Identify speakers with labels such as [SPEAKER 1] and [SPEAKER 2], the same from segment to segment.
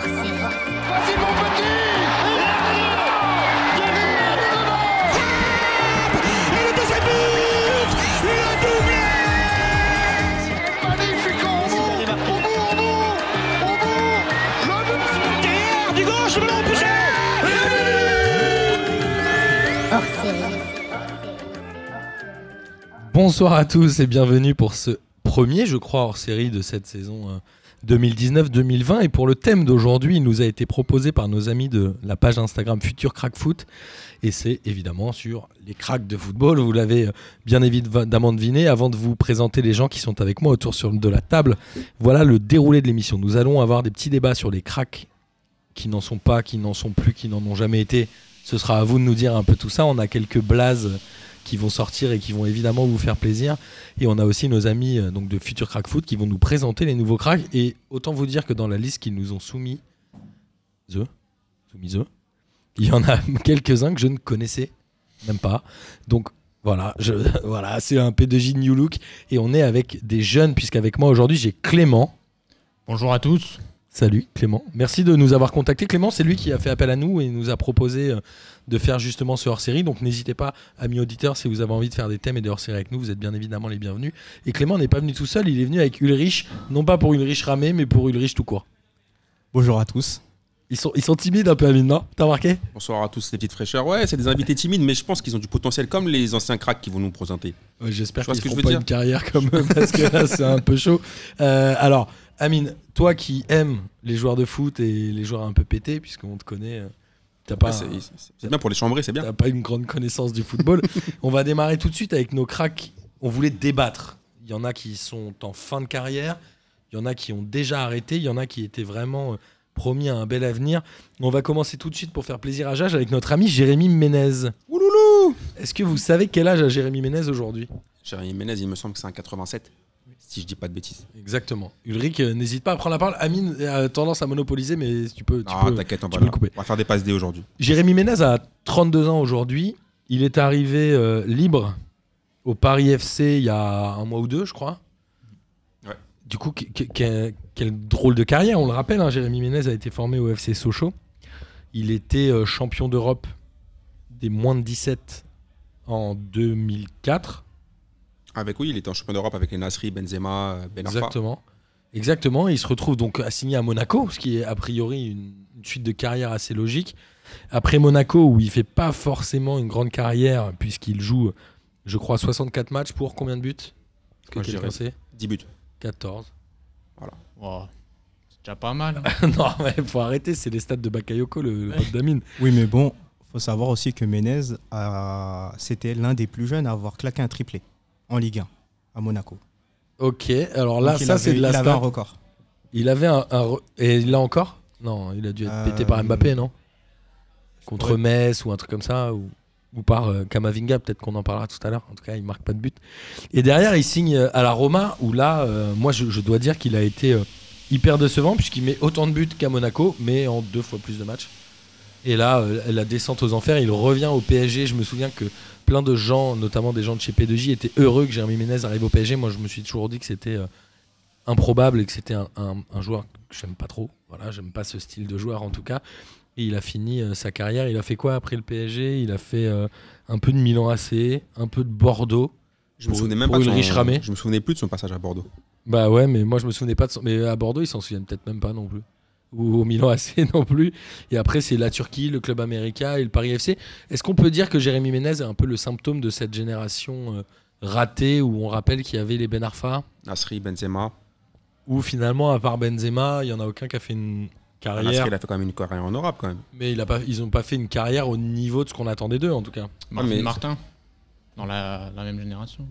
[SPEAKER 1] Vas-y mon petit
[SPEAKER 2] Et le deuxième but Le doublé
[SPEAKER 1] Magnifique au bout Au bout, au bout Au bout Le but
[SPEAKER 2] Derrière, du gauche, le ballon poussé
[SPEAKER 3] Bonsoir à tous et bienvenue pour ce premier, je crois, hors série de cette saison euh, 2019-2020. Et pour le thème d'aujourd'hui, il nous a été proposé par nos amis de la page Instagram Future Crack Foot. Et c'est évidemment sur les cracks de football. Vous l'avez euh, bien évidemment deviné. Avant de vous présenter les gens qui sont avec moi autour sur- de la table, voilà le déroulé de l'émission. Nous allons avoir des petits débats sur les cracks qui n'en sont pas, qui n'en sont plus, qui n'en ont jamais été. Ce sera à vous de nous dire un peu tout ça. On a quelques blazes qui vont sortir et qui vont évidemment vous faire plaisir. Et on a aussi nos amis euh, donc de Future Crack Foot qui vont nous présenter les nouveaux cracks. Et autant vous dire que dans la liste qu'ils nous ont soumis, The, soumis The, il y en a quelques-uns que je ne connaissais même pas. Donc voilà, je, voilà c'est un P2J de New Look. Et on est avec des jeunes, puisqu'avec moi aujourd'hui, j'ai Clément.
[SPEAKER 4] Bonjour à tous.
[SPEAKER 3] Salut Clément. Merci de nous avoir contacté. Clément, c'est lui qui a fait appel à nous et nous a proposé euh, de faire justement ce hors-série. Donc n'hésitez pas, amis auditeurs, si vous avez envie de faire des thèmes et des hors-séries avec nous, vous êtes bien évidemment les bienvenus. Et Clément n'est pas venu tout seul, il est venu avec Ulrich, non pas pour Ulrich ramé, mais pour Ulrich tout court.
[SPEAKER 5] Bonjour à tous.
[SPEAKER 3] Ils sont, ils sont timides un peu, Amine, non T'as remarqué
[SPEAKER 6] Bonsoir à tous les petites fraîcheurs. Ouais, c'est des invités timides, mais je pense qu'ils ont du potentiel comme les anciens cracks qui vont nous présenter.
[SPEAKER 3] Ouais, J'espère
[SPEAKER 6] Je vois
[SPEAKER 3] qu'ils
[SPEAKER 6] ce que
[SPEAKER 3] feront
[SPEAKER 6] je
[SPEAKER 3] pas
[SPEAKER 6] veux dire.
[SPEAKER 3] une carrière comme eux, parce que là, c'est un peu chaud. Euh, alors, Amine, toi qui aimes les joueurs de foot et les joueurs un peu pétés, puisqu'on te connaît, euh, t'as pas...
[SPEAKER 6] Ouais, c'est- c'est c'est bien pour les chambrer, c'est bien.
[SPEAKER 3] T'as pas une grande connaissance du football. on va démarrer tout de suite avec nos cracks. On voulait débattre. Il y en a qui sont en fin de carrière, il y en a qui ont déjà arrêté, il y en a qui étaient vraiment euh, promis à un bel avenir. On va commencer tout de suite pour faire plaisir à Jage avec notre ami Jérémy Ménez.
[SPEAKER 6] Ouloulou
[SPEAKER 3] Est-ce que vous savez quel âge a Jérémy Ménez aujourd'hui
[SPEAKER 6] Jérémy Ménez, il me semble que c'est un 87, si je dis pas de bêtises.
[SPEAKER 3] Exactement. Ulrich, euh, n'hésite pas à prendre la parole. Amine euh, a tendance à monopoliser, mais tu peux. Tu
[SPEAKER 6] Ah,
[SPEAKER 3] peux...
[SPEAKER 6] t'inquiète, on,
[SPEAKER 3] tu
[SPEAKER 6] va
[SPEAKER 3] peux
[SPEAKER 6] là.
[SPEAKER 3] le couper.
[SPEAKER 6] on va faire des passes D aujourd'hui.
[SPEAKER 3] Jérémy Ménez a 32 ans aujourd'hui. Il est arrivé euh, libre au Paris FC il y a un mois ou deux, je crois.
[SPEAKER 6] Ouais.
[SPEAKER 3] Du coup, que- que- que- quel drôle de carrière, on le rappelle. hein, Jérémy Ménez a été formé au FC Sochaux. Il était euh, champion d'Europe des moins de 17 en 2004.
[SPEAKER 6] Avec oui, il était en champion d'Europe avec les Nasri, Benzema, euh, Ben Arfa.
[SPEAKER 3] Exactement. Exactement. Et il se retrouve donc assigné à Monaco, ce qui est a priori une, une suite de carrière assez logique. Après Monaco, où il fait pas forcément une grande carrière, puisqu'il joue, je crois, 64 matchs pour combien de buts Est-ce Que
[SPEAKER 6] Moi, je
[SPEAKER 3] quelqu'un
[SPEAKER 6] dirais
[SPEAKER 3] sait
[SPEAKER 6] 10 buts.
[SPEAKER 3] 14.
[SPEAKER 4] Wow. C'est déjà pas mal. hein.
[SPEAKER 3] non, mais faut arrêter, c'est les stats de Bakayoko, le, le pote d'Amine.
[SPEAKER 5] Oui, mais bon, faut savoir aussi que Menez, a- c'était l'un des plus jeunes à avoir claqué un triplé en Ligue 1 à Monaco.
[SPEAKER 3] Ok, alors là,
[SPEAKER 5] Donc, il
[SPEAKER 3] ça,
[SPEAKER 5] avait-
[SPEAKER 3] c'est de la
[SPEAKER 5] Il avait un
[SPEAKER 3] stat.
[SPEAKER 5] record.
[SPEAKER 3] Il avait un. un re- Et là encore Non, il a dû être pété
[SPEAKER 5] Euh,
[SPEAKER 3] par Mbappé, non Contre
[SPEAKER 5] Ouais.
[SPEAKER 3] Metz ou un truc comme ça Ou, ou par euh, Kamavinga, peut-être qu'on en parlera tout à l'heure. En tout cas, il marque pas de but. Et derrière, il signe euh, à la Roma, où là, euh, moi, je, je dois dire qu'il a été euh, hyper décevant, puisqu'il met autant de buts qu'à Monaco, mais en deux fois plus de matchs. Et là, euh, la descente aux enfers, il revient au PSG. Je me souviens que plein de gens, notamment des gens de chez P2J, étaient heureux que Jérémy Ménez arrive au PSG. Moi, je me suis toujours dit que c'était euh, improbable et que c'était un, un- un joueur que j'aime pas trop. Voilà, j'aime pas ce style de joueur en tout cas. Et il a fini euh, sa carrière. Il a fait quoi après le PSG Il a fait euh, un peu de Milan AC, un peu de Bordeaux.
[SPEAKER 6] Je me
[SPEAKER 3] Pour-
[SPEAKER 6] souvenais même
[SPEAKER 3] pour
[SPEAKER 6] pas de
[SPEAKER 3] Ulrich Ramé.
[SPEAKER 6] son... Je me souvenais plus de son passage à Bordeaux.
[SPEAKER 3] Bah ouais, mais moi je me souvenais pas de son. Mais à Bordeaux, ils s'en souviennent peut-être même pas non plus. Ou au Milan AC non plus. Et après, c'est la Turquie, le club américain et le Paris FC. Est-ce qu'on peut dire que Jérémy Ménez est un peu le symptôme de cette génération euh, ratée où on rappelle qu'il y avait les Ben Arfa
[SPEAKER 6] Nasri, Benzema.
[SPEAKER 3] Où finalement, à part Benzema, il y en a aucun qui a fait une carrière.
[SPEAKER 6] Nasri, il a fait quand même une carrière en Europe quand même.
[SPEAKER 3] Mais il a pas, ils n'ont pas fait une carrière au niveau de ce qu'on attendait d'eux, en tout cas.
[SPEAKER 4] Martin,
[SPEAKER 6] mais-
[SPEAKER 4] Martin. Dans la, la même génération.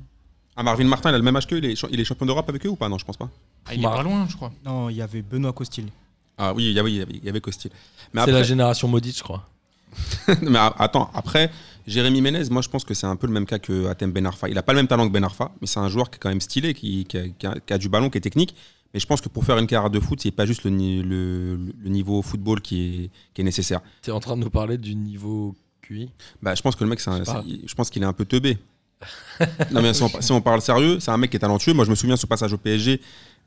[SPEAKER 6] Ah, Marvin Martin, il a le même âge qu'eux. Il, est cha- il est champion d'Europe avec eux ou pas Non, je pense pas.
[SPEAKER 4] Ah, il est
[SPEAKER 3] Mar-
[SPEAKER 4] pas loin, je crois.
[SPEAKER 5] Non, il y avait Benoît Costil.
[SPEAKER 6] Ah oui, il y avait, il y avait- il y avait Costil. Mais
[SPEAKER 3] C'est
[SPEAKER 6] après-
[SPEAKER 3] la génération maudite, je crois.
[SPEAKER 6] Non, mais a- attends, après, Jérémy Ménez, moi je pense que c'est un peu le même cas que Atem Ben Arfa. Il n'a pas le même talent que Ben Arfa, mais c'est un joueur qui est quand même stylé, qui, qui a, qui a- qui a du ballon, qui est technique. Mais je pense que pour faire une carrière de foot, c'est pas juste le, ni- le- le niveau football qui est, qui est nécessaire.
[SPEAKER 3] T'es en train de nous parler du niveau QI.
[SPEAKER 6] Bah, je pense que le mec, c'est un-
[SPEAKER 3] Je sais pas.
[SPEAKER 6] c'est- je pense qu'il est un peu teubé. non, mais si on, si on parle sérieux, c'est un mec qui est talentueux. Moi, je me souviens de son passage au PSG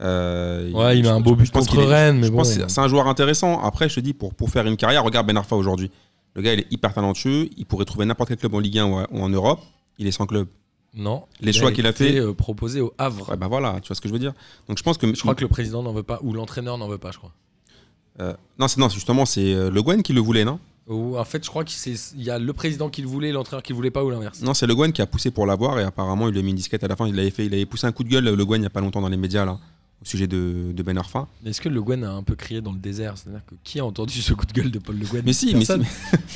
[SPEAKER 6] Euh,
[SPEAKER 3] Ouais, il met
[SPEAKER 6] je-
[SPEAKER 3] un beau
[SPEAKER 6] je
[SPEAKER 3] but
[SPEAKER 6] pense
[SPEAKER 3] contre
[SPEAKER 6] qu'il est-
[SPEAKER 3] Rennes, mais
[SPEAKER 6] je
[SPEAKER 3] bon.
[SPEAKER 6] pense que c'est- c'est un joueur intéressant. Après, je te dis, pour, pour faire une carrière, regarde Ben Arfa aujourd'hui. Le gars, il est hyper talentueux. Il pourrait trouver n'importe quel club en Ligue 1 ou, ou en Europe. Il est sans club.
[SPEAKER 3] Non.
[SPEAKER 6] Les
[SPEAKER 3] il
[SPEAKER 6] choix
[SPEAKER 3] a
[SPEAKER 6] qu'il a
[SPEAKER 3] été,
[SPEAKER 6] fait-
[SPEAKER 3] euh, proposé au Havre.
[SPEAKER 6] Ouais, bah voilà, tu vois ce que je veux dire. Donc je pense que.
[SPEAKER 3] Je crois que le président n'en veut pas, ou l'entraîneur n'en veut pas, je crois.
[SPEAKER 6] Euh, non, c'est non, c'est justement, c'est euh, Le Guen qui le voulait, non
[SPEAKER 3] Ou, en fait, je crois qu'il y a le président qui le voulait, l'entraîneur qui le voulait pas, ou l'inverse.
[SPEAKER 6] Non, c'est Le Guen qui a poussé pour l'avoir et apparemment il lui a mis une disquette à la fin. Il avait, fait, il avait poussé un coup de gueule, Le Guen, il n'y a pas longtemps dans les médias, là, au sujet de, de Ben Arfa.
[SPEAKER 3] Mais Est-ce que Le Guen a un peu crié dans le désert C'est-à-dire que qui a entendu ce coup de gueule de Paul Le Guen
[SPEAKER 6] Mais si, mais si,
[SPEAKER 3] Personne.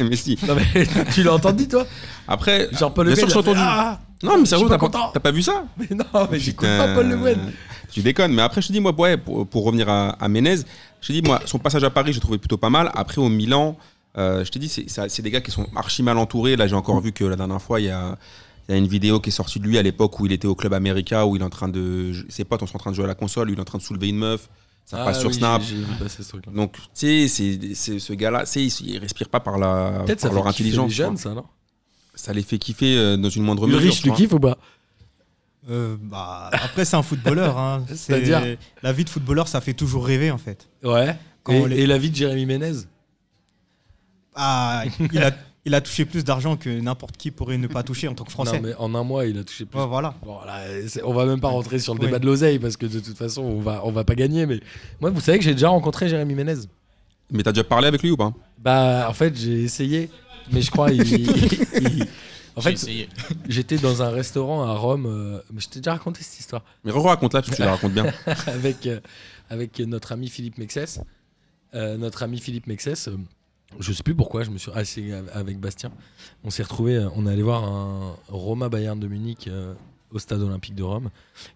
[SPEAKER 6] mais si.
[SPEAKER 3] Non, mais tu l'as entendu, toi
[SPEAKER 6] Après,
[SPEAKER 3] Genre, Paul Le
[SPEAKER 6] bien
[SPEAKER 3] Guen.
[SPEAKER 6] sûr que
[SPEAKER 3] il a
[SPEAKER 6] j'ai entendu.
[SPEAKER 3] fait, Ah
[SPEAKER 6] non, mais
[SPEAKER 3] je suis
[SPEAKER 6] sérieux,
[SPEAKER 3] pas
[SPEAKER 6] t'as pas,
[SPEAKER 3] content.
[SPEAKER 6] t'as pas vu ça
[SPEAKER 3] Mais non, mais j'écoute pas
[SPEAKER 6] Putain.
[SPEAKER 3] Paul Le Guen
[SPEAKER 6] Tu déconnes, mais après, je te dis, moi, ouais, pour, pour revenir à, à Ménez, je te dis, moi, son passage à Paris, je le trouvais plutôt pas mal. Après, au Milan, euh, je te dis, c'est- ça- c'est des gars qui sont archi mal entourés. Là, j'ai encore vu que la dernière fois, il y a, il y a une vidéo qui est sortie de lui à l'époque où il était au Club América, où il est en train de. Ses potes sont en train de jouer à la console, lui, il est en train de soulever une meuf. Ça
[SPEAKER 3] Ah
[SPEAKER 6] passe sur
[SPEAKER 3] oui,
[SPEAKER 6] Snap.
[SPEAKER 3] j'ai- j'ai vu passer ce truc-là.
[SPEAKER 6] Donc, tu sais, c'est- c'est ce gars-là, tu sais, il, il respire pas par, la,
[SPEAKER 3] Peut-être ça
[SPEAKER 6] par
[SPEAKER 3] fait
[SPEAKER 6] leur
[SPEAKER 3] kiffer
[SPEAKER 6] intelligence.
[SPEAKER 3] les
[SPEAKER 6] tu vois.
[SPEAKER 3] jeunes, ça, non
[SPEAKER 6] Ça les fait kiffer euh, dans une moindre
[SPEAKER 3] Le
[SPEAKER 6] mesure.
[SPEAKER 3] riche,
[SPEAKER 6] tu
[SPEAKER 3] tu
[SPEAKER 6] vois.
[SPEAKER 3] kiffes ou pas
[SPEAKER 5] Euh, bah, après, c'est un footballeur. hein. C'est-
[SPEAKER 3] C'est-à-dire
[SPEAKER 5] La vie de footballeur, ça fait toujours rêver, en fait.
[SPEAKER 3] Ouais.
[SPEAKER 5] Quand on les-
[SPEAKER 3] Et, et la vie de Jérémy Ménez
[SPEAKER 5] Ah, il, a, il a touché plus d'argent que n'importe qui pourrait ne pas toucher en tant que Français. Oh.
[SPEAKER 3] Non, mais en un mois, il a touché plus.
[SPEAKER 5] Ouais, voilà.
[SPEAKER 3] Bon, là, c'est- on va même pas rentrer sur le
[SPEAKER 5] Oui.
[SPEAKER 3] débat de l'oseille parce que de toute façon, on va, on va pas gagner. Mais moi, vous savez que j'ai déjà rencontré Jérémy Ménez.
[SPEAKER 6] Mais t'as déjà parlé avec lui ou pas
[SPEAKER 3] Bah, en fait, j'ai essayé, mais je crois. il- il- en
[SPEAKER 4] J'ai
[SPEAKER 3] fait,
[SPEAKER 4] essayé.
[SPEAKER 3] j'étais dans un restaurant à Rome. euh, mais je t'ai déjà raconté cette histoire.
[SPEAKER 6] Mais re-raconte-la, parce que tu la racontes bien.
[SPEAKER 3] avec, euh, avec notre ami Philippe Mexès. Euh, notre ami Philippe Mexès, euh, je sais plus pourquoi, je me suis assis a- avec Bastien. On s'est retrouvé, on est allé voir un Roma Bayern de Munich euh, au stade olympique de Rome.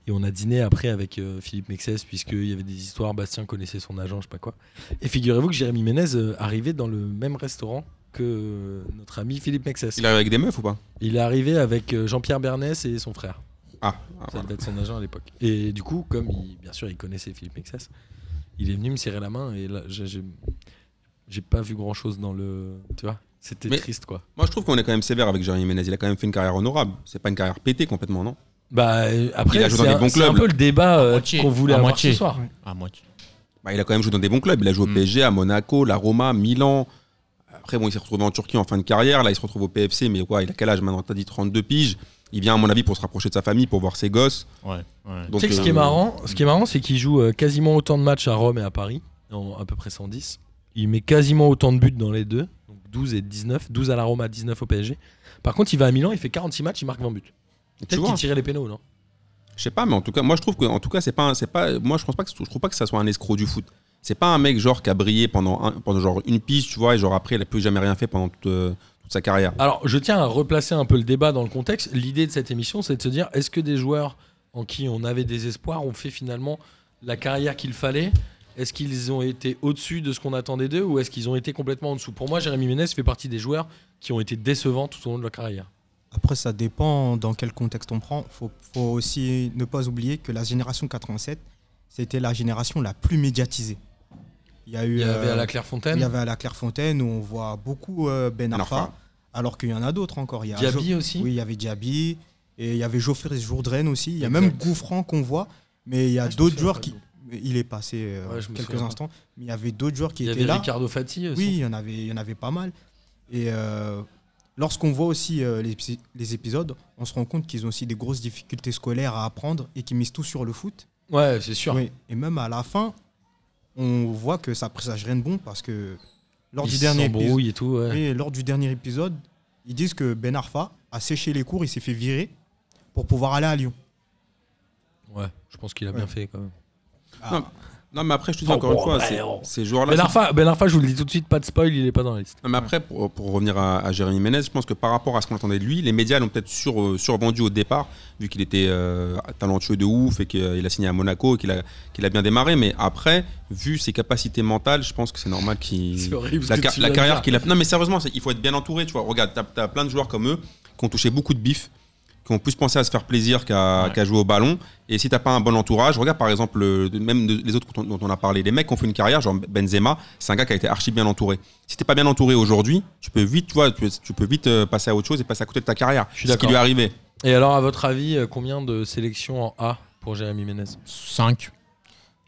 [SPEAKER 3] Et on a dîné après avec euh, Philippe Mexès, puisqu'il y avait des histoires. Bastien connaissait son agent, je sais pas quoi. Et figurez-vous que Jérémy Ménez euh, arrivait dans le même restaurant que euh, notre ami Philippe Mexès.
[SPEAKER 6] Il arrive avec des meufs ou pas
[SPEAKER 3] Il est arrivé avec euh, Jean-Pierre Bernès et son frère.
[SPEAKER 6] Ah, ah,
[SPEAKER 3] Ça
[SPEAKER 6] voilà.
[SPEAKER 3] devait être son agent à l'époque. Et du coup, comme il- bien sûr il connaissait Philippe Mexès, il est venu me serrer la main et là j'ai- j'ai j'ai pas vu grand chose dans le. Tu vois C'était
[SPEAKER 6] Mais-
[SPEAKER 3] triste quoi.
[SPEAKER 6] Moi, je trouve qu'on est quand même sévère avec Jérémy Ménez. Il a quand même fait une carrière honorable. C'est pas une carrière pétée complètement, non
[SPEAKER 3] Bah euh, après,
[SPEAKER 6] Il a joué dans
[SPEAKER 3] c'est
[SPEAKER 6] des
[SPEAKER 3] un,
[SPEAKER 6] bons
[SPEAKER 3] c'est un
[SPEAKER 6] clubs,
[SPEAKER 3] peu le débat euh,
[SPEAKER 4] moitié.
[SPEAKER 3] qu'on voulait
[SPEAKER 4] À
[SPEAKER 3] avoir
[SPEAKER 4] moitié.
[SPEAKER 3] ce soir.
[SPEAKER 4] À Ah, moitié.
[SPEAKER 6] Bah, Il a quand même joué dans des bons clubs. Il a joué au
[SPEAKER 4] Mm.
[SPEAKER 6] PSG, à Monaco, la Roma, Milan. Après, bon, il s'est retrouvé en Turquie en fin de carrière. Là, il se retrouve au PFC. Mais quoi, il a quel âge maintenant T'as dit 32 piges. Il vient, à mon avis, pour se rapprocher de sa famille, pour voir ses gosses.
[SPEAKER 4] Ouais, ouais.
[SPEAKER 3] tu
[SPEAKER 6] Donc,
[SPEAKER 3] sais que ce qui est
[SPEAKER 6] euh,
[SPEAKER 3] marrant, ce qui est marrant, c'est qu'il joue euh, quasiment autant de matchs à Rome et à Paris, en à peu près 110. Il met quasiment autant de buts dans les deux, donc 12 et 19, 12 à la Roma, 19 au PSG. Par contre, il va à Milan, il fait 46 matchs, il marque 20 buts.
[SPEAKER 6] Tu
[SPEAKER 3] Peut-être
[SPEAKER 6] vois
[SPEAKER 3] qu'il tirait les pénaux, non
[SPEAKER 6] Je sais pas, mais en tout cas, moi je trouve que, en tout cas, c'est pas, un- c'est pas, moi je pense pas que, je trouve pas que ça soit un escroc du foot. C'est pas un mec genre qui a brillé pendant, un- pendant genre une piste, tu vois, et genre après il a plus jamais rien fait pendant toute, euh, toute sa carrière.
[SPEAKER 3] Alors, je tiens à replacer un peu le débat dans le contexte. L'idée de cette émission, c'est de se dire est-ce que des joueurs en qui on avait des espoirs ont fait finalement la carrière qu'il fallait Est-ce qu'ils ont été au-dessus de ce qu'on attendait d'eux ou est-ce qu'ils ont été complètement en dessous Pour moi, Jérémy Ménez fait partie des joueurs qui ont été décevants tout au long de leur carrière.
[SPEAKER 5] Après, ça dépend dans quel contexte on prend. Faut, faut aussi ne pas oublier que la génération 87, c'était la génération la plus médiatisée. Il y a eu.
[SPEAKER 3] Il y avait
[SPEAKER 5] euh,
[SPEAKER 3] à la Clairefontaine,
[SPEAKER 5] il y avait à la Clairefontaine où on voit beaucoup euh, Ben
[SPEAKER 6] Ben
[SPEAKER 5] Arfa,
[SPEAKER 6] Arfa.
[SPEAKER 5] alors qu'il y en a d'autres encore. Il y a Jo-
[SPEAKER 3] Diaby aussi.
[SPEAKER 5] Oui, il y avait Diaby et il y avait Geoffrey Jourdain aussi. Il y a
[SPEAKER 3] Exact.
[SPEAKER 5] même Gouffran qu'on voit, mais il y a
[SPEAKER 3] Ah, je me souviens
[SPEAKER 5] d'autres
[SPEAKER 3] pas
[SPEAKER 5] joueurs
[SPEAKER 3] de
[SPEAKER 5] qui.
[SPEAKER 3] Gouffran.
[SPEAKER 5] Il est passé euh,
[SPEAKER 3] Ouais, je me
[SPEAKER 5] quelques
[SPEAKER 3] souviens pas.
[SPEAKER 5] instants, mais il y avait d'autres joueurs qui
[SPEAKER 3] Il y
[SPEAKER 5] étaient
[SPEAKER 3] avait
[SPEAKER 5] là.
[SPEAKER 3] Ricardo Fati aussi.
[SPEAKER 5] Oui, il y en avait, il y en avait pas mal. Et euh, lorsqu'on voit aussi euh, les, psy- les épisodes, on se rend compte qu'ils ont aussi des grosses difficultés scolaires à apprendre et qu'ils misent tout sur le foot.
[SPEAKER 3] Ouais, c'est sûr.
[SPEAKER 5] Oui. Et même à la fin, on voit que ça présage rien de bon parce que lors
[SPEAKER 3] Ils
[SPEAKER 5] du dernier épisode,
[SPEAKER 3] s'embrouillent et tout. ouais.
[SPEAKER 5] oui, lors du dernier épisode, ils disent que Ben Arfa a séché les cours, il s'est fait virer pour pouvoir aller à Lyon.
[SPEAKER 3] Ouais, je pense qu'il a bien
[SPEAKER 5] Ouais.
[SPEAKER 3] fait quand même.
[SPEAKER 5] Ah,
[SPEAKER 6] Non, mais après, je te dis
[SPEAKER 3] Oh,
[SPEAKER 6] encore une
[SPEAKER 3] bon,
[SPEAKER 6] fois,
[SPEAKER 3] bah,
[SPEAKER 6] ces-
[SPEAKER 3] oh.
[SPEAKER 6] ces joueurs-là.
[SPEAKER 3] Ben
[SPEAKER 6] c'est-
[SPEAKER 3] Arfa, ben Arfa, je vous le dis tout de suite, pas de spoil, il est pas dans la liste.
[SPEAKER 6] Non, mais après, pour, pour revenir à, à Jérémy Ménez, je pense que par rapport à ce qu'on attendait de lui, les médias l'ont peut-être sur, euh, survendu au départ, vu qu'il était euh, talentueux de ouf et qu'il a signé à Monaco et qu'il a, qu'il a bien démarré. Mais après, vu ses capacités mentales, je pense que c'est normal qu'il.
[SPEAKER 3] C'est horrible ce
[SPEAKER 6] la,
[SPEAKER 3] que
[SPEAKER 6] car-
[SPEAKER 3] tu
[SPEAKER 6] la
[SPEAKER 3] viens de
[SPEAKER 6] carrière
[SPEAKER 3] dire.
[SPEAKER 6] qu'il a. Non, mais sérieusement, c'est- il faut être bien entouré. Tu vois, regarde, t'as as plein de joueurs comme eux qui ont touché beaucoup de bif, qui ont plus pensé à se faire plaisir qu'à
[SPEAKER 4] Ouais.
[SPEAKER 6] qu'à jouer au ballon. Et si t'as pas un bon entourage, regarde par exemple euh, même de- les autres dont, dont on a parlé, les mecs qui ont fait une carrière, genre Benzema, c'est un gars qui a été archi bien entouré. Si t'es pas bien entouré aujourd'hui, tu peux vite, tu vois, tu, tu peux vite euh, passer à autre chose et passer à côté de ta carrière.
[SPEAKER 3] Je suis
[SPEAKER 6] C'est ce qui
[SPEAKER 3] d'accord.
[SPEAKER 6] lui est arrivé.
[SPEAKER 3] Et alors, à votre avis, euh, combien de sélections en A pour Jérémy Ménez
[SPEAKER 4] 5.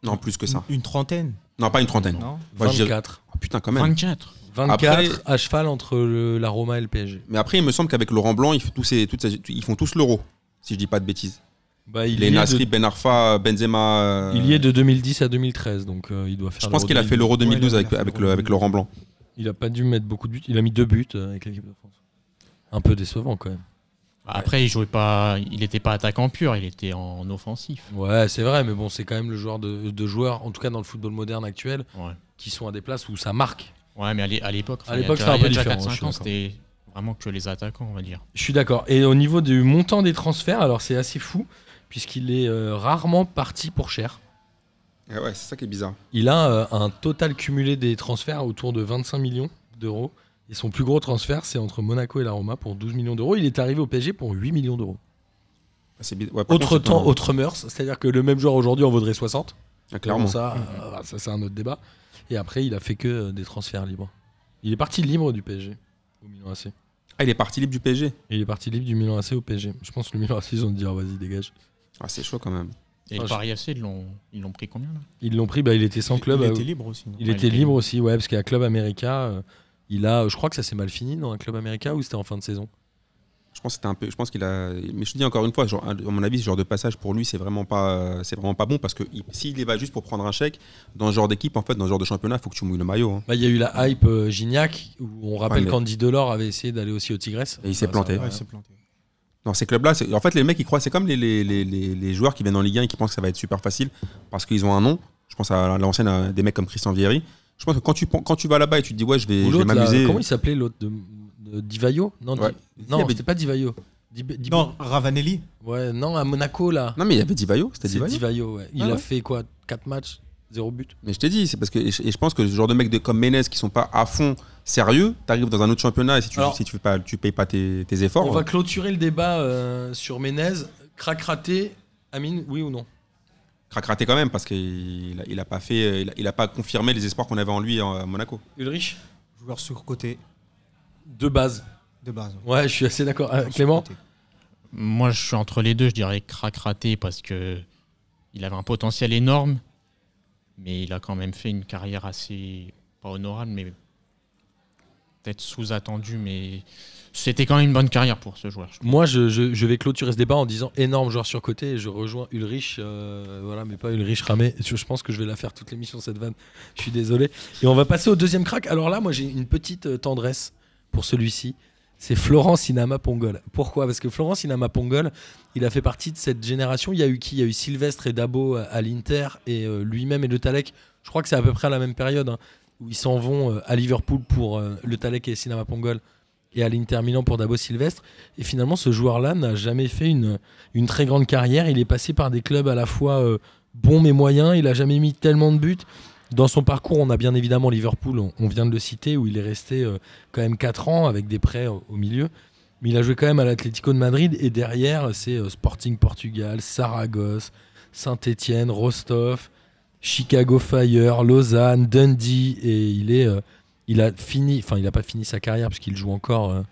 [SPEAKER 6] Non, plus que ça.
[SPEAKER 5] Une, une trentaine,
[SPEAKER 6] Non, pas une trentaine.
[SPEAKER 5] non
[SPEAKER 6] Moi, je dirais-
[SPEAKER 3] 24.
[SPEAKER 6] Oh, putain, quand même.
[SPEAKER 4] 24.
[SPEAKER 3] 24 à cheval entre le- la Roma et le PSG.
[SPEAKER 6] Mais après, il me semble qu'avec Laurent Blanc, il fait tous ces- toutes ces- ils font tous l'euro, si je dis pas de bêtises.
[SPEAKER 3] Bah, il,
[SPEAKER 6] Les
[SPEAKER 3] y est
[SPEAKER 6] Nasri,
[SPEAKER 3] de,
[SPEAKER 6] Ben Arfa, Benzema. euh,
[SPEAKER 3] il y est de 2010 à 2013, donc euh, il doit faire.
[SPEAKER 6] Je pense
[SPEAKER 3] l'Euro
[SPEAKER 6] qu'il a fait l'euro 2012
[SPEAKER 5] Ouais, il a
[SPEAKER 6] avec,
[SPEAKER 5] fait
[SPEAKER 6] avec,
[SPEAKER 5] l'Euro
[SPEAKER 6] le, avec Laurent Blanc.
[SPEAKER 3] Il a pas dû mettre beaucoup de buts. Il a mis deux buts euh, avec l'équipe de France. Un peu décevant quand même.
[SPEAKER 4] Bah, Après, il jouait pas, il était pas attaquant pur, il était en offensif.
[SPEAKER 3] Ouais, c'est vrai, mais bon, c'est quand même le genre de, de joueurs, en tout cas dans le football moderne actuel,
[SPEAKER 4] Ouais.
[SPEAKER 3] qui sont à des places où ça marque.
[SPEAKER 4] Ouais, mais à l'é- à l'époque,
[SPEAKER 3] À l'époque, c'était un peu différent, je suis
[SPEAKER 4] 4-5 ans,
[SPEAKER 3] d'accord.
[SPEAKER 4] c'était vraiment que les attaquants, on va dire.
[SPEAKER 3] Je suis d'accord. Et au niveau du montant des transferts, alors c'est assez fou, puisqu'il est euh, rarement parti pour cher.
[SPEAKER 6] Ah ouais, c'est ça qui est bizarre.
[SPEAKER 3] Il a euh, un total cumulé des transferts autour de 25 millions d'euros. Et son plus gros transfert, c'est entre Monaco et la Roma pour 12 millions d'euros. Il est arrivé au PSG pour 8 millions d'euros.
[SPEAKER 6] C'est bi- ouais, par
[SPEAKER 3] Autre
[SPEAKER 6] contre, c'est
[SPEAKER 3] temps,
[SPEAKER 6] un-
[SPEAKER 3] autre mœurs. C'est-à-dire que le même joueur aujourd'hui en vaudrait 60.
[SPEAKER 6] Ah, clairement.
[SPEAKER 3] Bon, ça, euh, ça c'est un autre débat. Et après, il a fait que euh, des transferts libres. Il est parti libre du PSG au Milan AC.
[SPEAKER 6] Ah, il est parti libre du PSG.
[SPEAKER 3] Et il est parti libre du Milan AC au PSG. Je pense que le Milan AC, ils ont dit Ah, vas-y, dégage.
[SPEAKER 6] Ah, c'est chaud quand même.
[SPEAKER 4] Et
[SPEAKER 3] Ah,
[SPEAKER 4] le
[SPEAKER 3] je-
[SPEAKER 4] Paris FC, ils l'ont, ils l'ont pris combien là
[SPEAKER 3] Ils l'ont pris, bah, il était sans
[SPEAKER 5] Il-
[SPEAKER 3] club.
[SPEAKER 5] Il
[SPEAKER 3] euh,
[SPEAKER 5] était libre aussi. non
[SPEAKER 3] Il
[SPEAKER 4] Ouais,
[SPEAKER 3] était
[SPEAKER 4] il était
[SPEAKER 3] libre
[SPEAKER 4] libre.
[SPEAKER 3] aussi, ouais, parce qu'à Club América, euh, il a, je crois que ça s'est mal fini dans un Club América ou c'était en fin de saison.
[SPEAKER 6] Je pense que c'était un peu. Je pense qu'il a. Mais je te dis encore une fois, genre, à mon avis, ce genre de passage pour lui, c'est vraiment pas, euh, c'est vraiment pas bon parce que il- s'il y va juste pour prendre un chèque, dans ce genre d'équipe, en fait, dans ce genre de championnat, faut que tu mouilles le maillot. hein.
[SPEAKER 3] Bah, Il y a eu la hype euh, Gignac, où on rappelle
[SPEAKER 6] Ouais, mais-
[SPEAKER 3] qu'Andy Delors avait essayé d'aller aussi au Tigresse.
[SPEAKER 6] Et il s'est
[SPEAKER 3] Ça,
[SPEAKER 6] planté.
[SPEAKER 3] ça-
[SPEAKER 5] Ouais, il s'est planté.
[SPEAKER 6] Dans ces clubs-là, c'est- en fait, les mecs, ils croient. C'est comme les, les, les, les- les joueurs qui viennent en Ligue 1 et qui pensent que ça va être super facile parce qu'ils ont un nom. Je pense à l'ancienne à des mecs comme Christian Vieri. Je pense que quand tu, pen- quand tu vas là-bas et tu te dis, ouais, je vais,
[SPEAKER 3] Ou
[SPEAKER 6] je vais
[SPEAKER 3] l'autre, là,
[SPEAKER 6] m'amuser.
[SPEAKER 3] comment il s'appelait l'autre de, de- Divaio Non, Di-
[SPEAKER 6] Ouais. Il y
[SPEAKER 3] non
[SPEAKER 6] avait-
[SPEAKER 3] c'était pas Divaio. Dib- Dib-
[SPEAKER 5] Non, Ravanelli,
[SPEAKER 3] Ouais, non, à Monaco, là.
[SPEAKER 6] Non, mais il y avait Divayo. C'était
[SPEAKER 3] C'est
[SPEAKER 6] Divayo.
[SPEAKER 3] Divaio, ouais. Il
[SPEAKER 6] Ah
[SPEAKER 3] a
[SPEAKER 6] ouais.
[SPEAKER 3] fait quoi 4 matchs, 0 but.
[SPEAKER 6] Mais je t'ai dit, c'est parce que et je, et je pense que ce genre de mecs de, comme Ménez qui sont pas à fond sérieux, t'arrives dans un autre championnat et si tu
[SPEAKER 3] Alors-
[SPEAKER 6] si tu fais pas, tu payes pas tes, tes efforts.
[SPEAKER 3] On va clôturer le débat euh, sur Ménez. Cracraté, Amine, oui ou non
[SPEAKER 6] Cracraté quand même parce qu'il a, il a pas fait, euh, il a, il a pas confirmé les espoirs qu'on avait en lui en- à Monaco.
[SPEAKER 3] Ulrich
[SPEAKER 5] joueur surcoté
[SPEAKER 3] De base.
[SPEAKER 5] de base.
[SPEAKER 3] Ouais, je suis assez d'accord. Euh, Clément
[SPEAKER 5] Surcoté.
[SPEAKER 4] Moi, je suis entre les deux. Je dirais Cracraté parce que il avait un potentiel énorme, mais il a quand même fait une carrière assez pas honorable, mais peut-être sous-attendue. Mais c'était quand même une bonne carrière pour ce joueur. je trouve.
[SPEAKER 3] Moi, je, je- je vais clôturer ce débat en disant énorme joueur surcoté et je rejoins Ulrich, euh, voilà, mais pas Ulrich Ramé. Je, je pense que je vais la faire toute l'émission cette vanne. Je suis désolé. Et on va passer au deuxième crack. Alors là, moi, j'ai une petite euh, tendresse pour celui-ci. C'est Florent Sinama Pongol. Pourquoi Parce que Florent Sinama Pongol, il a fait partie de cette génération. Il y a eu qui Il y a eu Sylvestre et Dabo euh, à- à l'Inter et euh, lui-même et Le Talec. Je crois que c'est à peu près à la même période hein, où ils s'en vont euh, à Liverpool pour euh, Le Talec et Sinama Pongol et à l'Inter Milan pour Dabo Sylvestre. Et finalement, ce joueur-là n'a jamais fait une, une très grande carrière. Il est passé par des clubs à la fois euh, bons mais moyens. Il n'a jamais mis tellement de buts. Dans son parcours, on a bien évidemment Liverpool, on, on vient de le citer, où il est resté euh, quand même 4 ans avec des prêts au, au milieu. Mais il a joué quand même à l'Atlético de Madrid. Et derrière, c'est euh, Sporting Portugal, Saragosse, Saint-Etienne, Rostov, Chicago Fire, Lausanne, Dundee. Et il est. euh, il a fini, enfin il n'a pas fini sa carrière puisqu'il joue encore euh,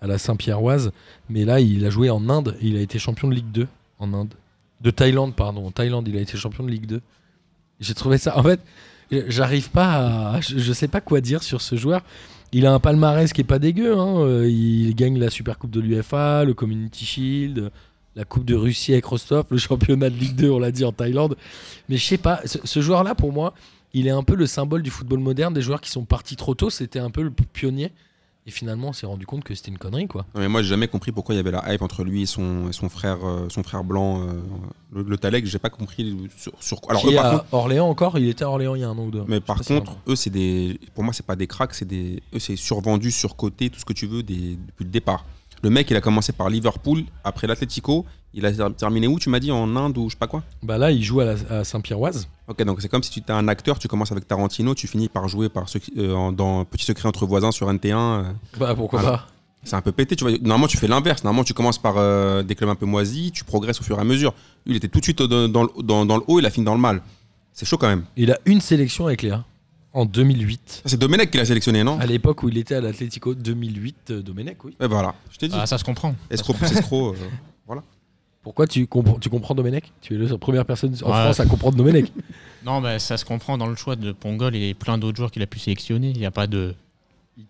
[SPEAKER 3] à la Saint-Pierroise. Mais là, il a joué en Inde. et Il a été champion de Ligue 2 en Inde. De Thaïlande, pardon. En Thaïlande, il a été champion de Ligue 2. J'ai trouvé ça. En fait, j'arrive pas à. Je je sais pas quoi dire sur ce joueur. Il a un palmarès qui est pas dégueu. hein. Euh, Il gagne la Super Coupe de l'UFA, le Community Shield, la Coupe de Russie avec Rostov, le championnat de Ligue 2, on l'a dit, en Thaïlande. Mais je sais pas. Ce, ce joueur-là, pour moi, il est un peu le symbole du football moderne, des joueurs qui sont partis trop tôt. C'était un peu le pionnier. Et finalement, on s'est rendu compte que c'était une connerie, quoi.
[SPEAKER 6] Non, mais moi j'ai jamais compris pourquoi il y avait la hype entre lui et son, et son frère, euh, son frère blanc, euh, le, le Talek. J'ai pas compris sur, sur quoi. Alors
[SPEAKER 3] qui
[SPEAKER 6] eux,
[SPEAKER 3] est
[SPEAKER 6] par
[SPEAKER 3] à
[SPEAKER 6] contre,
[SPEAKER 3] Orléans encore, il était à Orléans il y a un an ou deux.
[SPEAKER 6] Mais
[SPEAKER 3] Je sais
[SPEAKER 6] par
[SPEAKER 3] pas si c'est
[SPEAKER 6] contre,
[SPEAKER 3] encore.
[SPEAKER 6] eux, c'est des. Pour moi, c'est pas des cracks, c'est des. Eux, c'est survendu, surcoté, tout ce que tu veux des- depuis le départ. Le mec, il a commencé par Liverpool, après l'Atlético, il a ter- terminé où Tu m'as dit en Inde ou je sais pas quoi
[SPEAKER 3] bah là, il joue à, la- à Saint-Pierroise.
[SPEAKER 6] Ok, donc c'est comme si tu étais un acteur, tu commences avec Tarantino, tu finis par jouer par sec- euh, en- dans Petit Secret entre voisins sur NT1. euh,
[SPEAKER 3] Bah pourquoi
[SPEAKER 6] Voilà.
[SPEAKER 3] pas
[SPEAKER 6] c'est un peu pété, tu vois. Normalement, tu fais l'inverse. Normalement, tu commences par euh, des clubs un peu moisis, tu progresses au fur et à mesure. Lui, Il était tout de suite dans, dans le- dans- dans le haut, il a fini dans le mal. C'est chaud quand même.
[SPEAKER 3] Il a une sélection avec Léa en 2008.
[SPEAKER 6] Ça, C'est Domenech qui l'a sélectionné, non
[SPEAKER 3] À l'époque où il était à l'Atlético 2008, euh, Domenech, oui.
[SPEAKER 6] Ouais, Voilà, je t'ai dit.
[SPEAKER 4] Ah, ça se comprend.
[SPEAKER 6] Escroc plus escroc. euh,
[SPEAKER 3] Pourquoi tu, compre- tu comprends Domenech Tu es la première personne en
[SPEAKER 4] Ouais.
[SPEAKER 3] France à comprendre Domenech.
[SPEAKER 4] Non, bah, ça se comprend dans le choix de Pongol et plein d'autres joueurs qu'il a pu sélectionner. Il n'y a pas de.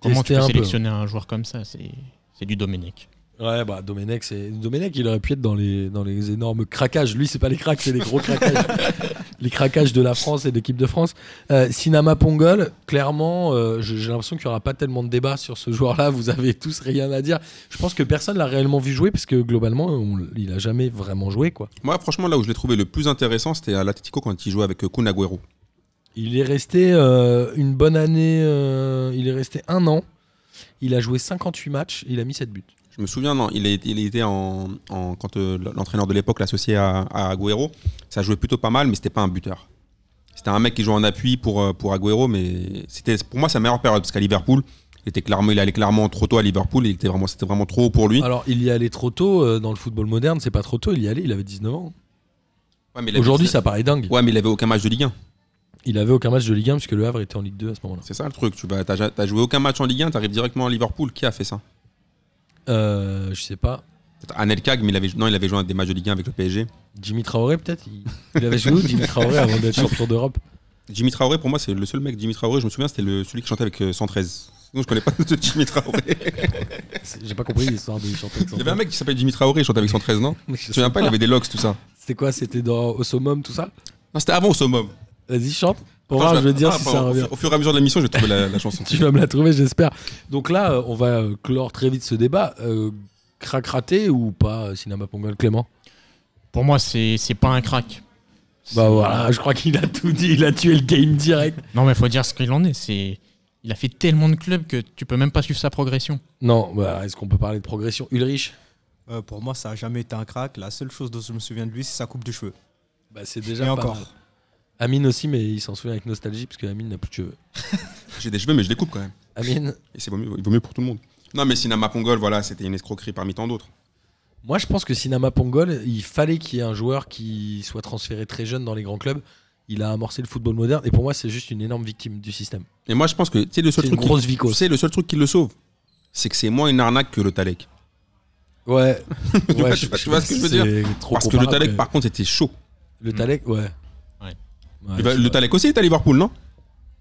[SPEAKER 4] Comment tu
[SPEAKER 3] testait
[SPEAKER 4] peux
[SPEAKER 3] un peu.
[SPEAKER 4] sélectionner un joueur comme ça C'est c'est du Domenech.
[SPEAKER 3] Ouais, bah Domenech, c'est Domenech, il aurait pu être dans les dans les énormes craquages. Lui, c'est pas les cracks, c'est les gros craquages. les craquages de la France et de l'équipe de France. Euh, Sinama Pongol, clairement, euh, je- j'ai l'impression qu'il y aura pas tellement de débat sur ce joueur-là. Vous avez tous rien à dire. Je pense que personne l'a réellement vu jouer parce que globalement, on- il a jamais vraiment joué quoi.
[SPEAKER 6] Moi, franchement, là où je l'ai trouvé le plus intéressant, c'était à l'Atletico quand il jouait avec euh, Kun Agüero.
[SPEAKER 3] Il est resté euh, une bonne année. euh, il est resté un an. Il a joué 58 matchs. Il a mis 7 buts.
[SPEAKER 6] Je me souviens, non, il, est- il était en, en- quand euh, l'entraîneur de l'époque l'associait à, à Agüero. Ça jouait plutôt pas mal, mais c'était pas un buteur. C'était un mec qui jouait en appui pour, euh, pour Agüero, mais c'était pour moi sa meilleure période parce qu'à Liverpool, il était clairement, il allait clairement trop tôt à Liverpool. Il était vraiment, c'était vraiment trop haut pour lui.
[SPEAKER 3] Alors, il y allait trop tôt euh, dans le football moderne. C'est pas trop tôt. Il y allait. Il avait 19 ans.
[SPEAKER 6] Ouais, mais il avait-
[SPEAKER 3] Aujourd'hui, ça paraît dingue.
[SPEAKER 6] Ouais, mais il avait aucun match de Ligue 1.
[SPEAKER 3] Il avait aucun match de Ligue 1 puisque le Havre était en Ligue 2 à ce moment-là.
[SPEAKER 6] C'est ça le truc. Tu vas, t'as, ja- t'as joué aucun match en Ligue 1, t'arrives directement à Liverpool. Qui a fait ça
[SPEAKER 3] Euh, je sais pas.
[SPEAKER 6] Anelkag, mais il avait, non, il avait joué à des matchs de Ligue 1 avec le PSG.
[SPEAKER 3] Jimmy Traoré peut-être il... il avait joué où Jimmy Traoré avant d'être champion d'Europe
[SPEAKER 6] Jimmy Traoré, pour moi, c'est le seul mec. Jimmy Traoré, je me souviens, c'était le, celui qui chantait avec euh, 113. Sinon, je connais pas de Jimmy Traoré.
[SPEAKER 3] C'est- J'ai pas compris l'histoire de chanter avec son
[SPEAKER 6] Il y avait un
[SPEAKER 3] frère.
[SPEAKER 6] mec qui s'appelait Jimmy Traoré, il chantait avec 113, non Tu te souviens pas, il avait des locks, tout ça.
[SPEAKER 3] C'était quoi C'était dans au summum tout ça
[SPEAKER 6] Non, c'était avant au summum.
[SPEAKER 3] Vas-y, chante. Pour
[SPEAKER 6] Attends,
[SPEAKER 3] voir, je vais dire
[SPEAKER 6] ah,
[SPEAKER 3] si
[SPEAKER 6] pardon,
[SPEAKER 3] ça
[SPEAKER 6] au,
[SPEAKER 3] revient.
[SPEAKER 6] fur- au fur et à mesure de l'émission, je vais trouver la, la chanson.
[SPEAKER 3] Tu vas me la trouver, j'espère. Donc là, euh, on va euh, clore très vite ce débat. Euh, Cracraté ou pas euh, Cinéma Pongol Clément
[SPEAKER 4] Pour moi, c'est c'est pas un crack.
[SPEAKER 3] Bah voilà, je crois qu'il a tout dit, il a tué le game direct.
[SPEAKER 4] Non, mais faut dire ce qu'il en est. C'est il a fait tellement de clubs que tu peux même pas suivre sa progression.
[SPEAKER 3] Non, bah, est-ce qu'on peut parler de progression Ulrich
[SPEAKER 5] Euh, pour moi, ça n'a jamais été un crack. La seule chose dont je me souviens de lui, c'est sa coupe de cheveux.
[SPEAKER 3] Bah c'est
[SPEAKER 5] Et
[SPEAKER 3] déjà pas mal.
[SPEAKER 5] encore.
[SPEAKER 3] Amine aussi, mais il s'en souvient avec nostalgie parce que Amine n'a plus de cheveux.
[SPEAKER 6] J'ai des cheveux, mais je les coupe quand même.
[SPEAKER 3] Amine,
[SPEAKER 6] Et c'est vaut mieux, il vaut mieux pour tout le monde. Non, mais Sinama Pongol, voilà, c'était une escroquerie parmi tant d'autres.
[SPEAKER 3] moi je pense que Sinama Pongol, il fallait qu'il y ait un joueur qui soit transféré très jeune dans les grands clubs. Il a amorcé le football moderne et pour moi c'est juste une énorme victime du système.
[SPEAKER 6] Et moi, je pense que tu sais, le seul
[SPEAKER 3] C'est une
[SPEAKER 6] truc. qui-
[SPEAKER 3] grosse
[SPEAKER 6] tu
[SPEAKER 3] vicose.
[SPEAKER 6] sais, le seul truc qui le sauve, c'est que c'est moins une arnaque que le Talek.
[SPEAKER 3] Ouais.
[SPEAKER 6] Tu vois- tu vois- tu vois ce que je veux dire Parce que le Talek, par contre, c'était chaud.
[SPEAKER 3] Le Talek, ouais.
[SPEAKER 4] Ouais.
[SPEAKER 3] Ouais,
[SPEAKER 6] Et bah,
[SPEAKER 3] c'est
[SPEAKER 6] le
[SPEAKER 3] vrai.
[SPEAKER 6] Talek aussi est à Liverpool, non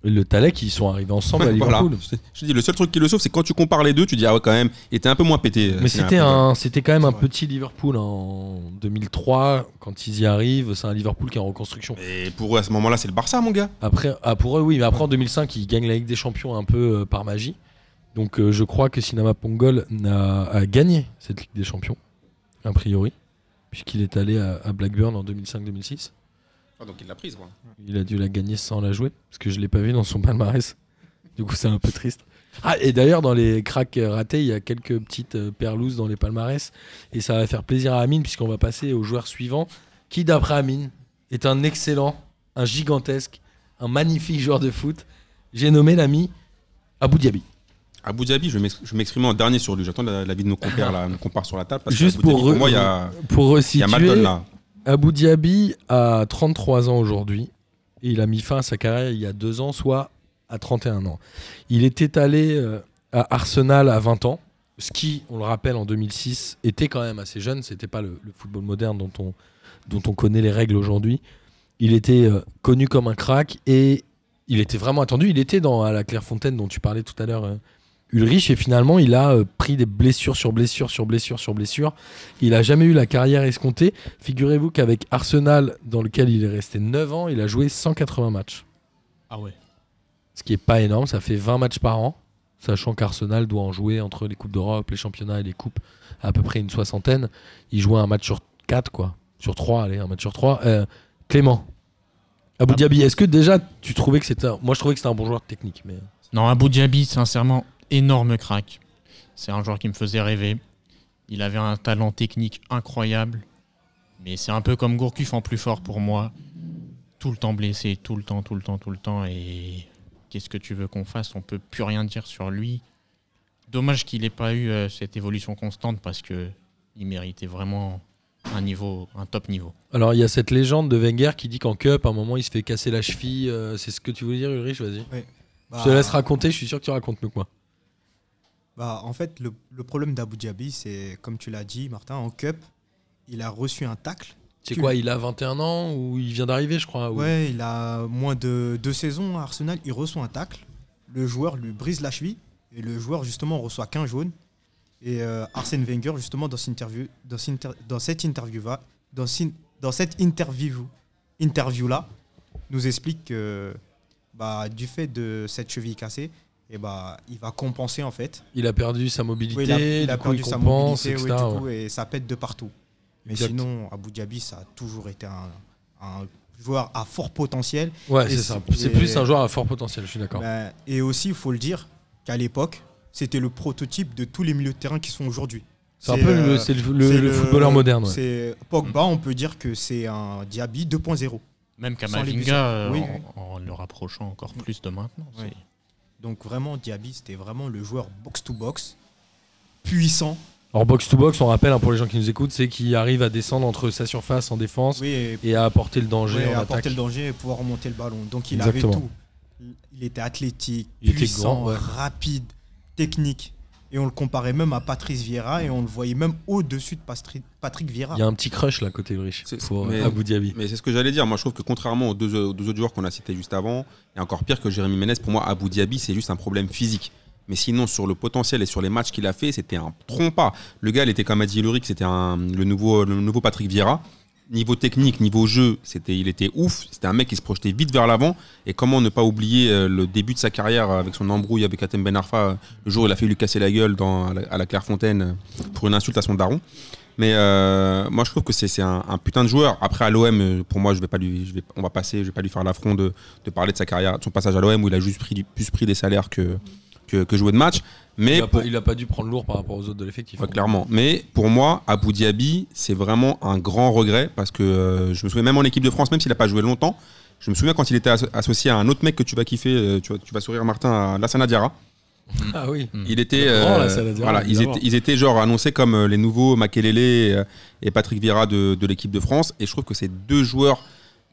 [SPEAKER 3] Le Talek, ils sont arrivés ensemble à
[SPEAKER 6] Voilà.
[SPEAKER 3] Liverpool.
[SPEAKER 6] Je te dis, le seul truc qui le sauve, c'est quand tu compares les deux, tu dis, ah ouais, quand même, il était un peu moins pété. euh,
[SPEAKER 3] Mais
[SPEAKER 6] Sinama
[SPEAKER 3] c'était
[SPEAKER 6] Pongol.
[SPEAKER 3] un, c'était quand même un
[SPEAKER 5] C'est vrai.
[SPEAKER 3] petit Liverpool hein, en 2003 quand ils y arrivent. C'est un Liverpool qui est en reconstruction.
[SPEAKER 6] Et pour eux, à ce moment-là, c'est le Barça, mon gars.
[SPEAKER 3] Après, ah, pour eux, oui, mais après en 2005, ils gagnent la Ligue des Champions un peu euh, par magie. Donc euh, je crois que Sinama Pongol n'a- a, gagné cette Ligue des Champions, a priori, puisqu'il est allé à, à Blackburn en 2005-2006.
[SPEAKER 6] Ah, donc il l'a prise, quoi.
[SPEAKER 3] Il a dû la gagner sans la jouer, parce que je l'ai pas vu dans son palmarès. Du coup, c'est un peu triste. Ah, et d'ailleurs, dans les cracks euh, ratés, il y a quelques petites euh, perlouses dans les palmarès. Et ça va faire plaisir à Amine, puisqu'on va passer au joueur suivant, qui, d'après Amine, est un excellent, un gigantesque, un magnifique joueur de foot. J'ai nommé l'ami Abou Dhabi.
[SPEAKER 6] Abu Dhabi, je vais m'ex- je vais m'exprimer en dernier sur lui. J'attends la- l'avis de nos compères, là, nos compères sur la table. Parce que
[SPEAKER 3] Juste
[SPEAKER 6] Abu Dhabi,
[SPEAKER 3] pour re-
[SPEAKER 6] moi, il y a,
[SPEAKER 3] Pour
[SPEAKER 6] il y
[SPEAKER 3] resituer,
[SPEAKER 6] a Maton, là.
[SPEAKER 3] Abu Dhabi a 33 ans aujourd'hui et il a mis fin à sa carrière il y a deux ans, soit à 31 ans. Il était allé euh, à Arsenal à 20 ans, ce qui, on le rappelle, en 2006 était quand même assez jeune. C'était pas le, le football moderne dont on, dont on connaît les règles aujourd'hui. Il était euh, connu comme un crack et il était vraiment attendu. Il était dans à la Clairefontaine dont tu parlais tout à l'heure, euh, Ulrich, et finalement il a euh, pris des blessures sur blessures sur blessures sur blessures. Il a jamais eu la carrière escomptée. Figurez-vous qu'avec Arsenal, dans lequel il est resté 9 ans, il a joué 180 matchs.
[SPEAKER 4] Ah ouais.
[SPEAKER 3] Ce qui est pas énorme, ça fait 20 matchs par an, sachant qu'Arsenal doit en jouer entre les Coupes d'Europe, les championnats et les Coupes, à peu près une soixantaine. Il jouait un match sur 4, quoi. Sur 3, allez, un match sur 3. Clément, Abu
[SPEAKER 4] Ah.
[SPEAKER 3] Dhabi, est-ce que déjà tu trouvais que c'était. un- Moi, je trouvais que c'était un bon joueur technique, mais.
[SPEAKER 4] Non, Abu Dhabi, sincèrement, énorme crack. C'est un joueur qui me faisait rêver. Il avait un talent technique incroyable. Mais c'est un peu comme Gourcuff en plus fort pour moi. Tout le temps blessé, tout le temps, tout le temps, tout le temps. Et qu'est-ce que tu veux qu'on fasse On peut plus rien dire sur lui. Dommage qu'il n'ait pas eu euh, cette évolution constante parce que il méritait vraiment un niveau, un top niveau.
[SPEAKER 3] Alors, il y a cette légende de Wenger qui dit qu'en Cup, à un moment, il se fait casser la cheville. euh, c'est ce que tu voulais dire, Ulrich Vas-y. Je te
[SPEAKER 5] Bah,
[SPEAKER 3] laisse raconter, je suis sûr que tu racontes mieux que moi.
[SPEAKER 5] Bah, en fait, le, le problème d'Abu Dhabi, c'est, comme tu l'as dit, Martin, en Cup, il a reçu un tacle.
[SPEAKER 3] C'est
[SPEAKER 5] Tu-
[SPEAKER 3] quoi Il a 21 ans ou il vient d'arriver, je crois. ou-
[SPEAKER 5] Ouais, il a moins de deux saisons à Arsenal. Il reçoit un tacle. Le joueur lui brise la cheville. Et le joueur, justement, reçoit qu'un jaune. Et euh, Arsène Wenger, justement, dans, cette interview, dans, cette inter- dans cette interview-là, dans, sin- dans cette interview, interview-là, nous explique que bah, du fait de cette cheville cassée, et bah, il va compenser en fait.
[SPEAKER 3] Il a perdu sa mobilité,
[SPEAKER 5] Oui, il a, il a
[SPEAKER 3] du coup,
[SPEAKER 5] perdu
[SPEAKER 3] il
[SPEAKER 5] sa
[SPEAKER 3] compense,
[SPEAKER 5] mobilité, oui,
[SPEAKER 3] etc.,
[SPEAKER 5] du
[SPEAKER 3] ouais.
[SPEAKER 5] coup, et ça pète de partout. Mais
[SPEAKER 3] Exact.
[SPEAKER 5] sinon, Abu Dhabi, ça a toujours été un, un joueur à fort potentiel.
[SPEAKER 3] Ouais,
[SPEAKER 5] Et
[SPEAKER 3] c'est ça.
[SPEAKER 5] c'est-
[SPEAKER 3] C'est plus un joueur à fort potentiel, je suis d'accord.
[SPEAKER 5] Ben, et aussi, il faut le dire, qu'à l'époque, c'était le prototype de tous les milieux de terrain qui sont aujourd'hui.
[SPEAKER 3] C'est un peu le,
[SPEAKER 5] euh,
[SPEAKER 3] c'est le- le-
[SPEAKER 5] c'est
[SPEAKER 3] le footballeur moderne. ouais.
[SPEAKER 5] C'est Pogba, on peut dire que c'est un Diaby 2.0.
[SPEAKER 4] Même
[SPEAKER 5] les buts,
[SPEAKER 4] Kamavinga, euh,
[SPEAKER 5] oui,
[SPEAKER 4] en, en le rapprochant encore plus de maintenant.
[SPEAKER 5] Oui.
[SPEAKER 4] c'est-
[SPEAKER 5] Donc vraiment, Diaby, c'était vraiment le joueur box-to-box, puissant.
[SPEAKER 3] Alors box to box, on rappelle hein, pour les gens qui nous écoutent, c'est qu'il arrive à descendre entre sa surface en défense
[SPEAKER 5] Oui, et
[SPEAKER 3] et à apporter le danger
[SPEAKER 5] Ouais,
[SPEAKER 3] en
[SPEAKER 5] apporter
[SPEAKER 3] attaque.
[SPEAKER 5] le danger et pouvoir remonter le ballon. Donc il
[SPEAKER 3] Exactement.
[SPEAKER 5] avait tout. Il était athlétique,
[SPEAKER 3] Il était
[SPEAKER 5] puissant,
[SPEAKER 3] grand, ouais.
[SPEAKER 5] rapide, technique. Et on le comparait même à Patrice Vieira et on le voyait même au-dessus de Pastri- Patrick Vieira.
[SPEAKER 3] Il y a un petit crush là côté riche
[SPEAKER 6] C'est-
[SPEAKER 3] pour euh,
[SPEAKER 6] mais-
[SPEAKER 3] Abu Dhabi.
[SPEAKER 6] Mais c'est ce que j'allais dire. Moi, je trouve que contrairement aux deux, aux deux autres joueurs qu'on a cités juste avant, et encore pire que Jérémy Ménez, pour moi, Abu Dhabi, c'est juste un problème physique. Mais sinon, sur le potentiel et sur les matchs qu'il a fait, c'était un trompas. Le gars, il était comme a dit Luric, c'était un- le, nouveau, le nouveau Patrick Vieira. Niveau technique, niveau jeu, c'était, il était ouf. C'était un mec qui se projetait vite vers l'avant. Et comment ne pas oublier euh, le début de sa carrière avec son embrouille avec Atem Ben Arfa, euh, le jour où il a failli lui casser la gueule dans, à, la, à la Clairefontaine euh, pour une insulte à son daron. Mais euh, moi, je trouve que c'est c'est un, un putain de joueur. Après, à l'OM, euh, pour moi, je vais pas lui, je vais, on va passer, je vais pas lui faire l'affront de, de parler de sa carrière, de son passage à l'OM où il a juste pris, du- plus pris des salaires que, que, que jouer de match. Mais
[SPEAKER 3] Il a,
[SPEAKER 6] pour-
[SPEAKER 3] pas, il a pas dû prendre lourd par rapport aux autres de l'effectif. hein.
[SPEAKER 6] Ouais, clairement. Mais pour moi, Abu Dhabi, c'est vraiment un grand regret parce que euh, je me souviens, même en équipe de France, même s'il n'a pas joué longtemps, je me souviens quand il était asso- associé à un autre mec que tu vas kiffer, euh, tu, vas, tu vas sourire Martin, à Lassana Diarra.
[SPEAKER 3] Ah oui.
[SPEAKER 5] Mm.
[SPEAKER 6] Il était,
[SPEAKER 3] Le grand,
[SPEAKER 6] euh,
[SPEAKER 3] Oh, là, ça, la Diarra,
[SPEAKER 6] voilà, ils,
[SPEAKER 3] évidemment.
[SPEAKER 6] étaient, ils étaient genre annoncés comme euh, les nouveaux Makelele et, euh, et Patrick Vieira de, de l'équipe de France. Et je trouve que c'est deux joueurs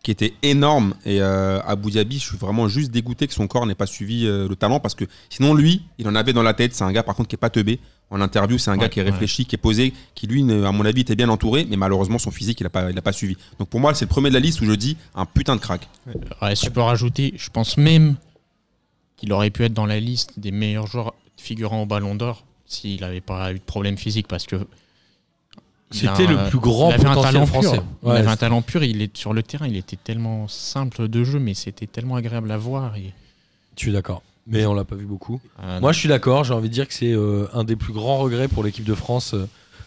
[SPEAKER 6] qui étaient énormes. Et euh, Abu Dhabi, je suis vraiment juste dégoûté que son corps n'ait pas suivi euh, le talent parce que sinon, lui, il en avait dans la tête. C'est un gars, par contre, qui est pas teubé. En interview, c'est un gars
[SPEAKER 4] Ouais,
[SPEAKER 6] qui est
[SPEAKER 4] ouais.
[SPEAKER 6] réfléchi, qui est posé, qui lui, ne- à mon avis, était bien entouré, mais malheureusement, son physique, il n'a pas, il a pas suivi. Donc pour moi, c'est le premier de la liste où je dis un putain de crack.
[SPEAKER 4] Ouais, si je peux rajouter, je pense même qu'il aurait pu être dans la liste des meilleurs joueurs figurant au Ballon d'Or s'il n'avait pas eu de problème physique parce que il a
[SPEAKER 3] C'était
[SPEAKER 4] un-
[SPEAKER 3] le plus grand
[SPEAKER 4] il avait un
[SPEAKER 3] potentiel
[SPEAKER 4] talent
[SPEAKER 3] français.
[SPEAKER 4] Pur. il
[SPEAKER 3] Ouais,
[SPEAKER 4] avait un talent pur, il est sur le terrain, il était tellement simple de jeu mais c'était tellement agréable à voir et
[SPEAKER 3] Je suis d'accord. Mais on l'a pas vu beaucoup.
[SPEAKER 4] euh,
[SPEAKER 6] Ah
[SPEAKER 3] Moi, je suis d'accord. J'ai envie de dire que c'est euh, un des plus grands regrets pour l'équipe de France euh,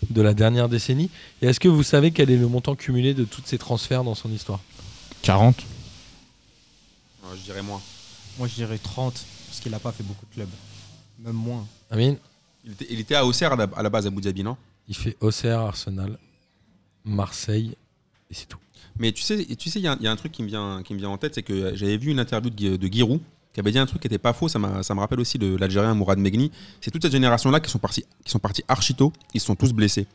[SPEAKER 3] de la dernière décennie. Et est-ce que vous savez quel est le montant cumulé de tous ces transferts dans son histoire
[SPEAKER 4] 40
[SPEAKER 6] je dirais moins.
[SPEAKER 5] Moi, je dirais 30, parce qu'il n'a pas fait beaucoup de clubs. Même moins.
[SPEAKER 3] Amine,
[SPEAKER 6] Il était, il était à Auxerre à la, à la base, Abu Dhabi, non
[SPEAKER 3] il fait Auxerre, Arsenal, Marseille, et c'est tout.
[SPEAKER 6] Mais tu sais, tu sais, il y, a un- il y a un truc qui me vient, qui me vient en tête, c'est que j'avais vu une interview de, Gui- de Giroud qui avait dit un truc qui n'était pas faux. Ça, m'a- ça me rappelle aussi de l'Algérien Mourad Megni. C'est toute cette génération-là qui sont partis, qui sont partis archito. Ils se sont tous blessés.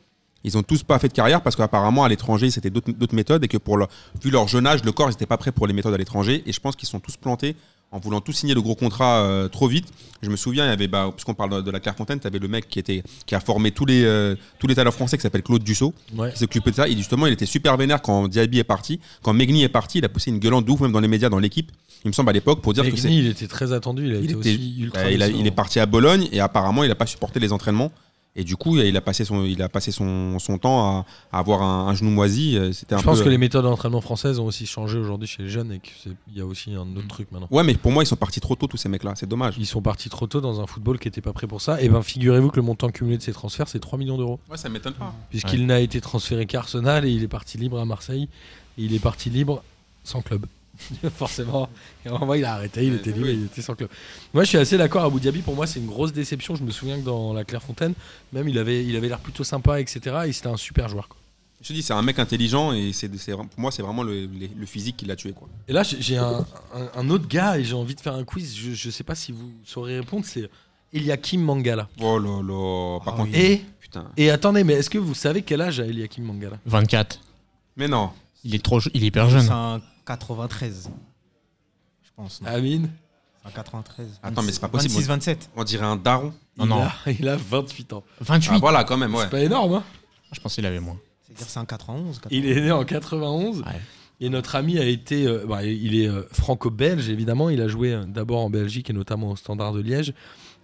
[SPEAKER 6] Ils ont tous pas fait de carrière parce qu'apparemment à l'étranger c'était d'autres d'autres méthodes et que pour leur, vu leur jeune âge le corps n'était pas prêt pour les méthodes à l'étranger et je pense qu'ils sont tous plantés en voulant tous signer de gros contrats euh, trop vite. Je me souviens il y avait bah, puisqu'on parle de, de la Clairefontaine, tu avais le mec qui était qui a formé tous les euh, tous les talents français qui s'appelle Claude Dussault
[SPEAKER 3] Ouais.
[SPEAKER 6] qui s'occupait de ça. Et justement, il était super vénère quand Diaby est parti. Quand Megni est parti, il a poussé une gueulante de ouf, même dans les médias, dans l'équipe, il me semble, à l'époque, pour dire que c'est.
[SPEAKER 3] Megni, il était très attendu. Il a été
[SPEAKER 6] était-
[SPEAKER 3] aussi ultra.
[SPEAKER 6] bah, il, a- il est
[SPEAKER 3] décevant.
[SPEAKER 6] parti à Bologne et apparemment, il n'a pas supporté les entraînements. Et du coup, il a passé son, il a passé son, son temps à, à avoir un, un genou moisi. Euh, C'était un
[SPEAKER 3] Je pense
[SPEAKER 6] peu-
[SPEAKER 3] que les méthodes d'entraînement françaises ont aussi changé aujourd'hui chez les jeunes et qu'il y a aussi un autre truc maintenant.
[SPEAKER 6] Ouais, mais pour moi, ils sont partis trop tôt, tous ces mecs-là. C'est dommage.
[SPEAKER 3] Ils sont partis trop tôt dans un football qui n'était pas prêt pour ça. Et ben figurez-vous que le montant cumulé de ces transferts, c'est 3 millions d'euros.
[SPEAKER 6] Ouais, ça m'étonne pas.
[SPEAKER 3] puisqu'il n'a été transféré qu'Arsenal et il est parti libre à Marseille. Et il est parti libre sans club. Forcément. Et vraiment, il a arrêté, il
[SPEAKER 6] Ouais,
[SPEAKER 3] était
[SPEAKER 6] oui.
[SPEAKER 3] libre, il était sans club. Moi, je suis assez d'accord. Abu Dhabi, pour moi, c'est une grosse déception. Je me souviens que dans la Clairefontaine, même, il avait il avait l'air plutôt sympa, etc. Et c'était un super joueur. quoi.
[SPEAKER 6] Je te dis, c'est un mec intelligent et c'est, c'est- pour moi, c'est vraiment le, le- le physique qui l'a tué. Quoi.
[SPEAKER 3] Et là, j'ai j'ai un, un- un autre gars et j'ai envie de faire un quiz. Je, je sais pas si vous saurez répondre. C'est Eliakim Mangala.
[SPEAKER 6] Oh là là. Par
[SPEAKER 5] Ah
[SPEAKER 6] contre,
[SPEAKER 5] oui.
[SPEAKER 3] Et,
[SPEAKER 6] putain.
[SPEAKER 3] et attendez, mais est-ce que vous savez quel âge a Eliakim Mangala
[SPEAKER 4] 24.
[SPEAKER 6] Mais non.
[SPEAKER 4] Il est trop il est hyper
[SPEAKER 5] C'est
[SPEAKER 4] jeune.
[SPEAKER 5] un 93, je pense. non
[SPEAKER 3] Amine
[SPEAKER 5] C'est un 93.
[SPEAKER 6] Attends, mais c'est pas possible.
[SPEAKER 5] 26-27.
[SPEAKER 6] On dirait un daron.
[SPEAKER 4] Non
[SPEAKER 3] il,
[SPEAKER 4] non,
[SPEAKER 3] A, il a 28 ans.
[SPEAKER 4] 28.
[SPEAKER 6] Ah, voilà, quand même, ouais.
[SPEAKER 3] C'est pas énorme, hein
[SPEAKER 4] Je pensais qu'il avait moins.
[SPEAKER 5] C'est-à-dire, c'est un 91.
[SPEAKER 3] Il est né en 91.
[SPEAKER 4] Ouais.
[SPEAKER 3] Et notre ami a été. euh, bah, il est euh, franco-belge, évidemment. Il a joué euh, d'abord en Belgique et notamment au Standard de Liège.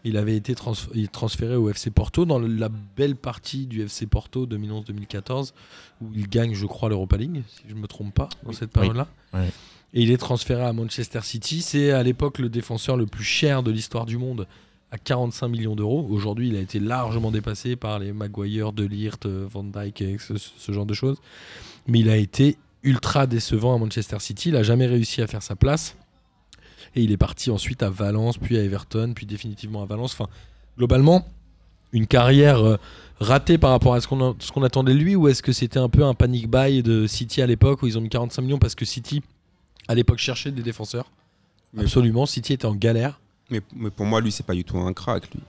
[SPEAKER 3] Il avait été trans- il est transféré au FC Porto dans la belle partie du FC Porto 2011-2014, où il gagne, je crois, l'Europa League, si je ne me trompe pas, dans cette période-là.
[SPEAKER 4] Ouais.
[SPEAKER 3] Et il est transféré à Manchester City. C'est à l'époque le défenseur le plus cher de l'histoire du monde, à 45 millions d'euros. Aujourd'hui, il a été largement dépassé par les Maguire, De Ligt, euh, Van Dyke, et ce- ce genre de choses. Mais il a été ultra décevant à Manchester City. Il n'a jamais réussi à faire sa place. Et il est parti ensuite à Valence, puis à Everton, puis définitivement à Valence. Enfin, globalement, une carrière euh, ratée par rapport à ce qu'on ce qu'on attendait de lui, ou est-ce que c'était un peu un panic buy de City à l'époque où ils ont mis 45 millions parce que City, à l'époque, cherchait des défenseurs
[SPEAKER 6] Mais-
[SPEAKER 3] Absolument, City était en galère.
[SPEAKER 6] Mais, mais pour moi, lui, c'est pas du tout un crack. Lui,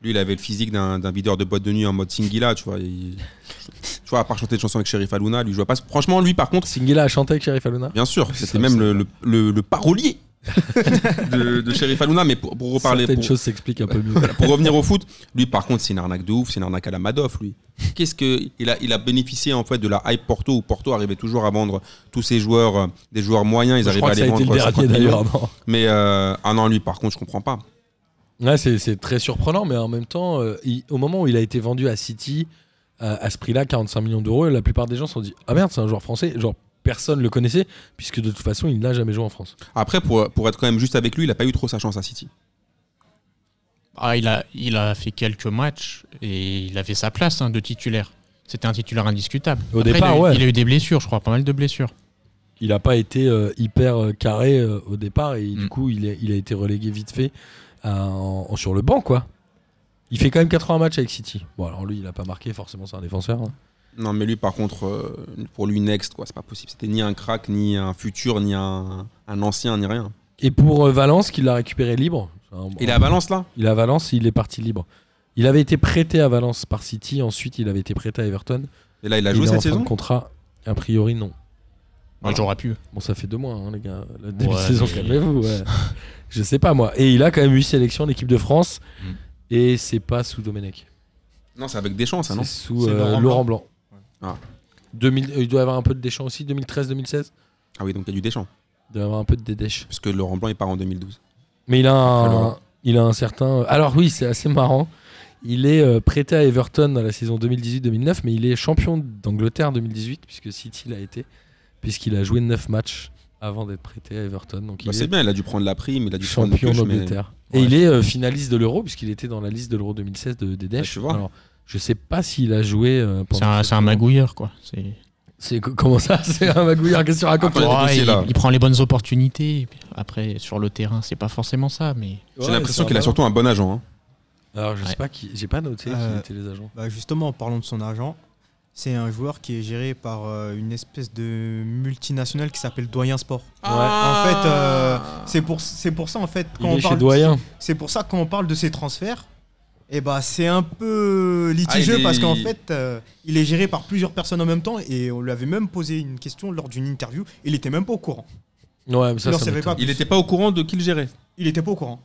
[SPEAKER 6] lui il avait le physique d'un d'un videur de boîte de nuit en mode Singila, tu vois. il- tu vois, à part chanter des chansons avec Sheriff Aluna, lui, je vois pas. Franchement, lui, par contre,
[SPEAKER 3] Singela a chanté avec Sheriff Aluna.
[SPEAKER 6] bien sûr,
[SPEAKER 3] Ça,
[SPEAKER 6] c'était même
[SPEAKER 3] c'est
[SPEAKER 6] le, le, le- le parolier de, de Sheriff Aluna. Mais pour, pour reparler,
[SPEAKER 3] Certaines
[SPEAKER 6] pour,
[SPEAKER 3] choses s'expliquent un peu mieux.
[SPEAKER 6] voilà, pour revenir au foot, lui, par contre, c'est une arnaque de ouf, c'est une arnaque à la Madoff, lui. Qu'est-ce que il a, il a bénéficié en fait de la hype Porto où Porto arrivait toujours à vendre tous ses joueurs, euh, des joueurs moyens, ils
[SPEAKER 3] Je
[SPEAKER 6] arrivaient
[SPEAKER 3] crois
[SPEAKER 6] à
[SPEAKER 3] que ça a
[SPEAKER 6] les
[SPEAKER 3] été
[SPEAKER 6] vendre.
[SPEAKER 3] le
[SPEAKER 6] 50
[SPEAKER 3] dernier
[SPEAKER 6] millions.
[SPEAKER 3] d'ailleurs. non.
[SPEAKER 6] Mais euh, ah non, lui, par contre, je comprends pas.
[SPEAKER 3] Ouais, c'est, c'est très surprenant, mais en même temps, euh, il- au moment où il a été vendu à City, à- à ce prix-là, 45 millions d'euros, la plupart des gens se sont dit Ah merde, c'est un joueur français. Genre, personne le connaissait, puisque de toute façon, il n'a jamais joué en France.
[SPEAKER 6] Après, pour, pour être quand même juste avec lui, il n'a pas eu trop sa chance à City.
[SPEAKER 4] Ah, il, a, il a fait quelques matchs et il avait sa place hein, de titulaire. C'était un titulaire indiscutable.
[SPEAKER 3] Au
[SPEAKER 4] Après,
[SPEAKER 3] départ,
[SPEAKER 4] il a, eu-
[SPEAKER 3] ouais.
[SPEAKER 4] il a eu des blessures, je crois, pas mal de blessures.
[SPEAKER 3] Il n'a pas été euh, hyper euh, carré euh, au départ, et du
[SPEAKER 4] Mm.
[SPEAKER 3] coup, il, est- il a été relégué vite fait à- en- en- sur le banc, quoi. Il fait quand même 80 matchs avec City. Bon, alors lui, il n'a pas marqué, forcément, c'est un défenseur. hein.
[SPEAKER 6] Non, mais lui, par contre, euh, pour lui, next, quoi, c'est pas possible. C'était ni un crack, ni un futur, ni un, un ancien, ni rien.
[SPEAKER 3] Et pour euh, Valence, qui l'a récupéré libre. c'est un-
[SPEAKER 6] Il est à Valence, là
[SPEAKER 3] Il est à Valence, il est parti libre. Il avait été prêté à Valence par City, ensuite il avait été prêté à Everton.
[SPEAKER 6] Et là, il a
[SPEAKER 3] il
[SPEAKER 6] joué
[SPEAKER 3] est en
[SPEAKER 6] cette
[SPEAKER 3] fin
[SPEAKER 6] saison
[SPEAKER 3] de contrat A priori, non.
[SPEAKER 4] Moi,
[SPEAKER 6] Voilà.
[SPEAKER 4] J'aurais pu.
[SPEAKER 3] Bon, ça fait deux mois, hein, les gars. La début
[SPEAKER 4] Ouais,
[SPEAKER 3] de saison,
[SPEAKER 4] mais-
[SPEAKER 3] calmez-vous. ouais. Je sais pas, moi. Et il a quand même eu sélection en équipe de France.
[SPEAKER 4] Mm.
[SPEAKER 3] Et c'est pas sous Domenech.
[SPEAKER 6] Non, c'est avec Deschamps, ça,
[SPEAKER 3] C'est
[SPEAKER 6] non
[SPEAKER 3] sous
[SPEAKER 5] C'est
[SPEAKER 3] euh, Laurent,
[SPEAKER 5] Laurent
[SPEAKER 3] Blanc.
[SPEAKER 6] Ah.
[SPEAKER 3] 2000 euh, il doit y avoir un peu de Deschamps aussi, 2013-2016.
[SPEAKER 6] Ah oui, donc il y a du Deschamps.
[SPEAKER 3] Il doit y avoir un peu de Dédèche.
[SPEAKER 6] Parce que Laurent Blanc, il part en 2012.
[SPEAKER 3] Mais il a
[SPEAKER 6] Très
[SPEAKER 3] un,
[SPEAKER 6] loin.
[SPEAKER 3] il a un certain. Alors oui, c'est assez marrant. Il est euh, prêté à Everton dans la saison 2018-2009, mais il est champion d'Angleterre en 2018 puisque City l'a été, puisqu'il a joué 9 matchs avant d'être prêté à Everton. Donc il
[SPEAKER 6] Bah, c'est
[SPEAKER 3] est
[SPEAKER 6] bien, il a dû prendre la prime, il a dû prendre le
[SPEAKER 3] champion
[SPEAKER 6] push, mais
[SPEAKER 3] d'Angleterre. Et
[SPEAKER 6] Ouais.
[SPEAKER 3] il est euh, finaliste de l'Euro puisqu'il était dans la liste de l'Euro 2016 de
[SPEAKER 6] Ah,
[SPEAKER 3] Dedesh.
[SPEAKER 6] tu vois.
[SPEAKER 3] Alors je sais pas s'il a joué euh,
[SPEAKER 4] C'est
[SPEAKER 3] pendant.
[SPEAKER 4] un, c'est un magouilleur, quoi. C'est-
[SPEAKER 3] C'est co- comment ça C'est un magouillard Qu'est-ce que tu racontes
[SPEAKER 6] Attends,
[SPEAKER 3] là
[SPEAKER 6] Ouais,
[SPEAKER 4] Ouais,
[SPEAKER 6] dossier, là.
[SPEAKER 4] il, il prend les bonnes opportunités. et puis Après, sur le terrain, c'est pas forcément ça, mais
[SPEAKER 6] J'ai
[SPEAKER 3] Ouais, c'est
[SPEAKER 6] l'impression
[SPEAKER 3] un
[SPEAKER 6] qu'il a
[SPEAKER 3] malin.
[SPEAKER 6] surtout un bon agent. hein.
[SPEAKER 3] Alors je sais
[SPEAKER 4] Ouais.
[SPEAKER 3] pas qui. J'ai pas noté qui
[SPEAKER 5] Euh,
[SPEAKER 3] étaient les agents.
[SPEAKER 5] Bah, justement, en parlant de son agent, c'est un joueur qui est géré par euh, une espèce de multinationale qui s'appelle Doyen Sport.
[SPEAKER 6] Ah,
[SPEAKER 5] En fait, euh, c'est pour, c'est pour ça en fait
[SPEAKER 3] Il
[SPEAKER 5] quand
[SPEAKER 3] est
[SPEAKER 5] on
[SPEAKER 3] chez
[SPEAKER 5] parle,
[SPEAKER 3] Doyen.
[SPEAKER 5] c'est pour ça quand on parle de ses transferts, et bah c'est un peu litigieux
[SPEAKER 6] Ah, il est-
[SPEAKER 5] parce qu'en fait euh, il est géré par plusieurs personnes en même temps et on lui avait même posé une question lors d'une interview, il était même pas au courant.
[SPEAKER 3] Ouais, mais ça,
[SPEAKER 5] Il en
[SPEAKER 3] ça
[SPEAKER 5] savait
[SPEAKER 3] m'étonne.
[SPEAKER 5] pas
[SPEAKER 6] Il n'était pas au courant de qui le gérait.
[SPEAKER 5] Il était pas au courant.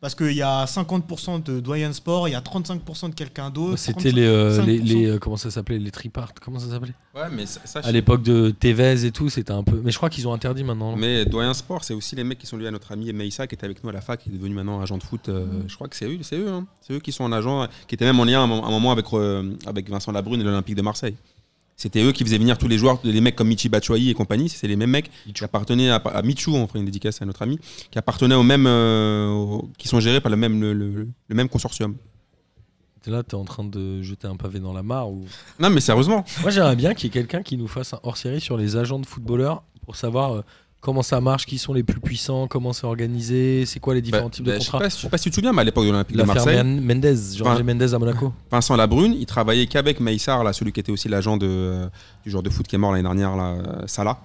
[SPEAKER 5] Parce qu'il y a 50% de Doyen Sport, il y a 35% de quelqu'un d'autre.
[SPEAKER 3] C'était les, euh,
[SPEAKER 5] 35%.
[SPEAKER 3] les, les, euh, comment ça s'appelait les tripartes comment ça s'appelait
[SPEAKER 6] Ouais, mais ça, ça, je-
[SPEAKER 3] à l'époque de Tevez et tout c'était un peu mais je crois qu'ils ont interdit maintenant non
[SPEAKER 6] Mais Doyen Sport, c'est aussi les mecs qui sont liés à notre ami Meissa qui était avec nous à la fac, qui est devenu maintenant agent de foot. euh,
[SPEAKER 3] Mm.
[SPEAKER 6] Je crois que c'est eux, c'est eux, hein. c'est eux qui sont en agent, qui étaient même en lien à un moment- un moment avec, euh, avec Vincent Labrune et l'Olympique de Marseille. C'était eux qui faisaient venir tous les joueurs, les mecs comme Michi Batshuayi et compagnie. C'est les mêmes mecs qui appartenaient à, à Michou, on ferait une dédicace à notre ami, qui appartenaient au même, euh, au- qui sont gérés par le même, le, le- le même consortium.
[SPEAKER 3] T'es là t'es en train de jeter un pavé dans la mare ou
[SPEAKER 6] Non, mais sérieusement,
[SPEAKER 3] moi j'aimerais bien qu'il y ait quelqu'un qui nous fasse un hors série sur les agents de footballeurs pour savoir euh, comment ça marche qui sont les plus puissants comment c'est organisé c'est quoi les
[SPEAKER 6] bah,
[SPEAKER 3] différents types
[SPEAKER 6] bah,
[SPEAKER 3] de
[SPEAKER 6] je sais pas,
[SPEAKER 3] contrats
[SPEAKER 6] je sais pas si tu te souviens, mais à l'époque de l'Olympique de
[SPEAKER 3] l'affaire
[SPEAKER 6] Marseille,
[SPEAKER 3] Men- Mendes Jorge
[SPEAKER 6] Enfin-
[SPEAKER 3] Mendes à Monaco
[SPEAKER 6] Vincent Labrune, il travaillait qu'avec Maïsar, là, celui qui était aussi l'agent de, euh, du joueur de foot qui est mort l'année dernière, là, euh, Salah.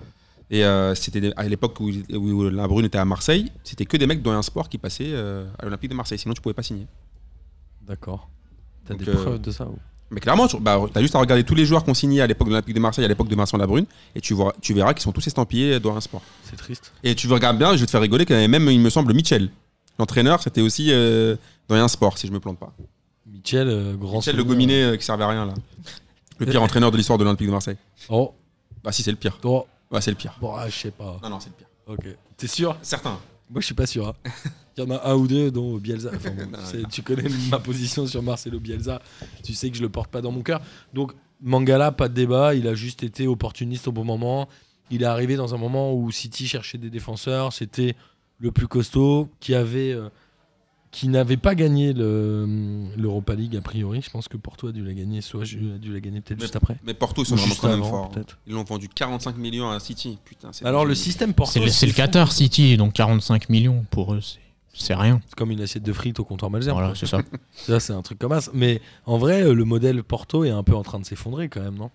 [SPEAKER 6] Et euh, c'était des- à l'époque où, où Labrune était à Marseille, c'était que des mecs dans un sport qui passaient euh, à l'Olympique de Marseille, sinon tu pouvais pas signer.
[SPEAKER 3] d'accord t'as
[SPEAKER 6] Donc,
[SPEAKER 3] des
[SPEAKER 6] euh,
[SPEAKER 3] preuves de ça ou
[SPEAKER 6] Mais clairement, tu bah, as juste à regarder tous les joueurs qu'on signait à l'époque de l'Olympique de Marseille, à l'époque de Vincent Labrune, et tu, vois, tu verras qu'ils sont tous estampillés dans un sport.
[SPEAKER 3] c'est triste
[SPEAKER 6] Et tu regardes bien, je vais te faire rigoler, qu'il y avait même, il me semble, Mitchell. L'entraîneur, c'était aussi euh, dans un sport, si je me plante pas.
[SPEAKER 3] Michel euh, grand
[SPEAKER 6] Mitchell le
[SPEAKER 3] souvenir.
[SPEAKER 6] gominé euh, qui servait à rien, là. Le pire entraîneur de l'histoire de l'Olympique de Marseille.
[SPEAKER 3] Oh,
[SPEAKER 6] Bah si, c'est le pire.
[SPEAKER 3] oh,
[SPEAKER 6] Bah c'est le pire.
[SPEAKER 3] bon, ah, je sais pas.
[SPEAKER 6] Non, non, c'est le pire.
[SPEAKER 3] Ok. T'es sûr
[SPEAKER 6] Certain.
[SPEAKER 3] Moi, je suis pas sûr. hein. Il y en a un ou deux, dont Bielsa. Enfin, bon,
[SPEAKER 6] Non,
[SPEAKER 3] tu, sais, tu connais ma position sur Marcelo Bielsa. Tu sais que je le porte pas dans mon cœur. Donc, Mangala, pas de débat. Il a juste été opportuniste au bon moment. Il est arrivé dans un moment où City cherchait des défenseurs. C'était le plus costaud qui avait. euh, qui n'avait pas gagné le- hum, l'Europa League a priori, je pense que Porto a dû la gagner, soit a dû la gagner peut-être
[SPEAKER 6] Mais-
[SPEAKER 3] juste après.
[SPEAKER 6] Mais Porto, ils sont
[SPEAKER 3] Ou
[SPEAKER 6] vraiment
[SPEAKER 3] juste
[SPEAKER 6] quand même
[SPEAKER 3] avant,
[SPEAKER 6] forts.
[SPEAKER 3] peut-être.
[SPEAKER 6] Ils l'ont vendu 45 millions à City. Putain, c'est
[SPEAKER 3] Alors
[SPEAKER 6] du-
[SPEAKER 3] le système Porto,
[SPEAKER 4] C'est le, c'est le
[SPEAKER 3] fou.
[SPEAKER 4] Qatar City, donc 45 millions pour eux, c'est- c'est rien.
[SPEAKER 3] C'est comme une assiette de frites au comptoir Malzer.
[SPEAKER 4] Voilà, c'est ça.
[SPEAKER 3] Ça, c'est un truc comme ça. Mais en vrai, euh, le modèle Porto est un peu en train de s'effondrer quand même, non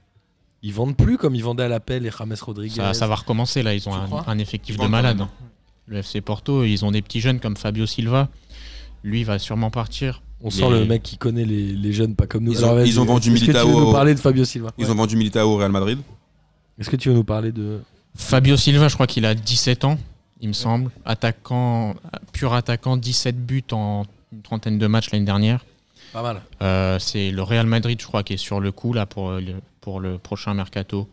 [SPEAKER 3] Ils vendent plus comme ils vendaient à l'appel et James Rodriguez.
[SPEAKER 4] ça. Ça va recommencer là, ils ont
[SPEAKER 3] Tu
[SPEAKER 4] un,
[SPEAKER 3] crois
[SPEAKER 4] un effectif
[SPEAKER 6] Ils
[SPEAKER 4] de
[SPEAKER 6] vendent quand
[SPEAKER 4] malade.
[SPEAKER 6] même,
[SPEAKER 4] Le FC Porto, ils ont des petits jeunes comme Fabio Silva. Lui va sûrement partir.
[SPEAKER 3] On sent
[SPEAKER 4] Les-
[SPEAKER 3] le mec qui connaît les, les jeunes pas comme nous.
[SPEAKER 6] Ils ont- ils ont vendu
[SPEAKER 3] Militao. Est-ce que tu veux
[SPEAKER 6] Militao
[SPEAKER 3] nous
[SPEAKER 6] au-
[SPEAKER 3] parler de Fabio Silva
[SPEAKER 6] Ils ont vendu Militao au Real Madrid.
[SPEAKER 3] Est-ce que tu veux nous parler de
[SPEAKER 4] Fabio Silva, je crois qu'il a 17 ans, il me semble. Attaquant, pur attaquant, 17 buts en une trentaine de matchs l'année dernière.
[SPEAKER 3] pas mal
[SPEAKER 4] Euh, c'est le Real Madrid, je crois, qui est sur le coup là pour euh, le, pour le prochain mercato.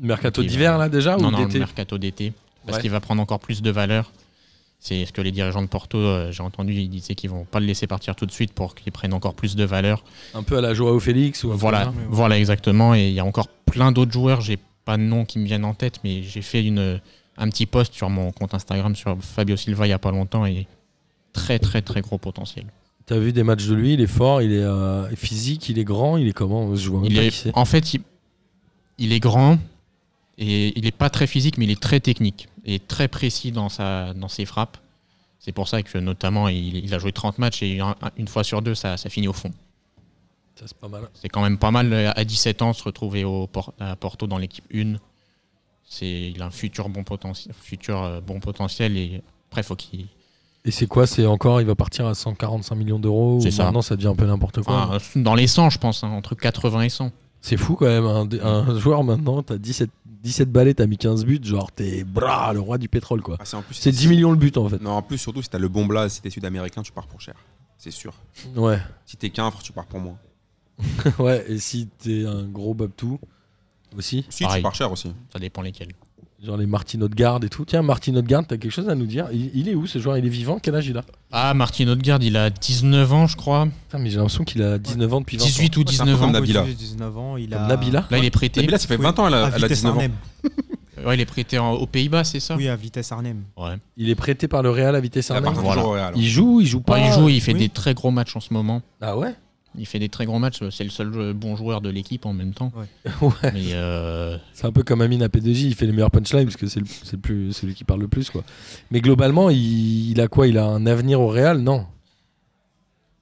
[SPEAKER 3] Le mercato
[SPEAKER 4] Il va-
[SPEAKER 3] d'hiver là déjà
[SPEAKER 4] non,
[SPEAKER 3] Ah, ou
[SPEAKER 4] non, le
[SPEAKER 3] d'été
[SPEAKER 4] mercato d'été, parce
[SPEAKER 3] Ouais.
[SPEAKER 4] qu'il va prendre encore plus de valeur. C'est ce que les dirigeants de Porto, euh, j'ai entendu, ils disaient qu'ils vont pas le laisser partir tout de suite pour qu'il prenne encore plus de valeur.
[SPEAKER 3] Un peu à la Joao Félix ou un truc
[SPEAKER 4] Voilà,
[SPEAKER 3] comme
[SPEAKER 4] voilà exactement. Et il y a encore plein d'autres joueurs. J'ai pas de nom qui me viennent en tête, mais j'ai fait une, un petit post sur mon compte Instagram sur Fabio Silva il y a pas longtemps et très très très gros potentiel.
[SPEAKER 3] ça. T'as vu des matchs de lui Il est fort, il est euh, physique, il est grand, il est comment Je vois même
[SPEAKER 4] Il
[SPEAKER 3] pas
[SPEAKER 4] est-
[SPEAKER 3] qui c'est.
[SPEAKER 4] en fait, il, il est grand et il est pas très physique, mais il est très technique et très précis dans, sa, dans ses frappes. C'est pour ça que, notamment, il, il a joué 30 matchs et un- une fois sur deux, ça, ça finit au fond.
[SPEAKER 3] Ça, c'est pas mal.
[SPEAKER 4] C'est quand même pas mal euh, à 17 ans se retrouver au Por- à Porto dans l'équipe 1. C'est, il a un futur bon, potentiel, futur, euh, bon potentiel et après, faut qu'il.
[SPEAKER 3] Et c'est quoi C'est encore, il va partir à 145 millions d'euros
[SPEAKER 4] C'est
[SPEAKER 3] ou
[SPEAKER 4] ça. Ah,
[SPEAKER 3] Maintenant, ça devient un peu n'importe quoi.
[SPEAKER 4] enfin, euh, dans les 100, je pense, hein, entre 80 et 100.
[SPEAKER 3] C'est fou quand même, un, un joueur maintenant, t'as 17, 17 balais, t'as mis 15 buts, genre t'es bra, le roi du pétrole quoi.
[SPEAKER 6] Ah, c'est en plus.
[SPEAKER 3] C'est 10 millions le but en fait.
[SPEAKER 6] Non, en plus, surtout, si t'as le bon blaze, si t'es sud-américain, tu pars pour cher. C'est sûr.
[SPEAKER 4] Mm.
[SPEAKER 3] Ouais,
[SPEAKER 6] Si t'es quinfre, tu pars pour moins.
[SPEAKER 3] ouais, et si t'es un gros babtou aussi,
[SPEAKER 6] Si,
[SPEAKER 4] Pareil.
[SPEAKER 6] tu pars cher aussi.
[SPEAKER 4] Ça dépend lesquels.
[SPEAKER 3] genre les Martino de Garde et tout. Tiens, Martino de Garde, t'as quelque chose à nous dire il, il est où ce joueur Il est vivant Quel âge il a
[SPEAKER 4] Ah, Martin Odegaard, il a 19 ans, je crois.
[SPEAKER 3] Putain, mais j'ai l'impression qu'il a 19 ans depuis 20 ans.
[SPEAKER 4] 18 ou
[SPEAKER 6] c'est un
[SPEAKER 4] 19
[SPEAKER 6] peu
[SPEAKER 4] ans.
[SPEAKER 6] comme Nabila.
[SPEAKER 5] Gauthier, 19 ans, il
[SPEAKER 3] Comme
[SPEAKER 5] a...
[SPEAKER 3] Nabila
[SPEAKER 4] Là, il est prêté.
[SPEAKER 6] Mais là, ça fait
[SPEAKER 5] Oui.
[SPEAKER 6] 20 ans, elle a,
[SPEAKER 5] à
[SPEAKER 6] elle a
[SPEAKER 5] Vitesse
[SPEAKER 6] 19 ans.
[SPEAKER 5] Arnhem.
[SPEAKER 4] Ouais, il est prêté en- aux Pays-Bas, c'est ça
[SPEAKER 5] Oui, à Vitesse Arnhem.
[SPEAKER 4] Ouais.
[SPEAKER 3] Il est prêté par le Real à vitesse
[SPEAKER 6] Elle part
[SPEAKER 3] Arnhem.
[SPEAKER 4] Voilà.
[SPEAKER 6] toujours au Real.
[SPEAKER 3] Il joue, il joue pas.
[SPEAKER 4] Ouais, il joue, il fait
[SPEAKER 5] oui.
[SPEAKER 4] des très gros matchs en ce moment.
[SPEAKER 3] Ah ouais
[SPEAKER 4] Il fait des très gros matchs. C'est le seul euh, bon joueur de l'équipe en même temps.
[SPEAKER 3] Ouais.
[SPEAKER 4] Mais euh,
[SPEAKER 3] C'est un peu comme Amine à P2J, il fait les meilleurs punchlines parce que c'est le, c'est le plus, celui qui parle le plus quoi. Mais globalement, il, il a quoi Il a un avenir au Real Non.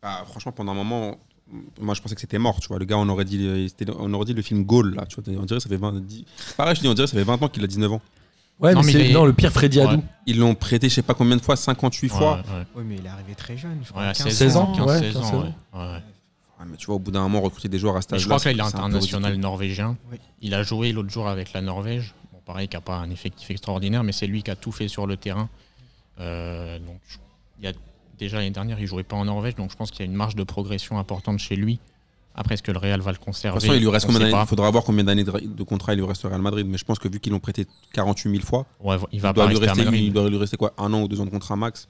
[SPEAKER 6] Bah, franchement, pendant un moment, moi je pensais que c'était mort, tu vois. Le gars, on aurait dit, c'était- on aurait dit le film Gaulle, là, tu vois. On dirait que ça fait 20, dix- Pareil, je dis, on dirait que ça fait 20 ans qu'il a 19 ans.
[SPEAKER 3] Ouais,
[SPEAKER 4] Non,
[SPEAKER 3] mais,
[SPEAKER 4] mais
[SPEAKER 3] c'est
[SPEAKER 4] il est-
[SPEAKER 3] non, le pire Freddy
[SPEAKER 4] Ouais.
[SPEAKER 3] Hadou.
[SPEAKER 6] Ils l'ont prêté, je sais pas combien de fois, 58 fois.
[SPEAKER 4] ouais, ouais.
[SPEAKER 5] Oui, mais il est arrivé très jeune. Je crois,
[SPEAKER 4] Ouais, à
[SPEAKER 5] 15
[SPEAKER 4] 16 ans,
[SPEAKER 3] ans,
[SPEAKER 4] 15,
[SPEAKER 3] ouais,
[SPEAKER 4] 16 ans,
[SPEAKER 3] 15 ans.
[SPEAKER 4] ouais. Ouais.
[SPEAKER 6] Ouais, mais tu vois, au bout d'un moment, recruter des joueurs à cet
[SPEAKER 4] Mais
[SPEAKER 6] âge-là.
[SPEAKER 4] je crois que là, il est
[SPEAKER 6] c'est un peu
[SPEAKER 4] international
[SPEAKER 6] ridicule.
[SPEAKER 4] norvégien.
[SPEAKER 5] Oui.
[SPEAKER 4] Il a joué l'autre jour avec la Norvège. Bon, pareil, qui n'a pas un effectif extraordinaire, mais c'est lui qui a tout fait sur le terrain. Euh, donc, je- il y a, déjà l'année dernière, il jouait pas en Norvège, donc je pense qu'il y a une marge de progression importante chez lui. Après, est-ce que le Real va le
[SPEAKER 6] De
[SPEAKER 4] conserver
[SPEAKER 6] toute façon, il lui reste
[SPEAKER 4] On sait
[SPEAKER 6] combien d'années
[SPEAKER 4] pas.
[SPEAKER 6] Il faudra voir combien d'années de, de contrat il lui reste au Real Madrid. Mais je pense que vu qu'ils l'ont prêté 48 000 fois,
[SPEAKER 4] Ouais, Il va
[SPEAKER 6] il doit,
[SPEAKER 4] pas
[SPEAKER 6] lui
[SPEAKER 4] rester à
[SPEAKER 6] rester,
[SPEAKER 4] Madrid.
[SPEAKER 6] il doit lui rester quoi Un an ou deux ans de contrat max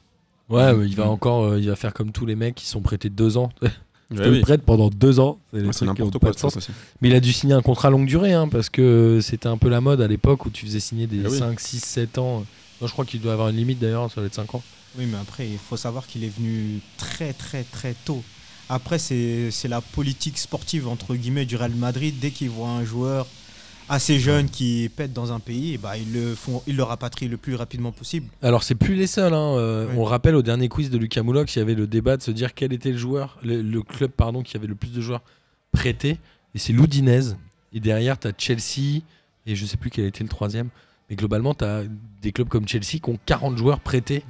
[SPEAKER 3] Ouais, mais il va encore, euh, il va faire comme tous les mecs qui sont prêtés deux ans. Je te le
[SPEAKER 6] Ouais, Eh oui.
[SPEAKER 3] prête pendant deux ans. C'est des
[SPEAKER 6] Ouais, C'est
[SPEAKER 3] trucs qui ont
[SPEAKER 6] n'importe
[SPEAKER 3] pas
[SPEAKER 6] quoi.
[SPEAKER 3] de sens.
[SPEAKER 6] ça, aussi.
[SPEAKER 3] Mais il a dû signer un contrat longue durée, hein, parce que c'était un peu la mode à l'époque où tu faisais signer des
[SPEAKER 6] Eh oui.
[SPEAKER 3] 5, 6, 7 ans. Non, je crois qu'il doit avoir une limite d'ailleurs, ça doit être 5 ans.
[SPEAKER 5] Oui, mais après, il faut savoir qu'il est venu très, très, très tôt. Après, c'est c'est la politique sportive, entre guillemets, du Real Madrid. Dès qu'ils voient un joueur assez jeune qui pète dans un pays, eh ben, ils, le font, ils le rapatrient le plus rapidement possible.
[SPEAKER 3] Alors, c'est plus les seuls. hein, euh,
[SPEAKER 5] Oui.
[SPEAKER 3] On rappelle au dernier quiz de Lucas Moulox, il y avait le débat de se dire quel était le joueur, le, le club pardon, qui avait le plus de joueurs prêtés. Et c'est l'Oudinez. Et derrière, tu as Chelsea, et je sais plus quel était le troisième. Mais globalement, tu as des clubs comme Chelsea qui ont 40 joueurs prêtés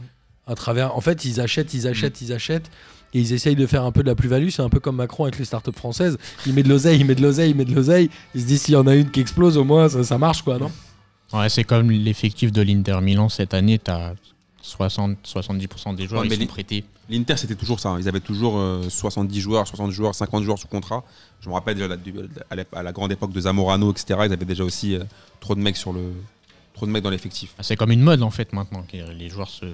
[SPEAKER 3] à travers. En fait, ils achètent, ils achètent, ils achètent. Et ils essayent de faire un peu de la plus-value. C'est un peu comme Macron avec les startups françaises. Il met de l'oseille, il met de l'oseille, il met de l'oseille. Il se dit s'il y en a une qui explose, au moins ça, ça marche, quoi, non
[SPEAKER 4] Ouais, c'est comme l'effectif de l'Inter Milan cette année. Tu as 60-70% des joueurs
[SPEAKER 6] Ouais,
[SPEAKER 4] ils
[SPEAKER 6] mais
[SPEAKER 4] sont
[SPEAKER 6] les-
[SPEAKER 4] prêtés.
[SPEAKER 6] L'Inter, c'était toujours ça. hein. Ils avaient toujours euh, 70 joueurs, 60 joueurs, 50 joueurs sous contrat. Je me rappelle déjà la- du- à la- à la grande époque de Zamorano, etc. Ils avaient déjà aussi euh, trop de mecs sur le, trop de mecs dans l'effectif.
[SPEAKER 4] Ah, C'est comme une mode en fait maintenant. que Les joueurs se,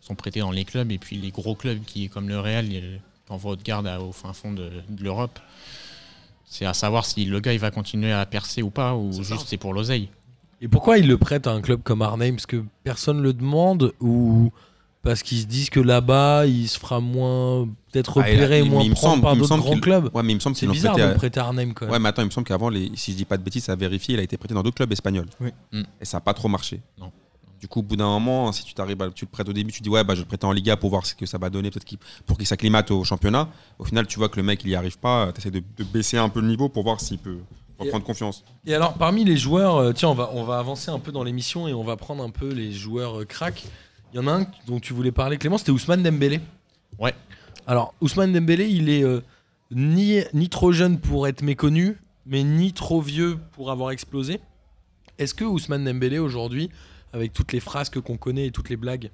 [SPEAKER 4] sont prêtés dans les clubs et puis les gros clubs qui, comme le Real, euh, envoient haute garde à- au fin fond de, de l'Europe. C'est à savoir si le gars il va continuer à percer ou pas, ou juste c'est pour l'oseille.
[SPEAKER 3] Et pourquoi ils le prêtent à un club comme Arnhem Parce que personne le demande ou parce qu'ils se disent que là-bas, il se fera moins, peut-être
[SPEAKER 6] Ah, et là,
[SPEAKER 3] repérer,
[SPEAKER 6] il-
[SPEAKER 3] moins
[SPEAKER 6] il me
[SPEAKER 3] prendre
[SPEAKER 6] semble-
[SPEAKER 3] par
[SPEAKER 6] il me
[SPEAKER 3] d'autres
[SPEAKER 6] semble
[SPEAKER 3] grands
[SPEAKER 6] qu'il-
[SPEAKER 3] clubs.
[SPEAKER 6] Ouais, mais il me semble
[SPEAKER 3] C'est
[SPEAKER 6] qu'ils l'ont
[SPEAKER 3] bizarre
[SPEAKER 6] prêté
[SPEAKER 3] de
[SPEAKER 6] à-
[SPEAKER 3] le prêter à Arnhem quand même.
[SPEAKER 6] Ouais, mais attends, il me semble qu'avant, les- si je dis pas de bêtises, à vérifier, il a été prêté dans d'autres clubs espagnols.
[SPEAKER 5] Oui.
[SPEAKER 4] Mm.
[SPEAKER 6] Et ça n'a pas trop marché.
[SPEAKER 4] Non.
[SPEAKER 6] Du coup, au bout d'un moment, si tu t'arrives, à- tu le prêtes au début, tu dis ouais, bah, je le prête en Liga pour voir ce que ça va donner, peut-être qu'il- pour qu'il s'acclimate au championnat. Au final, tu vois que le mec, il n'y arrive pas. Tu essaies de, de baisser un peu le niveau pour voir s'il peut reprendre confiance.
[SPEAKER 3] Et alors, parmi les joueurs, euh, tiens, on va, on va avancer un peu dans l'émission et on va prendre un peu les joueurs euh, crack. Il y en a un dont tu voulais parler, Clément, c'était Ousmane Dembélé.
[SPEAKER 4] Ouais.
[SPEAKER 3] Alors, Ousmane Dembélé, il est euh, ni, ni trop jeune pour être méconnu, mais ni trop vieux pour avoir explosé. Est-ce que Ousmane Dembélé, aujourd'hui, avec toutes les frasques qu'on connaît et toutes les blagues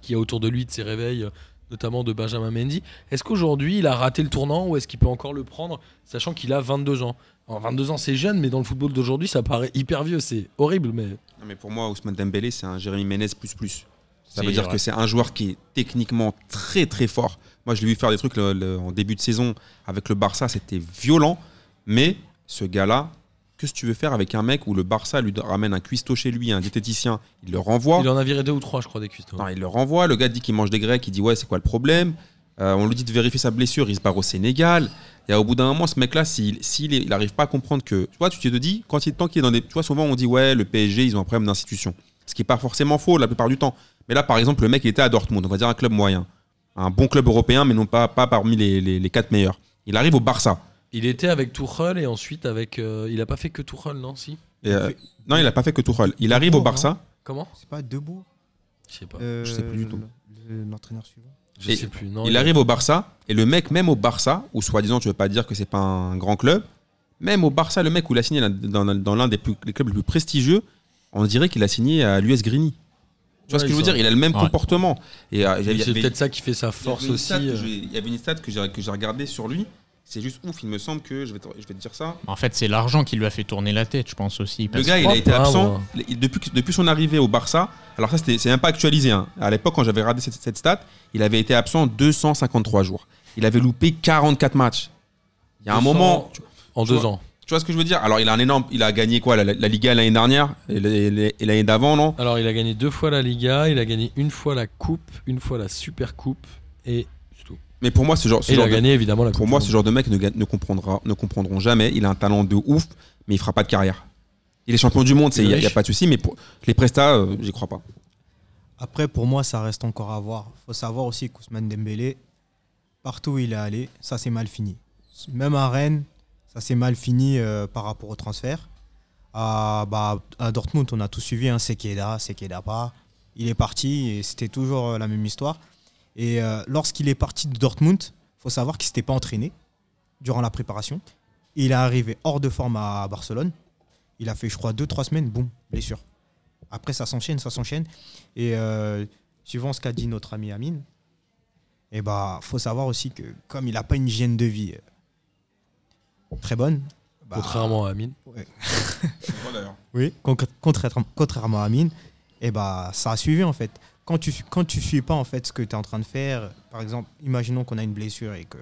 [SPEAKER 3] qu'il y a autour de lui, de ses réveils, euh, notamment de Benjamin Mendy, est-ce qu'aujourd'hui, il a raté le tournant ou est-ce qu'il peut encore le prendre, sachant qu'il a 22 ans en 22 ans, c'est jeune, mais dans le football d'aujourd'hui, ça paraît hyper vieux. C'est horrible, mais.
[SPEAKER 6] Non, mais pour moi, Ousmane Dembélé, c'est un Jérémy Ménez plus plus. Ça
[SPEAKER 4] C'est- euh,
[SPEAKER 6] veut dire
[SPEAKER 4] ouais.
[SPEAKER 6] que c'est un joueur qui est techniquement très très fort. Moi, je l'ai vu faire des trucs le- le- en début de saison avec le Barça, c'était violent. Mais ce gars-là, qu'est-ce que tu veux faire avec un mec où le Barça lui ramène un cuistot chez lui, un diététicien, il le renvoie
[SPEAKER 3] Il en a viré deux ou trois, je crois, des cuistots.
[SPEAKER 6] Non, il le renvoie. Le gars dit qu'il mange des grecs, il dit ouais, c'est quoi le problème Euh, On lui dit de vérifier sa blessure, il se barre au Sénégal. Et au bout d'un moment, ce mec-là, s'il n'arrive pas à comprendre que. Tu vois, tu te dis, quand il, tant qu'il est dans des. Tu vois, souvent on dit ouais, le PSG, ils ont un problème d'institution. Ce qui n'est pas forcément faux la plupart du temps. Mais là, par exemple, le mec, il était à Dortmund, on va dire un club moyen. Un bon club européen, mais non pas, pas parmi les, les, les quatre meilleurs. Il arrive au Barça.
[SPEAKER 3] Il était avec Tuchel et ensuite avec. euh, il a pas fait que Tuchel, non Si
[SPEAKER 6] Et, euh, non, il n'a pas fait que Tuchel. hein. Il arrive au Barça.
[SPEAKER 3] Comment
[SPEAKER 5] C'est pas Debout
[SPEAKER 3] Je sais pas.
[SPEAKER 5] Je
[SPEAKER 6] bah, sais plus du tout.
[SPEAKER 5] L'entraîneur suivant.
[SPEAKER 3] Je
[SPEAKER 6] Euh, Et
[SPEAKER 3] sais plus. Non,
[SPEAKER 6] Il arrive au Barça, et le mec, même au Barça, où soi-disant tu veux pas dire que c'est pas un grand club, même au Barça, le mec où il a signé là- dans, dans l'un des plus- les clubs les plus prestigieux, on dirait qu'il a signé à l'US Grigny. Tu vois
[SPEAKER 3] Ouais,
[SPEAKER 6] ce que je veux
[SPEAKER 3] ça.
[SPEAKER 6] dire Il a le même
[SPEAKER 4] Ouais.
[SPEAKER 6] comportement. Et, euh, il y avait-
[SPEAKER 3] C'est
[SPEAKER 6] il y avait-
[SPEAKER 3] peut-être ça qui fait sa force
[SPEAKER 6] il y avait une
[SPEAKER 3] aussi.
[SPEAKER 6] stat que
[SPEAKER 3] euh.
[SPEAKER 6] j'ai- Il y avait une stat que j'ai que j'ai regardée sur lui. C'est juste ouf, il me semble que, je vais te, je vais te dire ça,
[SPEAKER 4] En fait, c'est l'argent qui lui a fait tourner la tête, je pense aussi.
[SPEAKER 6] Le
[SPEAKER 4] parce
[SPEAKER 6] gars, il a
[SPEAKER 3] propre,
[SPEAKER 6] été
[SPEAKER 3] hein,
[SPEAKER 6] absent
[SPEAKER 3] moi.
[SPEAKER 6] Il- depuis, que- depuis son arrivée au Barça. Alors, ça, c'était- c'est même pas actualisé. hein. À l'époque, quand j'avais regardé cette, cette stat, il avait été absent 253 jours. Il avait loupé 44 matchs. Il y a un
[SPEAKER 3] 200
[SPEAKER 6] moment. Tu,
[SPEAKER 3] En
[SPEAKER 6] tu
[SPEAKER 3] deux
[SPEAKER 6] vois.
[SPEAKER 3] ans.
[SPEAKER 6] tu vois ce que je veux dire Alors, il a un énorme. Il a gagné quoi La, la- la Liga l'année dernière et la- et la- et l'année d'avant, non
[SPEAKER 3] Alors, il a gagné deux fois la Liga, il a gagné une fois la Coupe, une fois la Super Coupe et. c'est tout.
[SPEAKER 6] Mais pour moi, ce genre, ce
[SPEAKER 3] Et il
[SPEAKER 6] genre
[SPEAKER 3] a
[SPEAKER 6] de-
[SPEAKER 3] gagné évidemment la Coupe.
[SPEAKER 6] pour moi,
[SPEAKER 3] du
[SPEAKER 6] ce
[SPEAKER 3] Monde.
[SPEAKER 6] genre de mec ne, ga- ne comprendra, ne comprendront jamais. Il a un talent de ouf, mais il fera pas de carrière. Il est champion du monde, c'est-
[SPEAKER 3] Il
[SPEAKER 6] il
[SPEAKER 3] est
[SPEAKER 6] n'y a, il y a
[SPEAKER 3] riche.
[SPEAKER 6] pas de souci, mais pour les prestats, euh, j'y crois pas.
[SPEAKER 5] Après, pour moi, ça reste encore à voir. faut savoir aussi qu'Ousmane Dembélé, partout où il est allé, ça s'est mal fini. Même à Rennes, ça s'est mal fini euh, par rapport au transfert. À, bah, à Dortmund, on a tout suivi, hein, Sekeda, Sekeda pas. Il est parti et c'était toujours euh, la même histoire. Et euh, lorsqu'il est parti de Dortmund, faut savoir qu'il s'était pas entraîné durant la préparation. Il est arrivé hors de forme à Barcelone. Il a fait, je crois, 2-3 semaines, boum, blessure. Après, ça s'enchaîne, ça s'enchaîne. Et euh, suivant ce qu'a dit notre ami Amine, il bah, faut savoir aussi que comme il n'a pas une hygiène de vie euh, très bonne, bah,
[SPEAKER 3] Contrairement à Amine.
[SPEAKER 5] oui, concr- contrairement, contrairement à Amine, et bah, ça a suivi en fait. Quand tu quand tu suis pas en fait ce que tu es en train de faire, par exemple, imaginons qu'on a une blessure et que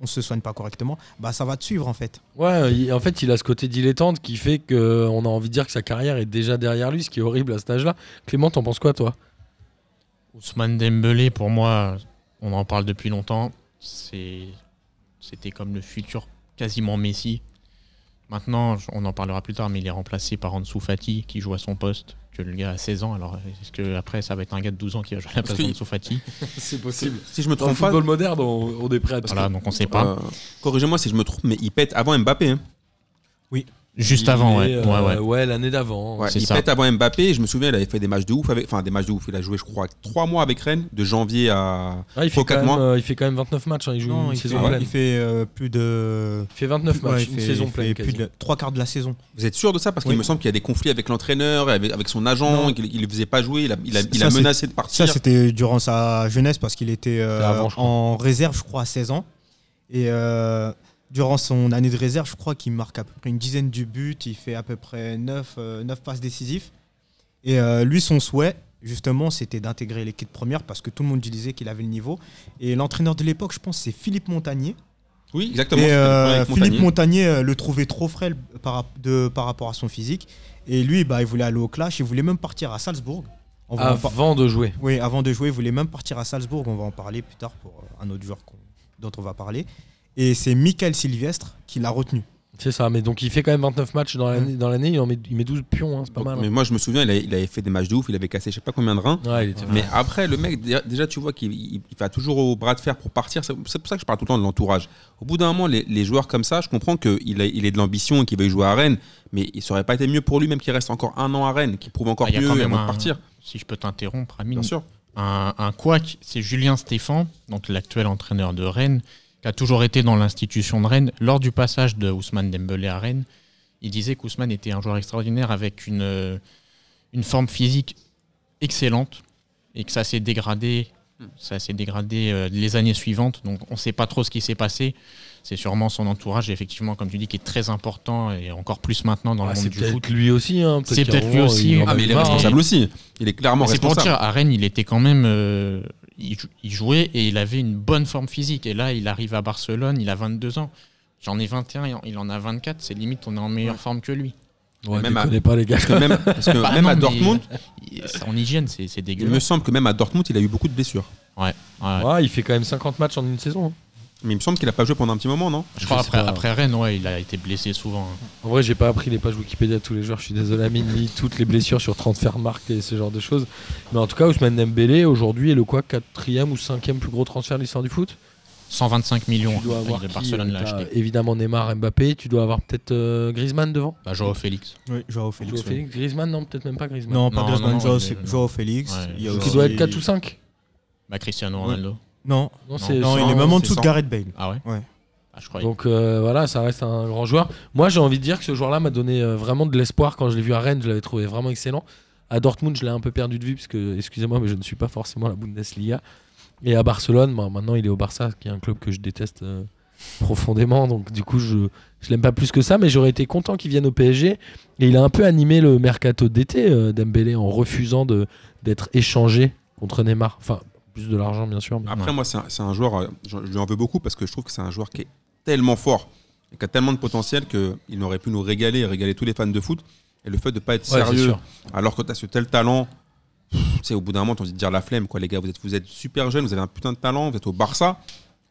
[SPEAKER 5] on se soigne pas correctement, bah ça va te suivre en fait.
[SPEAKER 3] Ouais, euh, il- en fait, il a ce côté dilettante qui fait qu'on a envie de dire que sa carrière est déjà derrière lui, ce qui est horrible à cet âge-là. Clément, t'en penses quoi, toi
[SPEAKER 4] Ousmane Dembélé, pour moi, on en parle depuis longtemps. C'est, c'était comme le futur quasiment Messi. Maintenant, je- on en parlera plus tard, mais il est remplacé par Ansu Fati qui joue à son poste. Que le gars a 16 ans, alors est-ce que après ça va être un gars de 12 ans qui va jouer à la
[SPEAKER 6] Parce
[SPEAKER 4] place
[SPEAKER 6] que-
[SPEAKER 4] d'Ansu Fati
[SPEAKER 3] C'est possible.
[SPEAKER 6] Si je me
[SPEAKER 3] Dans le
[SPEAKER 6] trompe pas,
[SPEAKER 3] football moderne, on, on est prêt à tout.
[SPEAKER 5] Euh.
[SPEAKER 4] Voilà, donc on sait pas.
[SPEAKER 6] hein. Euh, Corrigez-moi si je me trompe, mais il pète avant Mbappé. hein.
[SPEAKER 5] Oui.
[SPEAKER 4] Juste
[SPEAKER 3] Il
[SPEAKER 4] avant, ouais.
[SPEAKER 3] est, euh,
[SPEAKER 4] ouais, ouais.
[SPEAKER 3] l'année d'avant.
[SPEAKER 6] Ouais,
[SPEAKER 4] C'est
[SPEAKER 6] il
[SPEAKER 4] ça.
[SPEAKER 6] pète avant Mbappé. Je me souviens, il avait fait des matchs de ouf. Avec, enfin, des matchs de ouf. Il a joué, je crois, trois mois avec Rennes, de janvier à.
[SPEAKER 3] Ouais, il, fait
[SPEAKER 6] Faut
[SPEAKER 3] quand
[SPEAKER 6] quatre
[SPEAKER 3] même,
[SPEAKER 6] mois.
[SPEAKER 3] euh, il fait quand même 29 matchs, hein, il joue
[SPEAKER 5] Non,
[SPEAKER 3] une
[SPEAKER 5] il fait,
[SPEAKER 3] saison pleine.
[SPEAKER 5] il fait, euh, plus de.
[SPEAKER 3] Il fait 29
[SPEAKER 5] ouais,
[SPEAKER 3] matchs,
[SPEAKER 5] il
[SPEAKER 3] une
[SPEAKER 5] fait-
[SPEAKER 3] saison
[SPEAKER 5] il
[SPEAKER 3] pleine.
[SPEAKER 5] fait plus
[SPEAKER 3] quasi.
[SPEAKER 5] de trois quarts de la saison.
[SPEAKER 6] Vous êtes sûr de ça Parce qu'il
[SPEAKER 5] Oui.
[SPEAKER 6] me semble qu'il y a des conflits avec l'entraîneur, avec, avec son agent,
[SPEAKER 5] Non.
[SPEAKER 6] qu'il il le faisait pas jouer. Il a, il a- il
[SPEAKER 5] Ça,
[SPEAKER 6] a
[SPEAKER 5] c'est-
[SPEAKER 6] menacé de partir.
[SPEAKER 5] Ça, c'était durant sa jeunesse parce qu'il était euh,
[SPEAKER 3] C'était avant, je crois.
[SPEAKER 5] en réserve, je crois, à 16 ans. Et euh, durant son année de réserve, je crois qu'il marque à peu près une dizaine de buts. Il fait à peu près 9, passes décisives. Et euh, lui, son souhait, justement, c'était d'intégrer l'équipe première parce que tout le monde lui disait qu'il avait le niveau. Et l'entraîneur de l'époque, je pense, c'est Philippe Montagnier.
[SPEAKER 6] oui, exactement.
[SPEAKER 5] Et
[SPEAKER 6] c'était le problème
[SPEAKER 5] euh,
[SPEAKER 6] avec
[SPEAKER 5] Philippe
[SPEAKER 6] Montagnier.
[SPEAKER 5] Montagnier euh, le trouvait trop frêle par, rap- de, par rapport à son physique. Et lui, bah, il voulait aller au clash. Il voulait même partir à Salzbourg. On
[SPEAKER 3] Ah,
[SPEAKER 5] va en par-
[SPEAKER 3] Avant de jouer.
[SPEAKER 5] oui, avant de jouer, il voulait même partir à Salzbourg. On va en parler plus tard pour euh, un autre joueur qu'on- dont on va parler. Et c'est Michael Sylvestre qui l'a retenu.
[SPEAKER 3] C'est ça, mais donc il fait quand même 29 matchs dans l'année, dans l'année il, en met, il met 12 pions, hein, c'est pas
[SPEAKER 6] Donc,
[SPEAKER 3] mal.
[SPEAKER 6] Mais
[SPEAKER 3] hein.
[SPEAKER 6] moi, je me souviens, il, a- il avait fait des matchs de ouf. Il avait cassé, je sais pas combien de reins.
[SPEAKER 3] Ouais, il était-
[SPEAKER 6] Mais après, le mec, dé- déjà, tu vois qu'il il- il va toujours au bras de fer pour partir. C'est c'est pour ça que je parle tout le temps de l'entourage. Au bout d'un moment, les, les joueurs comme ça, je comprends qu'il a- il est de l'ambition et qu'il veut jouer à Rennes, mais il ça aurait pas été mieux pour lui, même qu'il reste encore un an à Rennes, qu'il prouve encore
[SPEAKER 4] Ah, il y a
[SPEAKER 6] mieux
[SPEAKER 4] quand même
[SPEAKER 6] avant
[SPEAKER 4] un-
[SPEAKER 6] de partir.
[SPEAKER 4] Si je peux t'interrompre, Amine.
[SPEAKER 6] Bien sûr.
[SPEAKER 4] un, un couac, c'est Julien Stéphan, donc l'actuel entraîneur de Rennes, qui a toujours été dans l'institution de Rennes. Lors du passage de Ousmane Dembélé à Rennes, il disait qu'Ousmane était un joueur extraordinaire avec une, euh, une forme physique excellente et que ça s'est dégradé, ça s'est dégradé euh, les années suivantes. Donc on ne sait pas trop ce qui s'est passé. C'est sûrement son entourage, effectivement, comme tu dis, qui est très important et encore plus maintenant dans
[SPEAKER 3] Ah,
[SPEAKER 4] le
[SPEAKER 3] c'est
[SPEAKER 4] monde du foot.
[SPEAKER 3] peut-être lui aussi. hein,
[SPEAKER 4] C'est
[SPEAKER 3] qu'à
[SPEAKER 4] peut-être
[SPEAKER 3] un
[SPEAKER 4] lui
[SPEAKER 3] moment,
[SPEAKER 4] aussi.
[SPEAKER 3] en
[SPEAKER 4] Ah,
[SPEAKER 3] avait
[SPEAKER 6] mais il est
[SPEAKER 4] bah,
[SPEAKER 3] marre, hein.
[SPEAKER 6] responsable aussi. Il est clairement
[SPEAKER 4] Mais C'est pour
[SPEAKER 6] responsable.
[SPEAKER 4] dire, à Rennes, il était quand même. euh, il, jou- il jouait et il avait une bonne forme physique. Et là, il arrive à Barcelone, il a 22 ans. J'en ai 21, il en- il en a 24. C'est limite, on est en meilleure forme que lui.
[SPEAKER 3] Ouais,
[SPEAKER 6] Même à-
[SPEAKER 3] déconnez pas, les gars.
[SPEAKER 6] Parce que même, parce que
[SPEAKER 4] Bah
[SPEAKER 6] Euh, même
[SPEAKER 4] non,
[SPEAKER 6] à
[SPEAKER 4] mais
[SPEAKER 6] Dortmund,
[SPEAKER 4] il- il- En hygiène, c'est c'est
[SPEAKER 6] il me
[SPEAKER 4] dégueulasse.
[SPEAKER 6] semble que même à Dortmund, il a eu beaucoup de blessures.
[SPEAKER 4] Ouais.
[SPEAKER 3] Ouais, Ah, il fait quand même 50 matchs en une saison. hein.
[SPEAKER 6] Mais il me semble qu'il a pas joué pendant un petit moment, non
[SPEAKER 4] Je crois
[SPEAKER 3] je sais
[SPEAKER 4] après,
[SPEAKER 3] pas.
[SPEAKER 4] après Rennes, ouais, il a été blessé souvent. hein.
[SPEAKER 3] En vrai, j'ai pas appris les pages Wikipédia de tous les joueurs, je suis désolé, Amine, ni toutes les blessures sur Transfermarkt et ce genre de choses. Mais en tout cas, Ousmane Dembélé, aujourd'hui, est le quoi, quatrième ou cinquième plus gros transfert de l'histoire du foot
[SPEAKER 4] 125 millions.
[SPEAKER 3] Tu dois
[SPEAKER 4] hein,
[SPEAKER 3] avoir
[SPEAKER 4] de
[SPEAKER 3] qui,
[SPEAKER 4] Barcelone l'a
[SPEAKER 3] euh, t'as
[SPEAKER 4] acheté.
[SPEAKER 3] évidemment Neymar, Mbappé, tu dois avoir peut-être euh, Griezmann devant
[SPEAKER 4] Bah, Joao Félix.
[SPEAKER 5] Oui, Joao Félix.
[SPEAKER 3] Joao
[SPEAKER 5] oui.
[SPEAKER 3] Félix, Griezmann, non, peut-être même pas Griezmann.
[SPEAKER 5] Non, euh, pas
[SPEAKER 4] Non,
[SPEAKER 5] Griezmann,
[SPEAKER 4] non,
[SPEAKER 5] Joao,
[SPEAKER 4] il est- non.
[SPEAKER 5] Joao Félix.
[SPEAKER 4] Ouais,
[SPEAKER 5] Il y a
[SPEAKER 4] Donc,
[SPEAKER 3] Donc
[SPEAKER 5] aussi-
[SPEAKER 3] il doit être 4 ou 5
[SPEAKER 4] Bah, Cristiano Ronaldo.
[SPEAKER 5] Non,
[SPEAKER 3] Non,
[SPEAKER 4] Non.
[SPEAKER 3] c'est-
[SPEAKER 5] non, il
[SPEAKER 6] cent,
[SPEAKER 5] est même en
[SPEAKER 6] c'est
[SPEAKER 5] dessous de
[SPEAKER 6] cent.
[SPEAKER 5] Gareth Bale.
[SPEAKER 4] Ah ouais,
[SPEAKER 5] Ouais.
[SPEAKER 4] Ah, Je croyais.
[SPEAKER 3] Donc euh, voilà, ça reste un grand joueur. Moi, j'ai envie de dire que ce joueur-là m'a donné euh, vraiment de l'espoir quand je l'ai vu à Rennes. Je l'avais trouvé vraiment excellent. À Dortmund, je l'ai un peu perdu de vue parce que, excusez-moi, mais je ne suis pas forcément la Bundesliga. Et à Barcelone, moi, maintenant, il est au Barça, qui est un club que je déteste euh, profondément. Donc du coup, je je l'aime pas plus que ça, mais j'aurais été content qu'il vienne au PSG. Et il a un peu animé le mercato d'été, euh, Dembélé, en refusant de d'être échangé contre Neymar. Enfin, plus de l'argent, bien sûr. mais-
[SPEAKER 6] Après,
[SPEAKER 4] Ouais.
[SPEAKER 6] moi, c'est un, c'est un joueur, euh, je, je lui en veux beaucoup parce que je trouve que c'est un joueur qui est tellement fort et qui a tellement de potentiel qu'il aurait pu nous régaler et régaler tous les fans de foot. Et le fait de ne pas être
[SPEAKER 3] Ouais, c'est
[SPEAKER 6] sérieux,
[SPEAKER 3] sûr.
[SPEAKER 6] alors que tu as ce tel talent, pff, tu sais, au bout d'un moment, tu envie de dire la flemme, quoi, les gars. Vous êtes, vous êtes super jeunes, vous avez un putain de talent, vous êtes au Barça,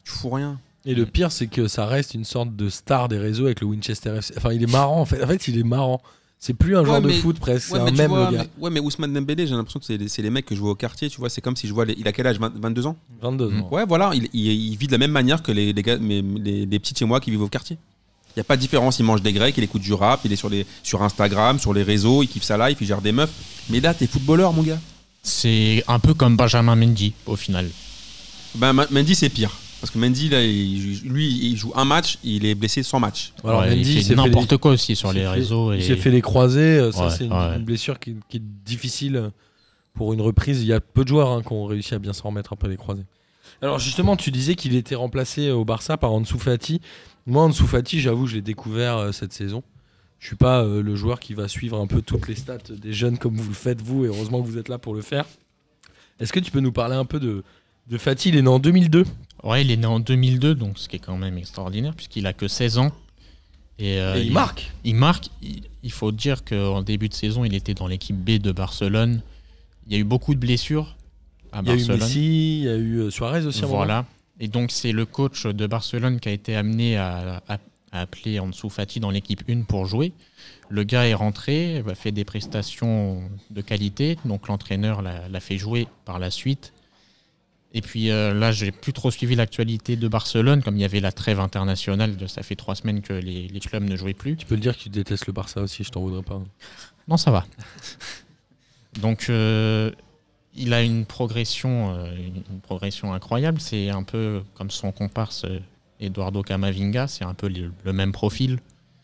[SPEAKER 6] tu fous rien.
[SPEAKER 3] Et
[SPEAKER 4] Mm.
[SPEAKER 3] le pire, c'est que ça reste une sorte de star des réseaux avec le Winchester FC. Enfin, il est marrant en fait. En fait, il est marrant. C'est plus un genre de
[SPEAKER 6] mais-
[SPEAKER 3] foot presque,
[SPEAKER 6] Ouais,
[SPEAKER 3] c'est
[SPEAKER 6] mais
[SPEAKER 3] un
[SPEAKER 6] tu
[SPEAKER 3] même
[SPEAKER 6] vois,
[SPEAKER 3] le gars.
[SPEAKER 6] mais- ouais, mais Ousmane Dembélé, j'ai l'impression que c'est les, c'est les mecs que je vois au quartier, tu vois. C'est comme si je vois. les- il a quel âge 20 22 ans
[SPEAKER 3] 22 ans.
[SPEAKER 6] Ouais, voilà, il, il- il vit de la même manière que les, les gars, mes- les, les petits chez moi qui vivent au quartier. Il n'y a pas de différence, il mange des grecs, il écoute du rap, il est sur, les, sur Instagram, sur les réseaux, il kiffe sa life, il gère des meufs. Mais là, t'es footballeur, mon gars.
[SPEAKER 4] C'est un peu comme Benjamin Mendy, au final.
[SPEAKER 6] Ben, Ma- Mendy, c'est pire. Parce que Mendy, là, il- lui, il joue un match, il est blessé 100 matchs.
[SPEAKER 3] Alors,
[SPEAKER 4] Ouais,
[SPEAKER 3] Mendy,
[SPEAKER 4] il
[SPEAKER 3] s'est
[SPEAKER 4] fait
[SPEAKER 3] fait
[SPEAKER 4] n'importe quoi aussi sur
[SPEAKER 3] il s'est
[SPEAKER 4] les
[SPEAKER 3] fait-
[SPEAKER 4] réseaux.
[SPEAKER 3] Il
[SPEAKER 4] et-
[SPEAKER 3] s'est fait les croisés. euh, Ça,
[SPEAKER 4] Ouais,
[SPEAKER 3] c'est une,
[SPEAKER 4] ouais.
[SPEAKER 3] une blessure qui, qui est difficile pour une reprise. Il y a peu de joueurs hein, qui ont réussi à bien s'en remettre après les croisés. Alors, justement, tu disais qu'il était remplacé euh, au Barça par Ansu Fati. Moi, Ansu Fati, j'avoue, je l'ai découvert euh, cette saison. Je suis pas euh, le joueur qui va suivre un peu toutes les stats des jeunes comme vous le faites, vous, et heureusement que vous êtes là pour le faire. Est-ce que tu peux nous parler un peu de, de Fati Il est né en 2002.
[SPEAKER 4] Ouais, il est né en 2002, donc ce qui est quand même extraordinaire, puisqu'il a que 16 ans. Et, euh,
[SPEAKER 3] et il marque
[SPEAKER 4] Il marque. Il, il faut dire qu'en début de saison, il était dans l'équipe B de Barcelone. Il y a eu beaucoup de blessures à
[SPEAKER 3] Il y a eu
[SPEAKER 4] Barcelone.
[SPEAKER 3] Messi, il y a eu euh, Suarez aussi. à un moment.
[SPEAKER 4] Voilà. Et donc, c'est le coach de Barcelone qui a été amené à, à- à appeler Ansu Fati dans l'équipe 1 pour jouer. Le gars est rentré, a fait des prestations de qualité. Donc, l'entraîneur l'a l'a fait jouer par la suite. Et puis euh, là, j'ai plus trop suivi l'actualité de Barcelone, comme il y avait la trêve internationale, de- ça fait trois semaines que les, les clubs ne jouaient plus.
[SPEAKER 3] Tu peux le dire que tu détestes le Barça aussi, je t'en voudrais pas. hein.
[SPEAKER 4] Non, ça va. Donc, euh, il a une progression, euh, une- une progression incroyable. C'est un peu comme son comparse euh, Eduardo Camavinga, c'est un peu le, le même profil.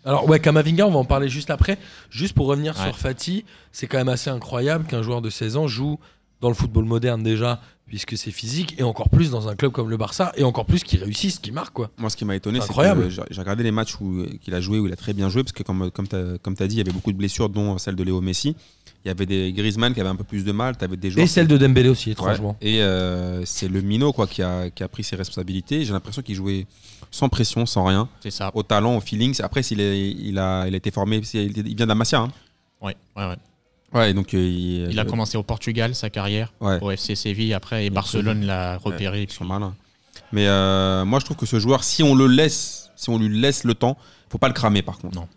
[SPEAKER 3] Alors ouais, Kamavinga, on va en parler juste après. Juste pour revenir
[SPEAKER 4] Ouais.
[SPEAKER 3] sur Fati, c'est quand même assez incroyable qu'un joueur de 16 ans joue dans le football moderne déjà, puisque c'est physique, et encore plus dans un club comme le Barça, et encore plus qu'il réussisse, qu'il marque quoi.
[SPEAKER 6] Moi, ce qui m'a étonné,
[SPEAKER 3] C'est
[SPEAKER 6] c'est que
[SPEAKER 3] incroyable.
[SPEAKER 6] euh, j'ai j'ai regardé les matchs où, euh, qu'il a joué, où il a très bien joué, parce que comme, comme tu as, dit, il y avait beaucoup de blessures, dont celle de Léo Messi. Il y avait des Griezmann qui avaient un peu plus de mal, tu avais des joueurs.
[SPEAKER 3] Et celle de Dembélé aussi,
[SPEAKER 6] Ouais.
[SPEAKER 3] étrangement.
[SPEAKER 6] Et euh, c'est le minot quoi, qui, a, qui a pris ses responsabilités. J'ai l'impression qu'il jouait sans pression, sans rien,
[SPEAKER 4] C'est ça.
[SPEAKER 6] au talent, au feelings. Après, s'il est- il, a, il a été formé, c'est- il vient de la Masia. hein.
[SPEAKER 4] Ouais, ouais, ouais.
[SPEAKER 6] Ouais, donc euh, il,
[SPEAKER 4] Il a commencé au Portugal sa carrière,
[SPEAKER 6] Ouais.
[SPEAKER 4] au FC Séville après, et Barcelone l'a repéré.
[SPEAKER 6] Ils sont malins. Mais euh, moi, je trouve que ce joueur, si on le laisse, si on lui laisse le temps, faut pas le cramer par contre.
[SPEAKER 4] Non.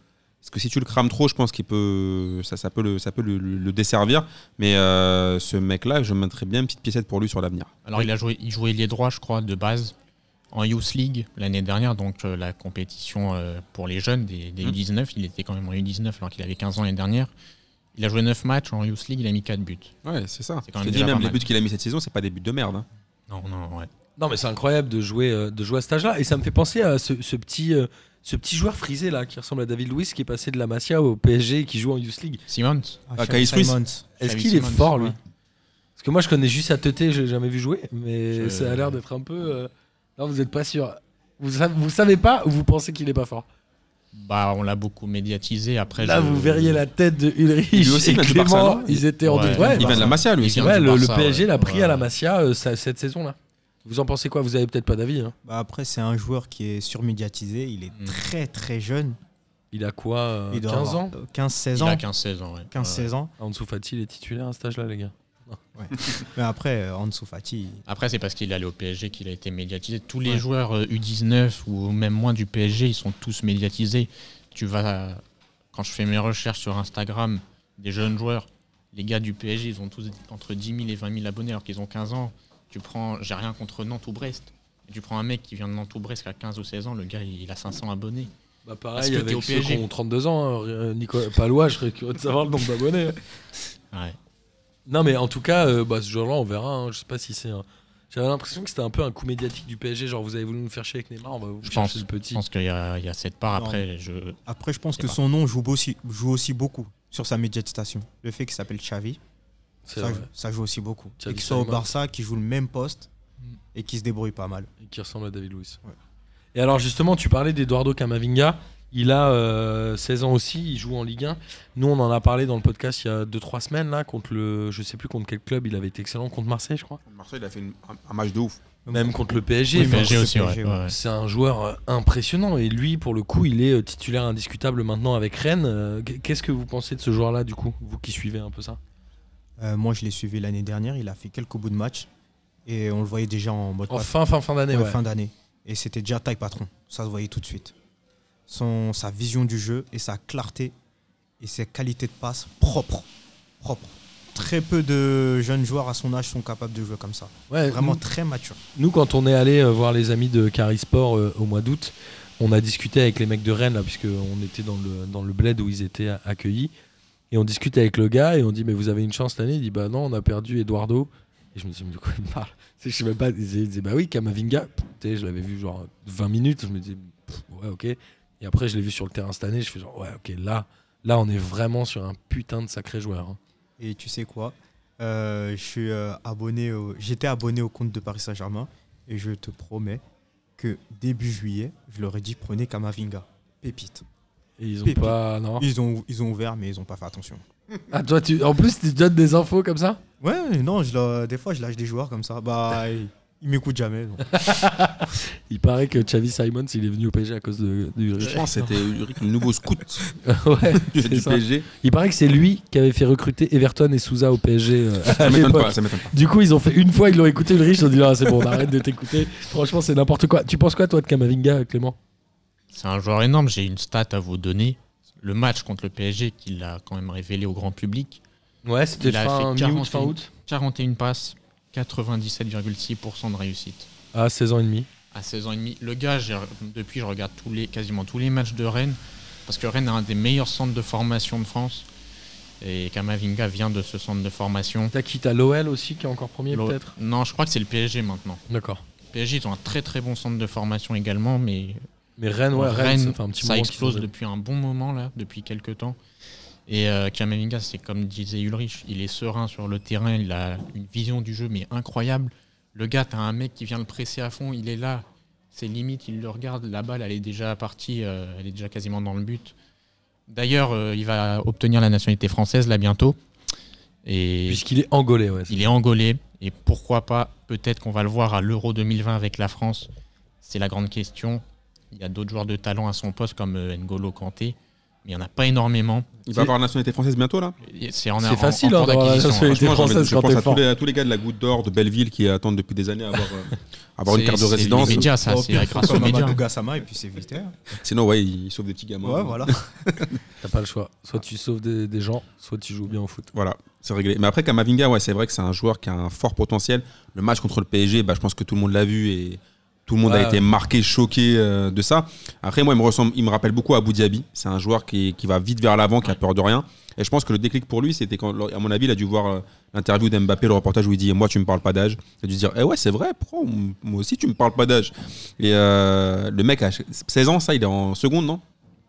[SPEAKER 6] Parce que si tu le crames trop, je pense qu'il peut, ça, ça peut, le, ça peut le, le- le desservir. Mais euh, ce mec-là, je mettrais bien une petite piécette pour lui sur l'avenir.
[SPEAKER 4] Alors il a joué, il jouait les droits, je crois, de base en Youth League l'année dernière, donc euh, la compétition euh, pour les jeunes des, des
[SPEAKER 6] Mhm.
[SPEAKER 4] U19. Il était quand même en U19 alors qu'il avait 15 ans l'année dernière. Il a joué 9 matchs en Youth League, il a mis 4 buts.
[SPEAKER 6] Ouais, c'est ça.
[SPEAKER 4] C'est
[SPEAKER 6] Je
[SPEAKER 4] quand
[SPEAKER 6] te
[SPEAKER 4] même
[SPEAKER 6] dis
[SPEAKER 4] déjà
[SPEAKER 6] même,
[SPEAKER 4] pas
[SPEAKER 6] les
[SPEAKER 4] mal.
[SPEAKER 6] buts qu'il a mis cette saison, c'est pas des buts de merde. hein.
[SPEAKER 4] Non, non, ouais.
[SPEAKER 3] Non mais c'est incroyable de jouer, euh, de jouer à cet âge-là, et ça me fait penser à ce, ce petit... euh, ce petit joueur frisé là qui ressemble à David Luiz qui est passé de la Masia au PSG et qui joue en Youth League.
[SPEAKER 4] Simons
[SPEAKER 6] Ah, Kai Smith.
[SPEAKER 5] Simons.
[SPEAKER 3] Est-ce
[SPEAKER 4] Xavi
[SPEAKER 3] qu'il est
[SPEAKER 4] Simons,
[SPEAKER 3] fort lui
[SPEAKER 4] ouais.
[SPEAKER 3] Parce que moi je connais juste à teuté, j'ai jamais vu jouer, mais
[SPEAKER 4] Je-
[SPEAKER 3] ça a l'air d'être un peu. euh, Non, vous n'êtes pas sûr. Vous, sa- vous savez pas ou vous pensez qu'il est pas fort
[SPEAKER 4] bah, on l'a beaucoup médiatisé. Après,
[SPEAKER 3] Là
[SPEAKER 4] je-
[SPEAKER 3] vous verriez la tête de Ulrich
[SPEAKER 6] Lui aussi,
[SPEAKER 3] et
[SPEAKER 6] il vient du
[SPEAKER 3] Clément,
[SPEAKER 6] Barça, non
[SPEAKER 3] ils étaient en
[SPEAKER 4] Ouais,
[SPEAKER 3] doute.
[SPEAKER 4] il
[SPEAKER 3] Ouais,
[SPEAKER 6] Il
[SPEAKER 4] Barça.
[SPEAKER 6] vient de la Masia, lui.
[SPEAKER 4] Il
[SPEAKER 6] aussi.
[SPEAKER 4] vient
[SPEAKER 3] ouais,
[SPEAKER 4] du
[SPEAKER 3] le, le
[SPEAKER 4] Barça,
[SPEAKER 3] PSG
[SPEAKER 4] ouais.
[SPEAKER 3] l'a pris à la
[SPEAKER 4] Ouais.
[SPEAKER 3] Masia euh, sa- cette saison-là. Vous en pensez quoi Vous avez peut-être pas d'avis. hein.
[SPEAKER 5] Bah après, c'est un joueur qui est surmédiatisé. Il est
[SPEAKER 4] Mm.
[SPEAKER 5] très très jeune.
[SPEAKER 3] Il a quoi euh,
[SPEAKER 5] Il doit
[SPEAKER 3] 15
[SPEAKER 5] avoir
[SPEAKER 3] ans
[SPEAKER 5] 15-16
[SPEAKER 4] Il a
[SPEAKER 5] ans.
[SPEAKER 4] 15-16 ans. ouais.
[SPEAKER 5] 15-16
[SPEAKER 4] Ouais.
[SPEAKER 5] ans.
[SPEAKER 3] Ansu Fati, il est titulaire à cet âge-là, les gars.
[SPEAKER 5] Mais après, euh, Ansu Fati,
[SPEAKER 4] Après, c'est parce qu'il est allé au PSG qu'il a été médiatisé. Tous
[SPEAKER 5] Ouais.
[SPEAKER 4] les joueurs euh, U19 ou même moins du PSG, ils sont tous médiatisés. Tu vas, quand je fais mes recherches sur Instagram des jeunes joueurs, les gars du PSG, ils ont tous entre 10 000 et 20 000 abonnés alors qu'ils ont 15 ans. Tu prends, j'ai rien contre Nantes ou Brest. Tu prends un mec qui vient de Nantes ou Brest qui a 15 ou 16 ans, le gars il a 500 abonnés.
[SPEAKER 3] Bah
[SPEAKER 4] Est-ce
[SPEAKER 3] pareil
[SPEAKER 4] que t'es
[SPEAKER 3] avec
[SPEAKER 4] au
[SPEAKER 3] ceux qui
[SPEAKER 4] PSG
[SPEAKER 3] ont 32 ans, hein, euh, Nicolas Palois, je serais curieux de savoir le nombre d'abonnés. hein.
[SPEAKER 4] Ouais.
[SPEAKER 3] Non, mais en tout cas, euh, bah, ce jour-là, on verra. hein. Je sais pas si c'est. un- J'avais l'impression que c'était un peu un coup médiatique du PSG. Genre, vous avez voulu nous faire chier avec Neymar, on va vous
[SPEAKER 4] Je
[SPEAKER 3] chercher
[SPEAKER 4] pense-
[SPEAKER 3] le petit.
[SPEAKER 4] Je pense qu'il y, a il y a cette part.
[SPEAKER 5] Non.
[SPEAKER 4] Après, je,
[SPEAKER 5] Après, je pense
[SPEAKER 4] sais
[SPEAKER 5] que
[SPEAKER 4] pas.
[SPEAKER 5] son nom joue aussi, joue aussi beaucoup sur sa médiatisation. Le fait qu'il s'appelle Xavi,
[SPEAKER 3] C'est
[SPEAKER 5] ça,
[SPEAKER 3] vrai.
[SPEAKER 5] joue- ça joue aussi beaucoup.
[SPEAKER 3] Xavi
[SPEAKER 5] et qu'il soit au
[SPEAKER 3] Simons.
[SPEAKER 5] Barça, qui joue le même poste
[SPEAKER 3] Mm.
[SPEAKER 5] et qui se débrouille pas mal.
[SPEAKER 3] Et Qui ressemble à David Luiz.
[SPEAKER 5] Ouais.
[SPEAKER 3] Et alors, justement, tu parlais d'Eduardo Camavinga. Il a euh, 16 ans aussi, il joue en Ligue 1. Nous, on en a parlé dans le podcast il y a 2-3 semaines, là, contre le. Je sais plus contre quel club, il avait été excellent, contre Marseille, je crois.
[SPEAKER 6] Marseille, il a fait une- un, un match de ouf.
[SPEAKER 3] Même contre le
[SPEAKER 4] le
[SPEAKER 3] PSG. mais-
[SPEAKER 4] PSG
[SPEAKER 5] le
[SPEAKER 4] aussi, ouais.
[SPEAKER 5] PSG, ouais.
[SPEAKER 4] ouais.
[SPEAKER 3] C'est un joueur euh, impressionnant et lui, pour le coup, il est euh, titulaire indiscutable maintenant avec Rennes. Euh, qu- Qu'est-ce que vous pensez de ce joueur-là, du coup, vous qui suivez un peu ça
[SPEAKER 5] Euh, moi, je l'ai suivi l'année dernière. Il a fait quelques bouts de match et on le voyait déjà en mode
[SPEAKER 3] En fin, fin, fin d'année,
[SPEAKER 5] ouais,
[SPEAKER 3] ouais.
[SPEAKER 5] fin d'année. Et c'était déjà taille patron. Ça se voyait tout de suite. Son, sa vision du jeu et sa clarté et ses qualités de passe propres. Propres. Très peu de jeunes joueurs à son âge sont capables de jouer comme ça.
[SPEAKER 3] Ouais,
[SPEAKER 5] Vraiment
[SPEAKER 3] nous-
[SPEAKER 5] très mature.
[SPEAKER 3] Nous, quand on est allé euh, voir les amis de Carisport euh, au mois d'août, on a discuté avec les mecs de Rennes, là, puisqu'on était dans le, dans le bled où ils étaient a- accueillis. Et on discute avec le gars et on dit Mais vous avez une chance cette année Il dit Bah non, on a perdu Eduardo. Et je me dis Mais de quoi il me parle Tu sais, Je sais même pas. Il disait- il disait Bah oui, Kamavinga. Pff, tu sais, Je l'avais vu genre 20 minutes. Je me dis Pff, Ouais, ok. Et après, je l'ai vu sur le terrain cette année. Je fais genre Ouais, ok, là, là on est vraiment sur un putain de sacré joueur. hein.
[SPEAKER 5] Et tu sais quoi Euh, Je suis euh, abonné au- J'étais abonné au compte de Paris Saint-Germain et je te promets que début juillet, je leur ai dit prenez Kamavinga. Pépite.
[SPEAKER 3] Et ils ont
[SPEAKER 5] Pépite.
[SPEAKER 3] pas.
[SPEAKER 4] Ah.
[SPEAKER 3] Non.
[SPEAKER 5] Ils ont, ils ont ouvert, mais ils n'ont pas fait attention.
[SPEAKER 3] Ah, toi, tu... en plus, tu donnes des infos comme ça
[SPEAKER 5] Ouais, non, je leur- des fois je lâche des joueurs comme ça. Bah, ils, ils m'écoutent jamais. donc.
[SPEAKER 3] Il paraît que Xavi Simons, il est venu au PSG à cause de, du
[SPEAKER 6] Je pense que c'était Ulrich, le nouveau scout
[SPEAKER 3] ouais,
[SPEAKER 6] du,
[SPEAKER 3] c'est
[SPEAKER 6] du
[SPEAKER 3] ça.
[SPEAKER 6] PSG.
[SPEAKER 3] Il paraît que c'est lui qui avait fait recruter Everton et Souza au PSG euh, à
[SPEAKER 6] Ça m'étonne
[SPEAKER 3] l'époque.
[SPEAKER 6] pas, ça m'étonne pas.
[SPEAKER 3] Du coup, ils ont fait une fois, ils l'ont écouté le riche, ils ont dit ah, c'est bon, on arrête de t'écouter. Franchement, c'est n'importe quoi. Tu penses quoi toi de Kamavinga, Clément
[SPEAKER 4] C'est un joueur énorme, j'ai une stat à vous donner. Le match contre le PSG qu'il a quand même révélé au grand public.
[SPEAKER 3] Ouais,
[SPEAKER 4] c'était Il a fin fait mi-août, 41. fin août. 41 passes, 97,6% de réussite
[SPEAKER 3] à 16 Ah, ans et demi.
[SPEAKER 4] à 16 ans et demi. Le gars, j'ai- depuis, je regarde tous les, quasiment tous les matchs de Rennes, parce que Rennes a un des meilleurs centres de formation de France. Et Kamavinga vient de ce centre de formation.
[SPEAKER 3] T'as qui T'as l'OL aussi qui est encore premier
[SPEAKER 4] L'o-
[SPEAKER 3] peut-être
[SPEAKER 4] Non, je crois que c'est le PSG maintenant.
[SPEAKER 3] D'accord.
[SPEAKER 4] PSG, ils ont un très très bon centre de formation également, mais
[SPEAKER 3] Mais Rennes, ouais, Rennes,
[SPEAKER 4] Rennes,
[SPEAKER 3] ça fait un petit
[SPEAKER 4] ça
[SPEAKER 3] moment qu'ils
[SPEAKER 4] explose
[SPEAKER 3] sont-
[SPEAKER 4] depuis un bon moment, là, depuis quelques temps. Et euh, Kamavinga, c'est comme disait Ulrich, il est serein sur le terrain, il a une vision du jeu, mais incroyable. Le gars, t'as un mec qui vient le presser à fond, il est là, c'est limite, il le regarde, la balle, elle est déjà partie, euh, elle est déjà quasiment dans le but. D'ailleurs, euh, il va obtenir la nationalité française, là, bientôt. Et
[SPEAKER 3] Puisqu'il est angolais, ouais. c'est-
[SPEAKER 4] il est angolais et pourquoi pas, peut-être qu'on va le voir à l'Euro 2020 avec la France. C'est la grande question. Il y a d'autres joueurs de talent à son poste comme euh, N'Golo Kanté, mais il n'y en a pas énormément.
[SPEAKER 6] Il va avoir la nationalité française bientôt là
[SPEAKER 4] Et C'est en- en-
[SPEAKER 3] C'est
[SPEAKER 4] en
[SPEAKER 3] facile
[SPEAKER 4] cours
[SPEAKER 3] hein, d'avoir la
[SPEAKER 4] d'acquisition, hein.
[SPEAKER 3] nationalité
[SPEAKER 6] Franchement, j'en ai-
[SPEAKER 3] française
[SPEAKER 6] je
[SPEAKER 3] quand
[SPEAKER 6] pense
[SPEAKER 3] t'es
[SPEAKER 6] à tous,
[SPEAKER 3] fort.
[SPEAKER 6] les, à tous les gars de la Goutte d'Or, de Belleville qui attendent depuis des années à avoir, euh, avoir une
[SPEAKER 4] C'est-
[SPEAKER 6] carte de
[SPEAKER 4] c'est les
[SPEAKER 6] résidence.
[SPEAKER 4] médias, ça,
[SPEAKER 5] Bon,
[SPEAKER 4] c'est
[SPEAKER 5] au pire,
[SPEAKER 4] grâce aux
[SPEAKER 5] comme
[SPEAKER 4] médias.
[SPEAKER 5] Amadou Gassama, et puis c'est vite. hein.
[SPEAKER 6] Sinon, ouais, ils sauvent des petits gamins.
[SPEAKER 5] Ouais, voilà.
[SPEAKER 3] T'as pas le choix. Soit tu sauves des, des gens, soit tu joues bien au foot.
[SPEAKER 6] Voilà, c'est réglé. Mais après, Kamavinga, ouais, c'est vrai que c'est un joueur qui a un fort potentiel. Le match contre le PSG, bah, je pense que tout le monde l'a vu et tout le monde
[SPEAKER 3] Ouais.
[SPEAKER 6] a été marqué, choqué euh, de ça. Après, moi, il me, ressemble, il me rappelle beaucoup à Abu Dhabi. C'est un joueur qui, qui va vite vers l'avant, qui a peur de rien. Et je pense que le déclic pour lui, c'était quand, à mon avis, il a dû voir euh, l'interview d'Mbappé, le reportage où il dit Moi, tu me parles pas d'âge. Il a dû se dire Eh ouais, c'est vrai, pro, m- moi aussi, tu me parles pas d'âge. Et euh, le mec a 16 ans, ça, il est en seconde, non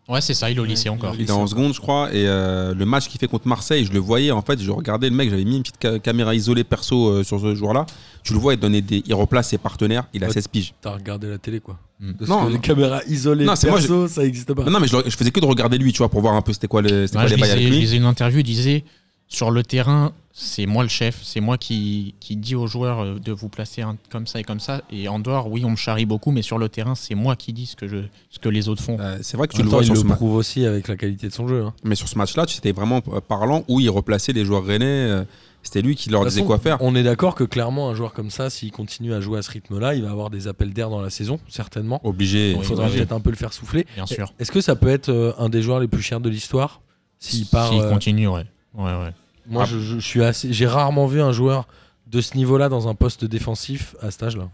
[SPEAKER 4] Ouais, c'est ça, il est au lycée encore.
[SPEAKER 6] il est en seconde, je crois. Et euh, le match qu'il fait contre Marseille, je le voyais. En fait, je regardais le mec. J'avais mis une petite ca- caméra isolée perso euh, sur ce joueur-là. Tu le vois, il donnait des. Il replace ses partenaires. Il a
[SPEAKER 3] Ouais.
[SPEAKER 6] 16 piges.
[SPEAKER 3] T'as regardé la télé quoi.
[SPEAKER 4] Mm.
[SPEAKER 3] Parce
[SPEAKER 6] Non,
[SPEAKER 3] que les
[SPEAKER 6] non.
[SPEAKER 3] caméras isolées,
[SPEAKER 6] Non, c'est moi,
[SPEAKER 3] perso, ça existe pas.
[SPEAKER 6] Non, non, mais je, le- je faisais que de regarder lui, tu vois, pour voir un peu c'était quoi, le, c'était
[SPEAKER 4] Ouais,
[SPEAKER 6] quoi
[SPEAKER 4] je,
[SPEAKER 6] les bails
[SPEAKER 4] lisais,
[SPEAKER 6] avec
[SPEAKER 4] je
[SPEAKER 6] lui.
[SPEAKER 4] lisais une interview, il disait sur le terrain, c'est moi le chef, c'est moi qui, qui dis aux joueurs euh, de vous placer un- comme ça et comme ça. Et en dehors, oui, on me charrie beaucoup, mais sur le terrain, c'est moi qui dis ce que, je, ce que les autres font.
[SPEAKER 6] Euh, c'est vrai que
[SPEAKER 3] En
[SPEAKER 6] tu
[SPEAKER 3] même
[SPEAKER 6] le
[SPEAKER 3] temps,
[SPEAKER 6] vois
[SPEAKER 3] il
[SPEAKER 6] sur
[SPEAKER 3] le
[SPEAKER 6] ce match.
[SPEAKER 3] prouve aussi avec la qualité de son jeu. hein.
[SPEAKER 6] Mais sur ce match-là, c'était vraiment euh, parlant où il replaçait les joueurs rennais. euh, C'était lui qui leur
[SPEAKER 3] De toute
[SPEAKER 6] disait
[SPEAKER 3] façon,
[SPEAKER 6] quoi faire.
[SPEAKER 3] On est d'accord que clairement, un joueur comme ça, s'il continue à jouer à ce rythme-là, il va avoir des appels d'air dans la saison, certainement.
[SPEAKER 6] Obligé.
[SPEAKER 4] Oui,
[SPEAKER 3] Il faudra
[SPEAKER 4] oui.
[SPEAKER 3] peut-être un peu le faire souffler.
[SPEAKER 4] Bien sûr.
[SPEAKER 3] Est-ce que ça peut être euh, un des joueurs les plus chers de l'histoire s'il part euh,
[SPEAKER 4] continue, ouais. Ouais, ouais.
[SPEAKER 3] Moi,
[SPEAKER 6] Ah.
[SPEAKER 3] je, je- je suis assez. J'ai rarement vu un joueur de ce niveau-là dans un poste défensif à cet âge-là.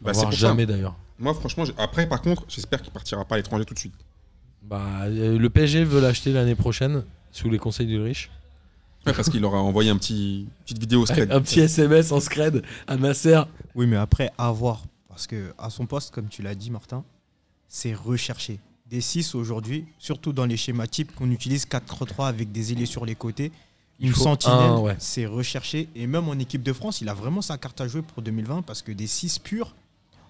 [SPEAKER 6] Bah, c'est
[SPEAKER 3] Voire
[SPEAKER 6] pour ça.
[SPEAKER 3] jamais d'ailleurs.
[SPEAKER 6] Moi, franchement, j'ai- après, par contre, j'espère qu'il partira pas à l'étranger tout de suite.
[SPEAKER 3] Bah, euh, le PSG veut l'acheter l'année prochaine sous les conseils du riche.
[SPEAKER 6] Ouais, parce qu'il aura envoyé un petit petite vidéo Bah, au scred.
[SPEAKER 3] Un petit SMS en scred à Nasser.
[SPEAKER 5] Oui, mais après, à voir. Parce que à son poste, comme tu l'as dit, Martin, c'est recherché. Des 6 aujourd'hui, surtout dans les schémas types qu'on utilise 4-3 avec des ailiers sur les côtés,
[SPEAKER 3] Il
[SPEAKER 5] une
[SPEAKER 3] faut
[SPEAKER 5] sentinelle,
[SPEAKER 3] un, ouais.
[SPEAKER 5] c'est recherché. Et même en équipe de France, il a vraiment sa carte à jouer pour 2020 parce que des 6 purs,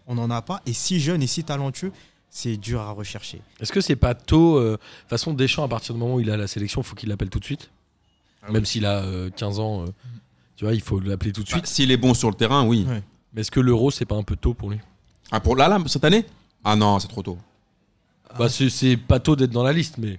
[SPEAKER 5] on n'en a pas. Et si jeunes et si talentueux, c'est dur à rechercher.
[SPEAKER 3] Est-ce que c'est pas tôt euh, De toute façon, Deschamps, à partir du moment où il a la sélection, faut qu'il l'appelle tout de suite.
[SPEAKER 6] Ah
[SPEAKER 3] Même s'il a euh, 15 ans, euh,
[SPEAKER 6] Mm.
[SPEAKER 3] tu vois, il faut l'appeler tout de
[SPEAKER 6] Ah,
[SPEAKER 3] suite.
[SPEAKER 6] S'il est bon sur le terrain, oui.
[SPEAKER 5] Ouais.
[SPEAKER 3] Mais est-ce que l'euro, c'est pas un peu tôt pour lui
[SPEAKER 6] Ah, pour là, là, cette année Ah non, c'est trop tôt.
[SPEAKER 3] Bah, c'est- c'est pas tôt d'être dans la liste, mais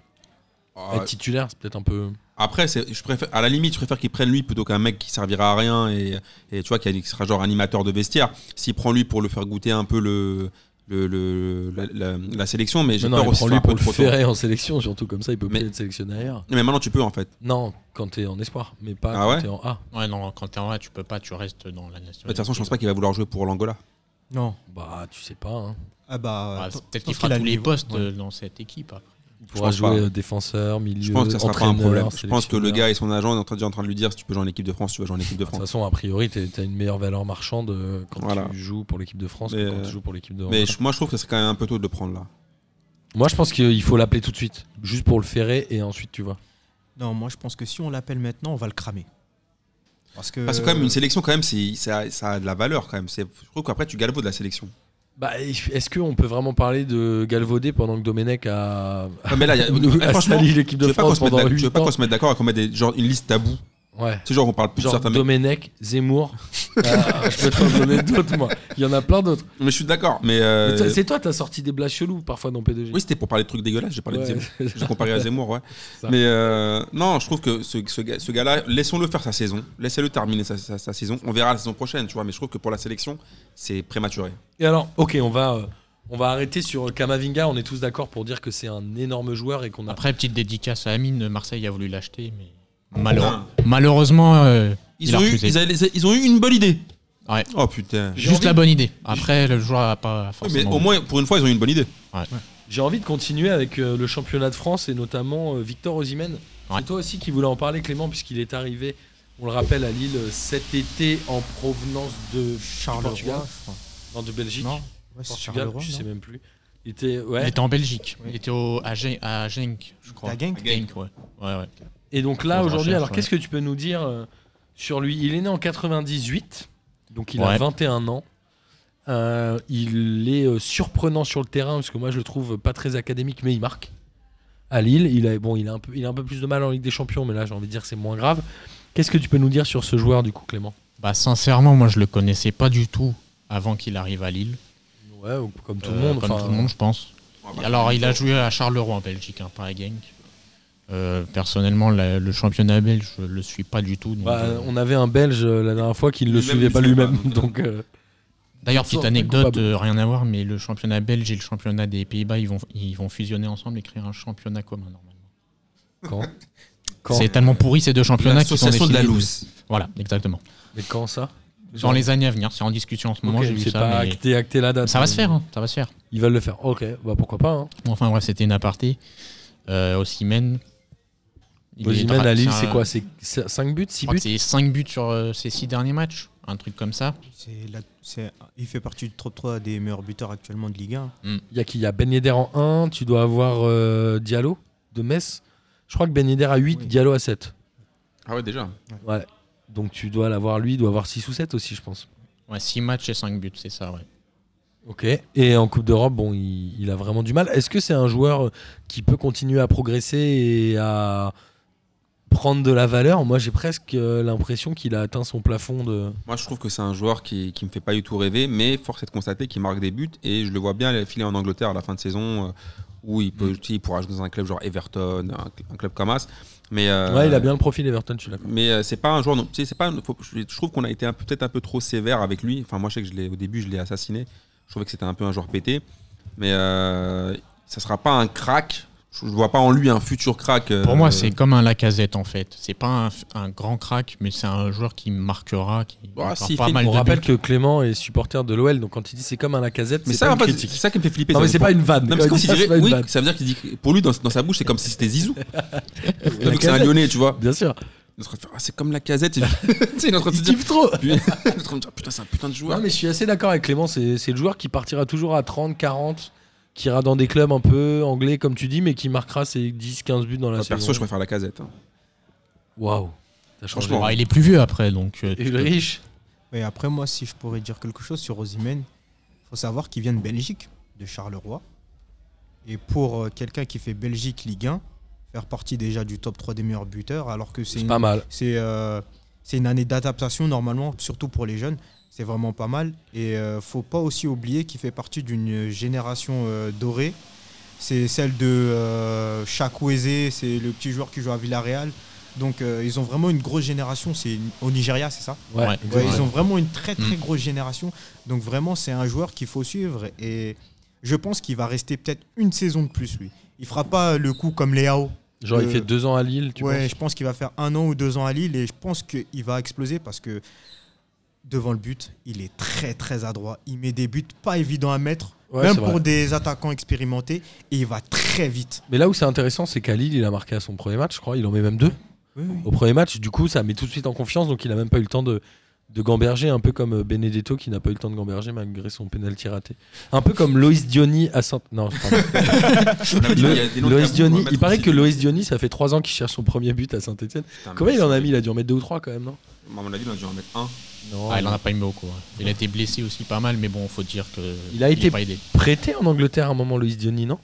[SPEAKER 6] Ah,
[SPEAKER 3] être titulaire, c'est peut-être un peu.
[SPEAKER 6] Après, c'est- je préfère, à la limite, je préfère qu'il prenne lui plutôt qu'un mec qui servira à rien et, et tu vois, qui sera genre animateur de vestiaire. S'il prend lui pour le faire goûter un peu le, le- le- la, la- la sélection, mais j'ai
[SPEAKER 3] Non, non,
[SPEAKER 6] peur
[SPEAKER 3] mais
[SPEAKER 6] aussi
[SPEAKER 3] prends
[SPEAKER 6] de faire
[SPEAKER 3] lui
[SPEAKER 6] un peu
[SPEAKER 3] pour le
[SPEAKER 6] trop tôt.
[SPEAKER 3] ferrer en sélection, surtout comme ça, il peut
[SPEAKER 6] Mais-
[SPEAKER 3] plus être sélectionné ailleurs.
[SPEAKER 6] Mais maintenant, tu peux en fait.
[SPEAKER 3] Non, quand t'es en espoir, mais pas
[SPEAKER 6] Ah
[SPEAKER 3] quand
[SPEAKER 6] ouais
[SPEAKER 3] t'es en A.
[SPEAKER 4] Ouais, non, quand t'es en A, tu peux pas, tu restes dans la nation.
[SPEAKER 6] De toute façon, je pense pas qu'il va vouloir jouer pour l'Angola.
[SPEAKER 5] Non.
[SPEAKER 3] Bah, tu sais pas. hein.
[SPEAKER 5] Ah bah,
[SPEAKER 6] euh,
[SPEAKER 5] tant-
[SPEAKER 4] Peut-être
[SPEAKER 5] tant
[SPEAKER 4] qu'il fera
[SPEAKER 5] a
[SPEAKER 4] tous
[SPEAKER 5] le
[SPEAKER 4] les
[SPEAKER 5] niveau.
[SPEAKER 4] postes
[SPEAKER 5] Ouais.
[SPEAKER 4] euh, dans cette équipe. après.
[SPEAKER 3] Il pourra
[SPEAKER 6] pense
[SPEAKER 3] jouer
[SPEAKER 6] pas.
[SPEAKER 3] euh, défenseur, milieu,
[SPEAKER 6] Je pense que ça sera pas un
[SPEAKER 3] entraîneur,
[SPEAKER 6] problème. Je pense que le
[SPEAKER 3] sélectionneur.
[SPEAKER 6] gars et son agent sont en train- déjà en train de lui dire si tu peux jouer en équipe de France, tu vas jouer en équipe de
[SPEAKER 3] De toute
[SPEAKER 6] France.
[SPEAKER 3] façon, a priori, t'es- t'as une meilleure valeur marchande euh, quand
[SPEAKER 6] Voilà.
[SPEAKER 3] tu joues pour l'équipe de France
[SPEAKER 6] Mais,
[SPEAKER 3] que quand
[SPEAKER 6] euh,
[SPEAKER 3] tu joues pour l'équipe de
[SPEAKER 6] Mais
[SPEAKER 3] Angleterre.
[SPEAKER 6] je- moi, je trouve que c'est quand même un peu tôt de le prendre là.
[SPEAKER 3] Moi, je pense qu'il faut l'appeler tout de suite, juste pour le ferrer, et ensuite, tu vois.
[SPEAKER 5] Non, moi je pense que si on l'appelle maintenant, on va le cramer. Parce que,
[SPEAKER 6] Parce que Ah, quand
[SPEAKER 3] Euh.
[SPEAKER 6] même, une sélection, quand même, c'est- ça, ça a de la valeur quand même. C'est- Je trouve qu'après, tu galvaudes la sélection.
[SPEAKER 3] Bah, est-ce qu'on peut vraiment parler de galvaudé pendant que Domenech a,
[SPEAKER 6] Ah, mais là, il y a-
[SPEAKER 3] nous- a
[SPEAKER 6] franchement,
[SPEAKER 3] sali l'équipe
[SPEAKER 6] Je
[SPEAKER 3] de
[SPEAKER 6] veux pas qu'on
[SPEAKER 3] France
[SPEAKER 6] se mette
[SPEAKER 3] pendant
[SPEAKER 6] d'ac- je
[SPEAKER 3] 8
[SPEAKER 6] veux pas
[SPEAKER 3] ans
[SPEAKER 6] qu'on se mette d'accord et qu'on mette des- genre une liste taboue.
[SPEAKER 3] Ouais.
[SPEAKER 6] Tu sais, genre, on parle plus de
[SPEAKER 3] Genre
[SPEAKER 6] certains mecs.
[SPEAKER 3] Domenech, Zemmour, Ah, je peux t'en donner d'autres, moi. Il y en a plein d'autres.
[SPEAKER 6] Mais je suis d'accord. Mais, euh,
[SPEAKER 3] Mais toi, C'est toi, t'as sorti des blagues cheloues parfois dans PDG.
[SPEAKER 6] oui, c'était pour parler de trucs dégueulasses. J'ai parlé
[SPEAKER 3] Ouais.
[SPEAKER 6] de Zemmour. J'ai comparé à Zemmour, ouais.
[SPEAKER 3] Ça.
[SPEAKER 6] Mais euh, non, je trouve que ce, ce gars- ce gars-là, laissons-le faire sa saison. Laissez-le terminer sa, sa- sa saison. On verra la saison prochaine, tu vois. Mais je trouve que pour la sélection, c'est prématuré.
[SPEAKER 3] Et alors, ok, on va, euh, on va arrêter sur Kamavinga. On est tous d'accord pour dire que c'est un énorme joueur et qu'on a.
[SPEAKER 4] Après, petite dédicace à Amine, Marseille a voulu l'acheter, mais Malheureux- Malheureusement, euh,
[SPEAKER 6] Ils,
[SPEAKER 4] il a
[SPEAKER 6] ont eu,
[SPEAKER 4] refusé.
[SPEAKER 6] ils, avaient- ils ont eu une bonne idée.
[SPEAKER 4] Ouais.
[SPEAKER 6] Oh putain.
[SPEAKER 4] Juste
[SPEAKER 3] envie-
[SPEAKER 4] la bonne idée. Après, le joueur n'a pas
[SPEAKER 6] Oui,
[SPEAKER 4] forcément.
[SPEAKER 6] mais au moins, pour une fois, ils ont eu une bonne idée.
[SPEAKER 3] J'ai envie de continuer avec euh, le championnat de France et notamment euh, Victor Osimhen.
[SPEAKER 4] Ouais.
[SPEAKER 3] C'est toi aussi qui voulais en parler, Clément, puisqu'il est arrivé, on le rappelle, à Lille euh, cet été en provenance de
[SPEAKER 5] Charleroi, je
[SPEAKER 3] Portugal.
[SPEAKER 5] crois.
[SPEAKER 3] non, de Belgique,
[SPEAKER 4] Non,
[SPEAKER 5] Ouais, c'est
[SPEAKER 3] Portugal,
[SPEAKER 5] Charleroi,
[SPEAKER 3] je
[SPEAKER 5] non
[SPEAKER 3] sais même plus. Il était, ouais.
[SPEAKER 4] Il était en Belgique.
[SPEAKER 5] Ouais.
[SPEAKER 4] Il était au, à, Gen- à Genk, je crois.
[SPEAKER 5] À Genk
[SPEAKER 4] Genk, ouais. Ouais, ouais.
[SPEAKER 3] Et donc
[SPEAKER 4] Faut
[SPEAKER 3] là,
[SPEAKER 4] que je
[SPEAKER 3] aujourd'hui,
[SPEAKER 4] recherche,
[SPEAKER 3] alors
[SPEAKER 4] ouais.
[SPEAKER 3] qu'est-ce que tu peux nous dire euh, sur lui Il est né en 98, donc il a
[SPEAKER 4] Ouais.
[SPEAKER 3] 21 ans. Euh, il est euh, surprenant sur le terrain, parce que moi je le trouve pas très académique, mais il marque. À Lille, il a, bon, il a, un, peu, il a un peu plus de mal en Ligue des Champions, mais là j'ai envie de dire que c'est moins grave. Qu'est-ce que tu peux nous dire sur ce joueur du coup, Clément
[SPEAKER 4] Bah, sincèrement, moi, je le connaissais pas du tout avant qu'il arrive à Lille.
[SPEAKER 3] Ouais, comme tout le
[SPEAKER 4] Euh,
[SPEAKER 3] monde.
[SPEAKER 4] Comme tout le monde, je pense.
[SPEAKER 3] bah,
[SPEAKER 4] Alors, il a joué à Charleroi en Belgique, hein, pas à Genk. Euh, personnellement, la- le championnat belge, je le suis pas du tout. donc, euh,
[SPEAKER 3] Bah, on avait un Belge euh, la dernière fois qui ne le
[SPEAKER 6] Lui-même,
[SPEAKER 3] suivait
[SPEAKER 6] il
[SPEAKER 3] pas
[SPEAKER 6] suit pas,
[SPEAKER 3] lui-même,
[SPEAKER 6] donc,
[SPEAKER 3] donc euh,
[SPEAKER 4] D'ailleurs,
[SPEAKER 3] Ils sont
[SPEAKER 4] petite
[SPEAKER 3] un peu
[SPEAKER 4] anecdote,
[SPEAKER 3] coupables.
[SPEAKER 4] euh, rien à voir, mais le championnat belge et le championnat des Pays-Bas, ils vont, ils vont fusionner ensemble et créer un championnat commun normalement.
[SPEAKER 3] quand Quand
[SPEAKER 4] C'est tellement pourri ces deux championnats qui sont
[SPEAKER 6] L'association de la
[SPEAKER 4] décidés.
[SPEAKER 6] loose.
[SPEAKER 4] Voilà, exactement.
[SPEAKER 3] Mais quand ça
[SPEAKER 4] Dans les années à venir, c'est en discussion en ce moment,
[SPEAKER 3] Ok,
[SPEAKER 4] j'ai vu
[SPEAKER 3] c'est
[SPEAKER 4] ça.
[SPEAKER 3] pas
[SPEAKER 4] mais
[SPEAKER 3] acté, acté la date.
[SPEAKER 4] Ça va
[SPEAKER 3] mais
[SPEAKER 4] se faire, hein, ça va se faire.
[SPEAKER 3] Ils veulent le faire. Ok, bah pourquoi pas. Hein.
[SPEAKER 4] Bon, Enfin bref, c'était une aparté. Euh, Osimhen. il est
[SPEAKER 3] Osimhen
[SPEAKER 4] dra-
[SPEAKER 3] à Lille,
[SPEAKER 4] un-
[SPEAKER 3] c'est quoi C'est 5 buts, 6
[SPEAKER 4] Je crois
[SPEAKER 3] buts
[SPEAKER 4] que c'est 5 buts sur euh, ces 6 derniers matchs, un truc comme ça.
[SPEAKER 5] C'est la- c'est- il fait partie du top 3 des meilleurs buteurs actuellement de Ligue 1.
[SPEAKER 3] Il y a qui Il y a Ben Yedder en 1, tu dois avoir euh, Diallo de Metz. Je crois que Ben Yedder à 8,
[SPEAKER 5] Oui.
[SPEAKER 3] Diallo à 7.
[SPEAKER 6] Ah ouais, déjà.
[SPEAKER 3] Ouais. Donc tu dois l'avoir lui, il doit avoir 6 ou 7 aussi, je pense.
[SPEAKER 4] Ouais, 6 matchs et 5 buts, c'est ça, ouais.
[SPEAKER 3] Ok. Et en Coupe d'Europe, bon, il, il a vraiment du mal. Est-ce que c'est un joueur euh, qui peut continuer à progresser et à prendre de la valeur Moi, j'ai presque euh, l'impression qu'il a atteint son plafond de.
[SPEAKER 6] Moi, je trouve que c'est un joueur qui, qui me fait pas du tout rêver, mais force est de constater qu'il marque des buts et je le vois bien aller filer en Angleterre à la fin de saison euh, où il,
[SPEAKER 3] Mm.
[SPEAKER 6] peut, tu sais, il pourra jouer dans un club genre Everton, un, cl- un club comme As. Mais, euh,
[SPEAKER 3] Ouais, il a bien le profil Everton, je suis d'accord.
[SPEAKER 6] Mais euh, c'est pas un joueur. non- tu sais, c'est pas. un- faut- je je trouve qu'on a été un peu- peut-être un peu trop sévère avec lui. Enfin, moi, je sais que je l'ai- au début, je l'ai assassiné. Je trouvais que c'était un peu un joueur pété. Mais euh, ça sera pas un crack. Je, je vois pas en lui un futur crack. euh,
[SPEAKER 4] Pour moi, c'est comme un Lacazette en fait. C'est pas un, un grand crack, mais c'est un joueur qui marquera, qui
[SPEAKER 6] Ah,
[SPEAKER 3] Bah,
[SPEAKER 4] marquera
[SPEAKER 6] s'il
[SPEAKER 4] pas
[SPEAKER 6] fait-
[SPEAKER 4] mal
[SPEAKER 3] On
[SPEAKER 4] de
[SPEAKER 3] rappelle
[SPEAKER 4] buts.
[SPEAKER 3] que Clément est supporter de l'OL, donc quand il dit c'est comme un Lacazette,
[SPEAKER 6] Mais
[SPEAKER 3] c'est
[SPEAKER 6] ça,
[SPEAKER 3] pas
[SPEAKER 6] en
[SPEAKER 3] une
[SPEAKER 6] fait,
[SPEAKER 3] critique.
[SPEAKER 6] c'est ça qui me fait flipper.
[SPEAKER 3] Non
[SPEAKER 6] ça.
[SPEAKER 3] mais c'est pas une vanne.
[SPEAKER 6] Non, mais c'est comme
[SPEAKER 3] Quand
[SPEAKER 6] s'il
[SPEAKER 3] il dit ça,
[SPEAKER 6] dirait-
[SPEAKER 3] c'est pas une
[SPEAKER 6] oui,
[SPEAKER 3] vanne.
[SPEAKER 6] ça veut dire qu'il dit que pour lui dans, dans sa bouche c'est comme si c'était Zizou. Vu que c'est un
[SPEAKER 3] casette.
[SPEAKER 6] Lyonnais, tu vois.
[SPEAKER 3] Bien sûr.
[SPEAKER 6] Il est en train de faire, Ah, c'est comme la casette. Et- tu sais, il est en train de se
[SPEAKER 3] Il
[SPEAKER 6] dire
[SPEAKER 3] kiffe trop.
[SPEAKER 6] il est en train de dire, putain c'est un putain de joueur.
[SPEAKER 3] Non mais je suis assez d'accord avec Clément. C'est c'est le joueur qui partira toujours à 30, 40, qui ira dans des clubs un peu anglais comme tu dis, mais qui marquera ses 10, 15 buts dans la
[SPEAKER 6] Moi,
[SPEAKER 3] saison.
[SPEAKER 6] Perso je préfère la casette. hein.
[SPEAKER 3] Waouh. T'as changé.
[SPEAKER 6] Franchement.
[SPEAKER 4] Ah, il est plus vieux après, donc. euh,
[SPEAKER 3] Et
[SPEAKER 4] tu peux-
[SPEAKER 3] Ulrich.
[SPEAKER 5] Et après, moi, si je pourrais dire quelque chose sur Osimhen, faut savoir qu'il vient de Belgique, de Charleroi. Et pour euh, quelqu'un qui fait Belgique Ligue 1, faire partie déjà du top 3 des meilleurs buteurs, alors que c'est
[SPEAKER 3] C'est
[SPEAKER 5] une,
[SPEAKER 3] pas mal.
[SPEAKER 5] c'est, euh, c'est une année d'adaptation normalement, surtout pour les jeunes, c'est vraiment pas mal. Et euh, faut pas aussi oublier qu'il fait partie d'une génération euh, dorée. C'est celle de euh, Chakwueze, c'est le petit joueur qui joue à Villarreal. Donc euh, ils ont vraiment une grosse génération, c'est une- au Nigeria, c'est ça
[SPEAKER 3] Ouais.
[SPEAKER 4] Ouais.
[SPEAKER 5] Ouais,
[SPEAKER 3] exactement.
[SPEAKER 5] ils ont vraiment une très très
[SPEAKER 4] Mm.
[SPEAKER 5] grosse génération. Donc vraiment, c'est un joueur qu'il faut suivre. Et je pense qu'il va rester peut-être une saison de plus, lui. Il fera pas le coup comme Léao.
[SPEAKER 3] Genre il
[SPEAKER 5] Euh,
[SPEAKER 3] fait deux ans à Lille. Tu
[SPEAKER 5] Ouais,
[SPEAKER 3] penses
[SPEAKER 5] je pense qu'il va faire un an ou deux ans à Lille. Et je pense qu'il va exploser parce que devant le but, il est très très adroit. Il met des buts pas évidents à mettre.
[SPEAKER 3] Ouais,
[SPEAKER 5] même
[SPEAKER 3] c'est vrai.
[SPEAKER 5] pour des attaquants expérimentés. Et il va très vite.
[SPEAKER 3] Mais là où c'est intéressant, c'est qu'à Lille, il a marqué à son premier match, je crois. Il en met même deux.
[SPEAKER 5] Oui, oui.
[SPEAKER 3] au premier match. Du coup, ça met tout de suite en confiance, donc il a même pas eu le temps de, de gamberger, un peu comme euh, Benedetto qui n'a pas eu le temps de gamberger malgré son pénalty raté. Un peu comme Loïs Diony à Saint. Non, je parle.
[SPEAKER 6] On avait dit,
[SPEAKER 3] Le-
[SPEAKER 6] il y a des noms
[SPEAKER 3] Loïs
[SPEAKER 6] de tabous, on va
[SPEAKER 3] Diony,
[SPEAKER 6] mettre
[SPEAKER 3] il paraît
[SPEAKER 6] aussi
[SPEAKER 3] que
[SPEAKER 6] des-
[SPEAKER 3] Loïs Diony, ça fait 3 ans qu'il cherche son premier but à Saint-Etienne.
[SPEAKER 6] Putain, mais
[SPEAKER 3] Combien il en a
[SPEAKER 6] c'est-
[SPEAKER 3] mis Il a dû en mettre 2 ou 3 quand même, non
[SPEAKER 6] À mon avis, il en a dû en mettre un.
[SPEAKER 3] Non.
[SPEAKER 4] Ah, il en a pas aimé beaucoup. ouais. Il a été blessé aussi pas mal, mais bon, faut dire que.
[SPEAKER 3] Il a
[SPEAKER 4] est
[SPEAKER 3] été-
[SPEAKER 4] pas aidé.
[SPEAKER 3] Prêté en Angleterre à un moment, Loïs Diony, non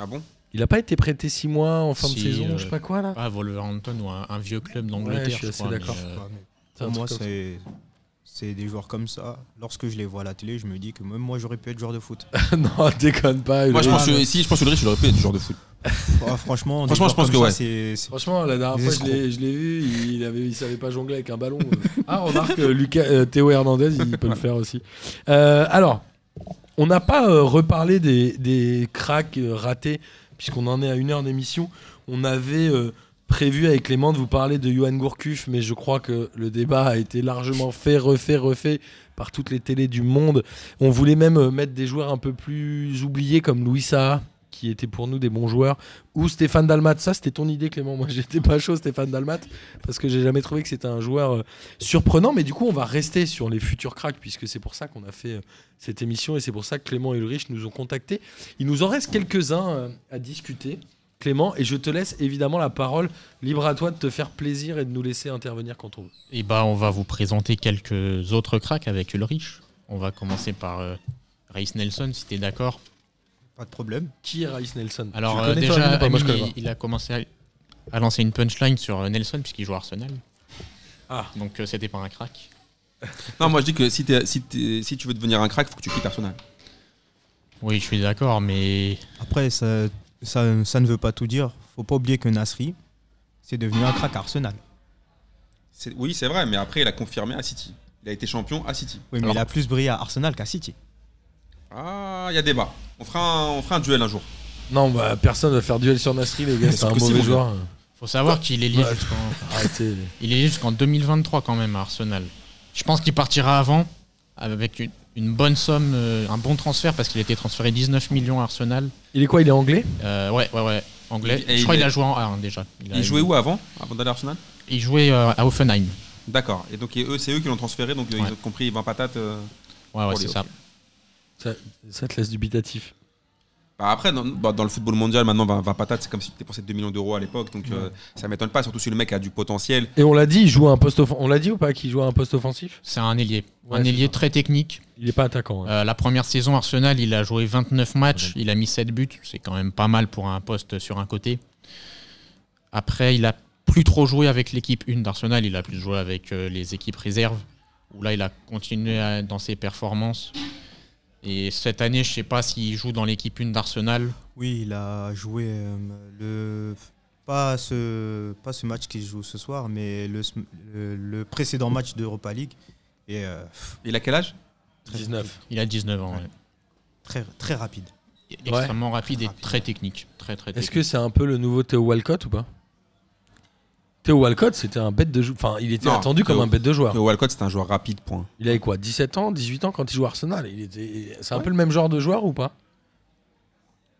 [SPEAKER 6] Ah bon
[SPEAKER 3] Il a pas été prêté 6 mois en fin de
[SPEAKER 4] Si,
[SPEAKER 3] saison,
[SPEAKER 4] euh,
[SPEAKER 3] je sais pas quoi là
[SPEAKER 4] Pas à Wolverhampton ou un, un vieux club
[SPEAKER 3] Ouais, je
[SPEAKER 4] d'Angleterre,
[SPEAKER 3] suis
[SPEAKER 4] je
[SPEAKER 3] assez
[SPEAKER 4] crois. mais,
[SPEAKER 3] d'accord.
[SPEAKER 4] euh,
[SPEAKER 3] C'est un
[SPEAKER 5] Pour moi,
[SPEAKER 3] truc comme
[SPEAKER 5] c'est. C'est des joueurs comme ça. Lorsque je les vois à la télé, je me dis que même moi, j'aurais pu être joueur de foot.
[SPEAKER 3] ça. Non, déconne pas.
[SPEAKER 6] Moi, je
[SPEAKER 3] Ulrich.
[SPEAKER 6] pense que si je pense que Ulrich, il aurait pu être joueur de foot.
[SPEAKER 5] Ah,
[SPEAKER 6] Franchement,
[SPEAKER 5] franchement, des
[SPEAKER 6] je
[SPEAKER 5] joueurs
[SPEAKER 6] pense
[SPEAKER 5] comme
[SPEAKER 6] que
[SPEAKER 5] ça, c'est- c'est-
[SPEAKER 3] Franchement, la dernière
[SPEAKER 5] Des
[SPEAKER 3] fois, je l'ai- je l'ai vu, il, avait, il savait pas jongler avec un ballon. ah, remarque, euh, Lucas, euh, Théo Hernandez, il peut le faire aussi. Euh, alors, on n'a pas euh, reparlé des, des cracks euh, ratés, puisqu'on en est à une heure d'émission. On avait euh, prévu avec Clément de vous parler de Johan Gourcuff, mais je crois que le débat a été largement fait, refait, refait par toutes les télés du monde. On voulait même euh, mettre des joueurs un peu plus oubliés comme Louis Saha, qui était pour nous des bons joueurs, ou Stéphane Dalmat. Ça, c'était ton idée, Clément. Moi, j'étais pas chaud, Stéphane Dalmat, parce que j'ai jamais trouvé que c'était un joueur euh, surprenant. Mais du coup, on va rester sur les futurs cracks, puisque c'est pour ça qu'on a fait euh, cette émission et c'est pour ça que Clément et Ulrich nous ont contactés. Il nous en reste quelques-uns euh, à discuter. Clément, et je te laisse évidemment la parole libre à toi de te faire plaisir et de nous laisser intervenir quand on veut.
[SPEAKER 4] Et bah, on va vous présenter quelques autres cracks avec Ulrich. On va commencer par euh, Reiss Nelson, si t'es d'accord.
[SPEAKER 5] Pas de problème.
[SPEAKER 3] Qui est Raïs Nelson
[SPEAKER 4] Alors,
[SPEAKER 3] Tu
[SPEAKER 4] euh,
[SPEAKER 3] connais, toi,
[SPEAKER 4] déjà,
[SPEAKER 3] Rémi, ou pas Moi, je
[SPEAKER 4] Amine,
[SPEAKER 3] connais
[SPEAKER 4] il, il a commencé à- à, lancer une punchline sur euh, Nelson, puisqu'il joue à Arsenal.
[SPEAKER 3] Ah.
[SPEAKER 4] Donc, euh, c'était pas un crack.
[SPEAKER 6] Non, moi je dis que si, t'es- si, t'es- si tu veux devenir un crack, faut que tu quittes Arsenal.
[SPEAKER 4] Oui, je suis d'accord, mais
[SPEAKER 5] Après, ça, ça, ça ne veut pas tout dire. Faut pas oublier que Nasri, c'est devenu un crack Arsenal.
[SPEAKER 6] C'est- Oui, c'est vrai, mais après, il a confirmé à City. Il a été champion à City.
[SPEAKER 5] Oui, mais
[SPEAKER 6] Alors-
[SPEAKER 5] il a plus brillé à Arsenal qu'à City.
[SPEAKER 6] Ah, il y a débat. On fera un, on fera un duel un jour.
[SPEAKER 3] pas. Non, bah, personne va faire duel sur Nasri, les gars.
[SPEAKER 6] Mais
[SPEAKER 3] C'est
[SPEAKER 6] sauf
[SPEAKER 3] un
[SPEAKER 6] que si,
[SPEAKER 3] mauvais
[SPEAKER 6] mon
[SPEAKER 3] joueur.
[SPEAKER 4] faut savoir qu'il est lié
[SPEAKER 3] Ouais.
[SPEAKER 4] jusqu'en
[SPEAKER 3] Arrêtez.
[SPEAKER 4] Il est jusqu'en 2023 quand même à Arsenal. Je pense qu'il partira avant avec une, une bonne somme, euh, un bon transfert parce qu'il a été transféré 19 millions à Arsenal.
[SPEAKER 3] Il est quoi Il est anglais
[SPEAKER 4] Euh, ouais, ouais, ouais, anglais.
[SPEAKER 6] Et
[SPEAKER 4] je
[SPEAKER 6] il
[SPEAKER 4] crois qu'il
[SPEAKER 6] est-
[SPEAKER 4] a joué en A1 déjà. a-
[SPEAKER 6] Il jouait où avant Avant d'aller à Arsenal
[SPEAKER 4] Il jouait euh, à Offenheim.
[SPEAKER 6] D'accord. Et donc, et eux, c'est eux qui l'ont transféré, donc euh,
[SPEAKER 4] Ouais.
[SPEAKER 6] ils ont compris 20 patates. euh.
[SPEAKER 4] Ouais, ouais,
[SPEAKER 6] Pour
[SPEAKER 4] c'est
[SPEAKER 6] les-
[SPEAKER 4] ça.
[SPEAKER 3] ça, ça te laisse dubitatif.
[SPEAKER 6] Bah, après, dans, bah, dans le football mondial, maintenant, 20, 20 patates, c'est comme si tu dépensais 2 millions d'euros à l'époque, donc euh, ça m'étonne pas, surtout si le mec a du potentiel.
[SPEAKER 3] Et on l'a dit, il joue à un poste offen- On l'a dit ou pas qu'il joue à un poste offensif
[SPEAKER 4] C'est un ailier.
[SPEAKER 3] Ouais,
[SPEAKER 4] un
[SPEAKER 3] c'est
[SPEAKER 4] ailier
[SPEAKER 3] ça.
[SPEAKER 4] très technique.
[SPEAKER 3] Il est pas attaquant. hein.
[SPEAKER 4] Euh, la première saison, Arsenal, il a joué 29 matchs. Il a mis 7 buts. C'est quand même pas mal pour un poste sur un côté. Après, il a plus trop joué avec l'équipe 1 d'Arsenal. Il a plus joué avec euh, les équipes réserves. Où là, il a continué à- dans ses performances. Et cette année, je sais pas s'il joue dans l'équipe 1 d'Arsenal.
[SPEAKER 5] Oui, il a joué euh, le pas ce pas ce match qu'il joue ce soir, mais le sm- le, le précédent match d'Europa League et euh, pff,
[SPEAKER 6] Il a quel âge
[SPEAKER 3] 19.
[SPEAKER 4] Il a 19 ans. ouais.
[SPEAKER 5] très très rapide.
[SPEAKER 4] Il est Extrêmement rapide et très technique. Très, très
[SPEAKER 3] Est-ce
[SPEAKER 4] technique.
[SPEAKER 3] que c'est un peu le nouveau Théo Walcott ou pas Théo Walcott, c'était un bête de joueur. Enfin, il était
[SPEAKER 6] Non,
[SPEAKER 3] attendu comme
[SPEAKER 6] Théo-
[SPEAKER 3] un bête de
[SPEAKER 5] Ah.
[SPEAKER 3] joueur.
[SPEAKER 6] Euh, Walcott, c'est un joueur rapide, point.
[SPEAKER 3] Il avait quoi 17 ans, 18 ans quand il joue à Arsenal. Il était... C'est un peu le même genre de joueur ou pas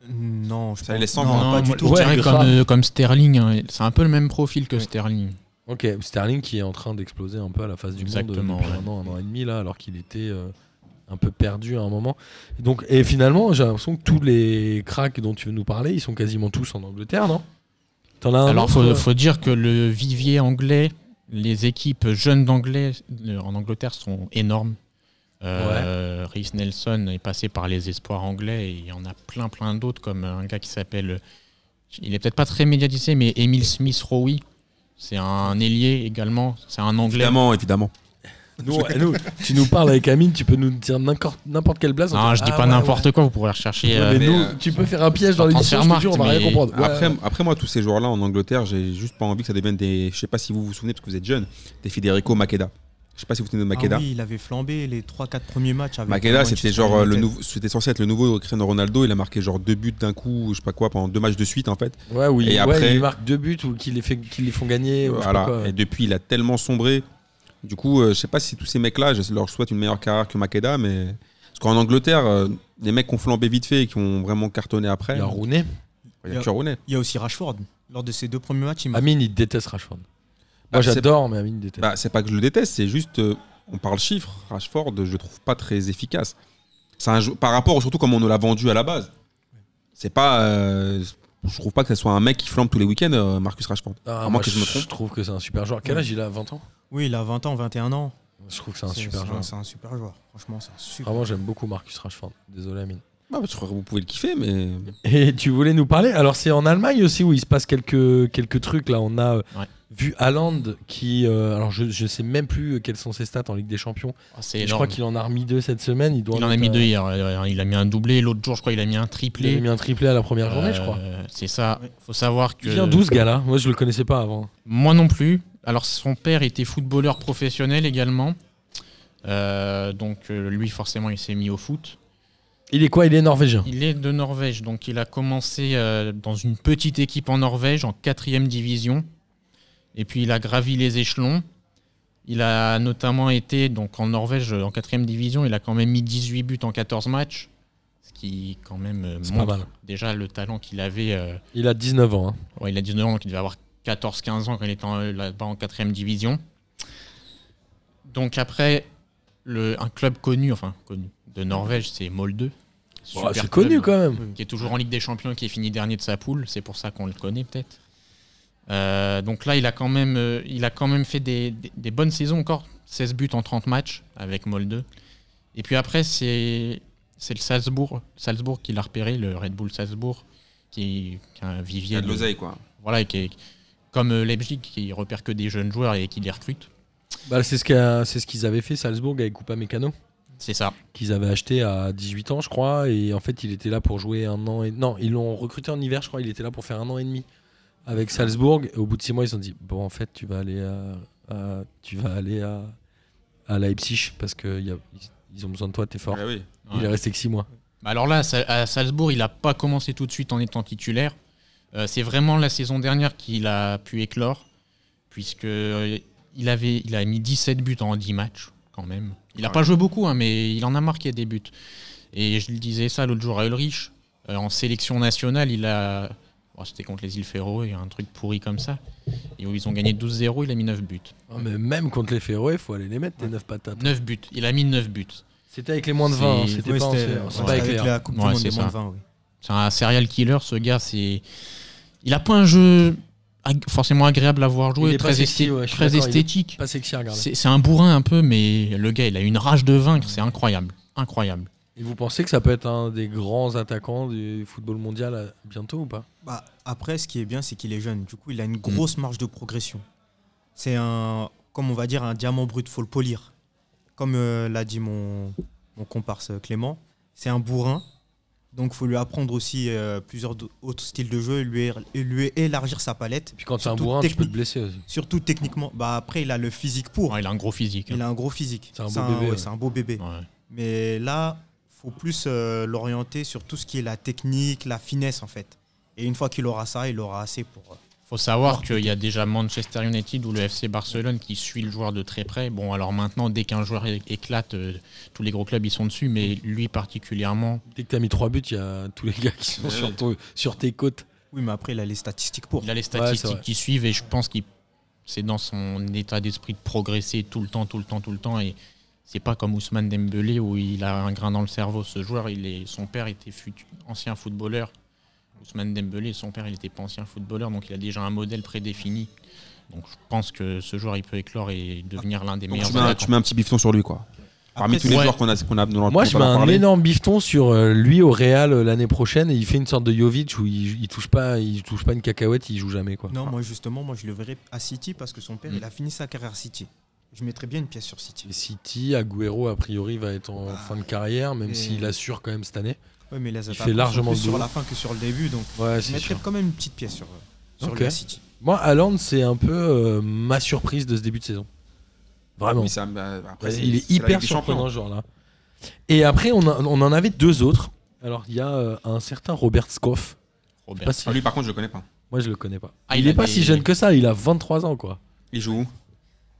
[SPEAKER 5] Non, je
[SPEAKER 6] Ça
[SPEAKER 5] pense-
[SPEAKER 6] laisse sans-
[SPEAKER 5] non,
[SPEAKER 4] Non,
[SPEAKER 5] pas du
[SPEAKER 4] moi,
[SPEAKER 5] tout.
[SPEAKER 4] je
[SPEAKER 3] Ouais,
[SPEAKER 4] dirais
[SPEAKER 3] grave.
[SPEAKER 4] comme, euh, comme Sterling. hein. C'est un peu le même profil que
[SPEAKER 3] Ouais.
[SPEAKER 4] Sterling.
[SPEAKER 3] Ok, Sterling qui est en train d'exploser un peu à la face du
[SPEAKER 4] Exactement,
[SPEAKER 3] monde depuis
[SPEAKER 4] ouais.
[SPEAKER 3] un an, un an et demi là, alors qu'il était euh, un peu perdu à un moment. Et donc, et finalement, j'ai l'impression que tous les cracks dont tu veux nous parler, ils sont quasiment tous en Angleterre, non T'en as un
[SPEAKER 4] Alors,
[SPEAKER 3] autre,
[SPEAKER 4] faut,
[SPEAKER 3] euh,
[SPEAKER 4] faut dire que le vivier anglais, les équipes jeunes d'anglais euh, en Angleterre sont énormes. Euh, Rhys Nelson est passé par les espoirs anglais et il y en a plein, plein d'autres, comme un gars qui s'appelle. euh, Il est peut-être pas très médiatisé, mais Emile Smith Rowe. C'est un ailier également. C'est un anglais.
[SPEAKER 6] Évidemment, évidemment.
[SPEAKER 3] nous, ouais, nous, tu nous parles avec Amine, tu peux nous dire n'importe n'importe quelle place. on
[SPEAKER 4] Non,
[SPEAKER 3] fait,
[SPEAKER 4] je dis
[SPEAKER 3] ah,
[SPEAKER 4] pas
[SPEAKER 3] ouais,
[SPEAKER 4] n'importe
[SPEAKER 3] ouais.
[SPEAKER 4] quoi, vous pourrez rechercher.
[SPEAKER 3] Ouais,
[SPEAKER 4] euh,
[SPEAKER 3] mais
[SPEAKER 6] mais,
[SPEAKER 3] nous,
[SPEAKER 6] euh,
[SPEAKER 3] tu peux faire un piège dans l'émission, je te
[SPEAKER 4] Transfermarkt,
[SPEAKER 3] jure, on va rien
[SPEAKER 4] mais-
[SPEAKER 3] comprendre. Ouais,
[SPEAKER 6] Après,
[SPEAKER 3] ouais.
[SPEAKER 6] après moi, tous ces joueurs-là en Angleterre, j'ai juste pas envie que ça devienne des. Je sais pas si vous vous souvenez, parce que vous êtes jeune, des Federico Makeda. Je sais pas si vous vous souvenez de
[SPEAKER 5] Ah
[SPEAKER 6] Makeda.
[SPEAKER 5] oui, il avait flambé les 3-4 premiers matchs avec
[SPEAKER 6] Makeda,
[SPEAKER 5] Manchester
[SPEAKER 6] c'était genre euh, le
[SPEAKER 5] United.
[SPEAKER 6] nouveau, c'était censé être le nouveau Cristiano Ronaldo. Il a marqué genre deux buts d'un coup, je sais pas quoi, pendant deux matchs de suite en fait.
[SPEAKER 3] Ouais, oui,
[SPEAKER 6] et
[SPEAKER 3] ouais,
[SPEAKER 6] après-
[SPEAKER 3] il marque deux buts ou qu'ils les, fait- qu'ils les font gagner. ou je sais pas
[SPEAKER 6] Voilà.
[SPEAKER 3] quoi.
[SPEAKER 6] Et depuis, il a tellement sombré. Du coup, euh, je sais pas si tous ces mecs-là, je leur souhaite une meilleure carrière que Makeda, mais parce qu'en Angleterre, euh, les mecs qui ont flambé vite fait et qui ont vraiment cartonné après,
[SPEAKER 3] Il a
[SPEAKER 6] il
[SPEAKER 3] Rooney.
[SPEAKER 6] y a que Rooney.
[SPEAKER 5] Il y a aussi Rashford. Lors de ses deux premiers matchs, il m'a
[SPEAKER 3] Amine, il déteste Rashford.
[SPEAKER 6] Bah,
[SPEAKER 3] Moi,
[SPEAKER 6] c'est-
[SPEAKER 3] j'adore, mais Amine déteste.
[SPEAKER 6] Bah, c'est pas que je le déteste, c'est juste, euh, on parle chiffres. Rashford, je le trouve pas très efficace. C'est un jou- par rapport surtout comme on nous l'a vendu à la base. C'est pas, euh, je trouve pas que ce soit un mec qui flambe tous les week-ends, euh, Marcus Rashford.
[SPEAKER 3] Ah,
[SPEAKER 6] à
[SPEAKER 3] moi,
[SPEAKER 6] moins que je me trompe.
[SPEAKER 3] trouve que c'est un super joueur. Quel
[SPEAKER 5] Ouais.
[SPEAKER 3] âge il a 20 ans
[SPEAKER 5] Oui, il a 20 ans, 21 ans.
[SPEAKER 3] Je trouve que c'est un
[SPEAKER 5] C'est-
[SPEAKER 3] super
[SPEAKER 5] c'est
[SPEAKER 3] joueur. Ah
[SPEAKER 5] C'est un super joueur. Franchement, c'est un super.
[SPEAKER 3] Vraiment, j'aime beaucoup Marcus Rashford. Désolé, Amine.
[SPEAKER 6] Ah, bah, je crois que vous pouvez le kiffer, mais
[SPEAKER 3] Et tu voulais nous parler Alors, c'est en Allemagne aussi où il se passe quelques, quelques trucs. Là, on a euh,
[SPEAKER 4] Ouais.
[SPEAKER 3] vu Haaland qui. euh, alors, je ne sais même plus euh, quelles sont ses stats en Ligue des Champions.
[SPEAKER 4] oh, c'est
[SPEAKER 3] Je
[SPEAKER 4] énorme.
[SPEAKER 3] crois qu'il en a remis deux cette semaine. Il, doit
[SPEAKER 4] Il en a
[SPEAKER 3] être,
[SPEAKER 4] mis
[SPEAKER 3] euh,
[SPEAKER 4] deux hier. euh, Il a mis un doublé. L'autre jour, je crois, il a mis un
[SPEAKER 3] Il
[SPEAKER 4] triplé.
[SPEAKER 3] a mis un triplé à la première journée, je
[SPEAKER 4] Euh,
[SPEAKER 3] crois.
[SPEAKER 4] C'est ça.
[SPEAKER 5] Ouais.
[SPEAKER 4] Faut savoir que.
[SPEAKER 3] Il vient d'où ce gars-là Moi, je le connaissais pas avant.
[SPEAKER 4] Moi non plus. Alors son père était footballeur professionnel également. Euh, donc euh, lui forcément il s'est mis au foot.
[SPEAKER 3] Il est quoi Il est norvégien.
[SPEAKER 4] Il est de Norvège, donc il a commencé euh, dans une petite équipe en Norvège, en quatrième division. Et puis il a gravi les échelons. Il a notamment été donc en Norvège euh, en quatrième division. Il a quand même mis 18 buts en 14 matchs, ce qui quand même euh,
[SPEAKER 3] C'est pas
[SPEAKER 4] montre
[SPEAKER 3] mal.
[SPEAKER 4] déjà le talent qu'il avait. euh,
[SPEAKER 3] Il a 19 ans. hein.
[SPEAKER 4] ouais, il a 19 ans, donc il devait avoir 14-15 ans quand il était en- là-bas en quatrième division. Donc après, le, un club connu, enfin connu, de Norvège, c'est Molde.
[SPEAKER 3] Ouais,
[SPEAKER 4] Super
[SPEAKER 3] c'est
[SPEAKER 4] club
[SPEAKER 3] connu quand même.
[SPEAKER 4] qui est toujours en Ligue des Champions, qui est fini dernier de sa poule. C'est pour ça qu'on le connaît peut-être. Euh, donc là, il a quand même, euh, il a quand même fait des, des- des bonnes saisons encore. 16 buts en 30 matchs avec Molde. Et puis après, c'est c'est le Salzbourg, Salzbourg qui l'a repéré, le Red Bull Salzbourg, qui, qui a un
[SPEAKER 6] Il y
[SPEAKER 4] vivier
[SPEAKER 6] a de l'oseille, quoi.
[SPEAKER 4] Voilà, qui est, comme euh, Leipzig, qui repère que des jeunes joueurs et qui les recrute.
[SPEAKER 3] Bah, c'est ce qu'a- c'est ce qu'ils avaient fait Salzbourg avec Coupa Mécano.
[SPEAKER 4] C'est ça.
[SPEAKER 3] qu'ils avaient acheté à 18 ans, je crois. Et en fait, il était là pour jouer un an. Et... Non, ils l'ont recruté en hiver, je crois. Il était là pour faire un an et demi avec
[SPEAKER 5] Ah.
[SPEAKER 3] Salzbourg. Et au bout de six mois, ils se sont dit Bon, en fait, tu vas aller à, à- tu vas aller à, à Leipzig parce qu'ils ils ont besoin de toi, t'es fort.
[SPEAKER 6] Ah oui.
[SPEAKER 4] Ouais.
[SPEAKER 3] Il est resté que six mois.
[SPEAKER 4] Bah Alors là, à Sa- à Salzbourg, il n'a pas commencé tout de suite en étant titulaire. Euh, c'est vraiment la saison dernière qu'il a pu éclore, puisque euh, il, avait, il a mis 17 buts en 10 matchs, quand même. Il n'a
[SPEAKER 6] Ouais.
[SPEAKER 4] pas joué beaucoup, hein, mais il en a marqué des buts. Et je le disais ça l'autre jour à Ulrich, euh, en sélection nationale, il a... bon, C'était contre les îles Féroé, un truc pourri comme ça. Et où ils ont gagné 12-0, il a mis 9 buts.
[SPEAKER 3] Ah, mais même contre les Féroé, il faut aller les mettre, tes 9 patates.
[SPEAKER 4] 9 buts, il a mis 9 buts.
[SPEAKER 3] C'était avec les moins de 20. hein,
[SPEAKER 4] C'est-
[SPEAKER 3] C'était
[SPEAKER 5] Ouais,
[SPEAKER 3] pas, en-
[SPEAKER 5] c'était
[SPEAKER 3] c'est-
[SPEAKER 5] ouais,
[SPEAKER 3] c'est
[SPEAKER 5] c'était
[SPEAKER 3] pas
[SPEAKER 5] avec
[SPEAKER 3] éclair.
[SPEAKER 5] la Coupe
[SPEAKER 4] Ouais,
[SPEAKER 5] du Monde
[SPEAKER 4] c'est
[SPEAKER 5] des moins
[SPEAKER 4] ça.
[SPEAKER 5] de 20, oui.
[SPEAKER 4] C'est un serial killer, ce gars. C'est, il a pas un jeu ag- forcément agréable à voir
[SPEAKER 3] Il
[SPEAKER 4] jouer,
[SPEAKER 3] est pas
[SPEAKER 4] très,
[SPEAKER 3] sexy,
[SPEAKER 4] esthé-
[SPEAKER 3] ouais, je suis
[SPEAKER 4] très
[SPEAKER 3] d'accord, il est
[SPEAKER 4] esthétique.
[SPEAKER 3] Pas sexy à regarder.
[SPEAKER 4] C'est, c'est un bourrin un peu, mais le gars, il a une rage de vaincre. C'est incroyable, incroyable.
[SPEAKER 3] Et vous pensez que ça peut être un des grands attaquants du football mondial euh, bientôt ou pas
[SPEAKER 5] Bah, après, ce qui est bien, c'est qu'il est jeune. Du coup, il a
[SPEAKER 3] Mm.
[SPEAKER 5] une grosse marge de progression. C'est un, comme on va dire, un diamant brut. faut le polir. Comme euh, l'a dit mon, mon comparse euh, Clément, c'est un bourrin. Donc, faut lui apprendre aussi euh, plusieurs d- autres styles de jeu et lui, ér- et lui élargir sa palette.
[SPEAKER 3] Et puis quand c'est un
[SPEAKER 5] Surtout
[SPEAKER 3] bourrin, tu peux te
[SPEAKER 5] technique.
[SPEAKER 3] blesser aussi.
[SPEAKER 5] Surtout techniquement. Bah, après, il a le physique pour.
[SPEAKER 4] Ouais, il a un gros physique. hein.
[SPEAKER 5] Il a un gros physique.
[SPEAKER 3] C'est un beau bébé,
[SPEAKER 5] ouais,
[SPEAKER 3] ouais.
[SPEAKER 5] c'est un beau bébé.
[SPEAKER 4] Ouais.
[SPEAKER 5] Mais là, faut plus euh, l'orienter sur tout ce qui est la technique, la finesse, en fait. Et une fois qu'il aura ça, il aura assez pour. euh,
[SPEAKER 4] Faut savoir qu'il y a déjà Manchester United ou le FC Barcelone qui suit le joueur de très près. Bon, alors maintenant, dès qu'un joueur é- éclate, euh, tous les gros clubs ils sont dessus, mais lui particulièrement,
[SPEAKER 3] Dès que t'as mis 3 buts, il y a tous les gars qui sont
[SPEAKER 6] Ouais,
[SPEAKER 3] sur,
[SPEAKER 6] ouais.
[SPEAKER 3] ton- sur tes côtes.
[SPEAKER 5] Oui, mais après, il a les statistiques pour.
[SPEAKER 4] Il a les
[SPEAKER 3] Ouais,
[SPEAKER 4] statistiques
[SPEAKER 3] c'est vrai.
[SPEAKER 4] qui suivent et je pense qu'il c'est dans son état d'esprit de progresser tout le temps, tout le temps, tout le temps et c'est pas comme Ousmane Dembélé où il a un grain dans le cerveau. Ce joueur, il est, son père était fut- ancien footballeur. Ousmane Dembélé, son père, il n'était pas ancien footballeur, donc il a déjà un modèle prédéfini. Donc je pense que ce joueur, il peut éclore et devenir l'un des
[SPEAKER 6] Donc
[SPEAKER 4] meilleurs.
[SPEAKER 6] tu mets, un,
[SPEAKER 4] attaquants.
[SPEAKER 6] tu mets un petit bifton sur lui, quoi. Parmi
[SPEAKER 5] Après,
[SPEAKER 6] tous les
[SPEAKER 4] ouais.
[SPEAKER 6] joueurs qu'on a, qu'on a dans le
[SPEAKER 3] Moi,
[SPEAKER 6] dont
[SPEAKER 3] je
[SPEAKER 6] on
[SPEAKER 3] mets
[SPEAKER 6] a
[SPEAKER 3] un
[SPEAKER 6] parlé.
[SPEAKER 3] énorme bifton sur euh, lui au Real euh, l'année prochaine et il fait une sorte de Jovic où il, il touche pas, il touche pas une cacahuète, il joue jamais quoi.
[SPEAKER 5] Non, moi, justement, moi, je le verrais à City parce que son père,
[SPEAKER 4] Mm.
[SPEAKER 5] il a fini sa carrière à City. Je mettrais bien une pièce sur City.
[SPEAKER 3] Et City, Agüero a priori va être en fin de carrière, même
[SPEAKER 5] Ah, et-
[SPEAKER 3] s'il assure quand même cette année.
[SPEAKER 5] Ouais, mais les
[SPEAKER 3] fait
[SPEAKER 5] attaquants sont
[SPEAKER 3] largement
[SPEAKER 5] plus
[SPEAKER 3] le
[SPEAKER 5] sur
[SPEAKER 3] boulot.
[SPEAKER 5] la fin que sur le début, donc
[SPEAKER 3] Ouais,
[SPEAKER 5] je
[SPEAKER 3] c'est
[SPEAKER 5] mettrais
[SPEAKER 3] sûr.
[SPEAKER 5] quand même une petite pièce sur, euh, sur
[SPEAKER 3] Ok.
[SPEAKER 5] lui à City.
[SPEAKER 3] Moi, Haaland, c'est un peu euh, ma surprise de ce début de saison. Vraiment.
[SPEAKER 6] Mais ça, bah, après, c'est-
[SPEAKER 3] il est,
[SPEAKER 6] c'est la Ligue
[SPEAKER 3] hyper
[SPEAKER 6] des
[SPEAKER 3] surprenant
[SPEAKER 6] Champions.
[SPEAKER 3] ce genre-là. Et après, on, a- on en avait deux autres. Alors, il y a euh, un certain Robert Skoff. Je sais
[SPEAKER 4] Robert.
[SPEAKER 3] pas si-
[SPEAKER 6] Ah, lui, par contre, je le connais pas.
[SPEAKER 3] Moi, je le connais pas.
[SPEAKER 4] Ah,
[SPEAKER 3] il
[SPEAKER 4] il
[SPEAKER 3] est
[SPEAKER 4] a
[SPEAKER 3] pas
[SPEAKER 4] des-
[SPEAKER 3] si jeune que ça, il a 23 ans quoi.
[SPEAKER 6] Il joue où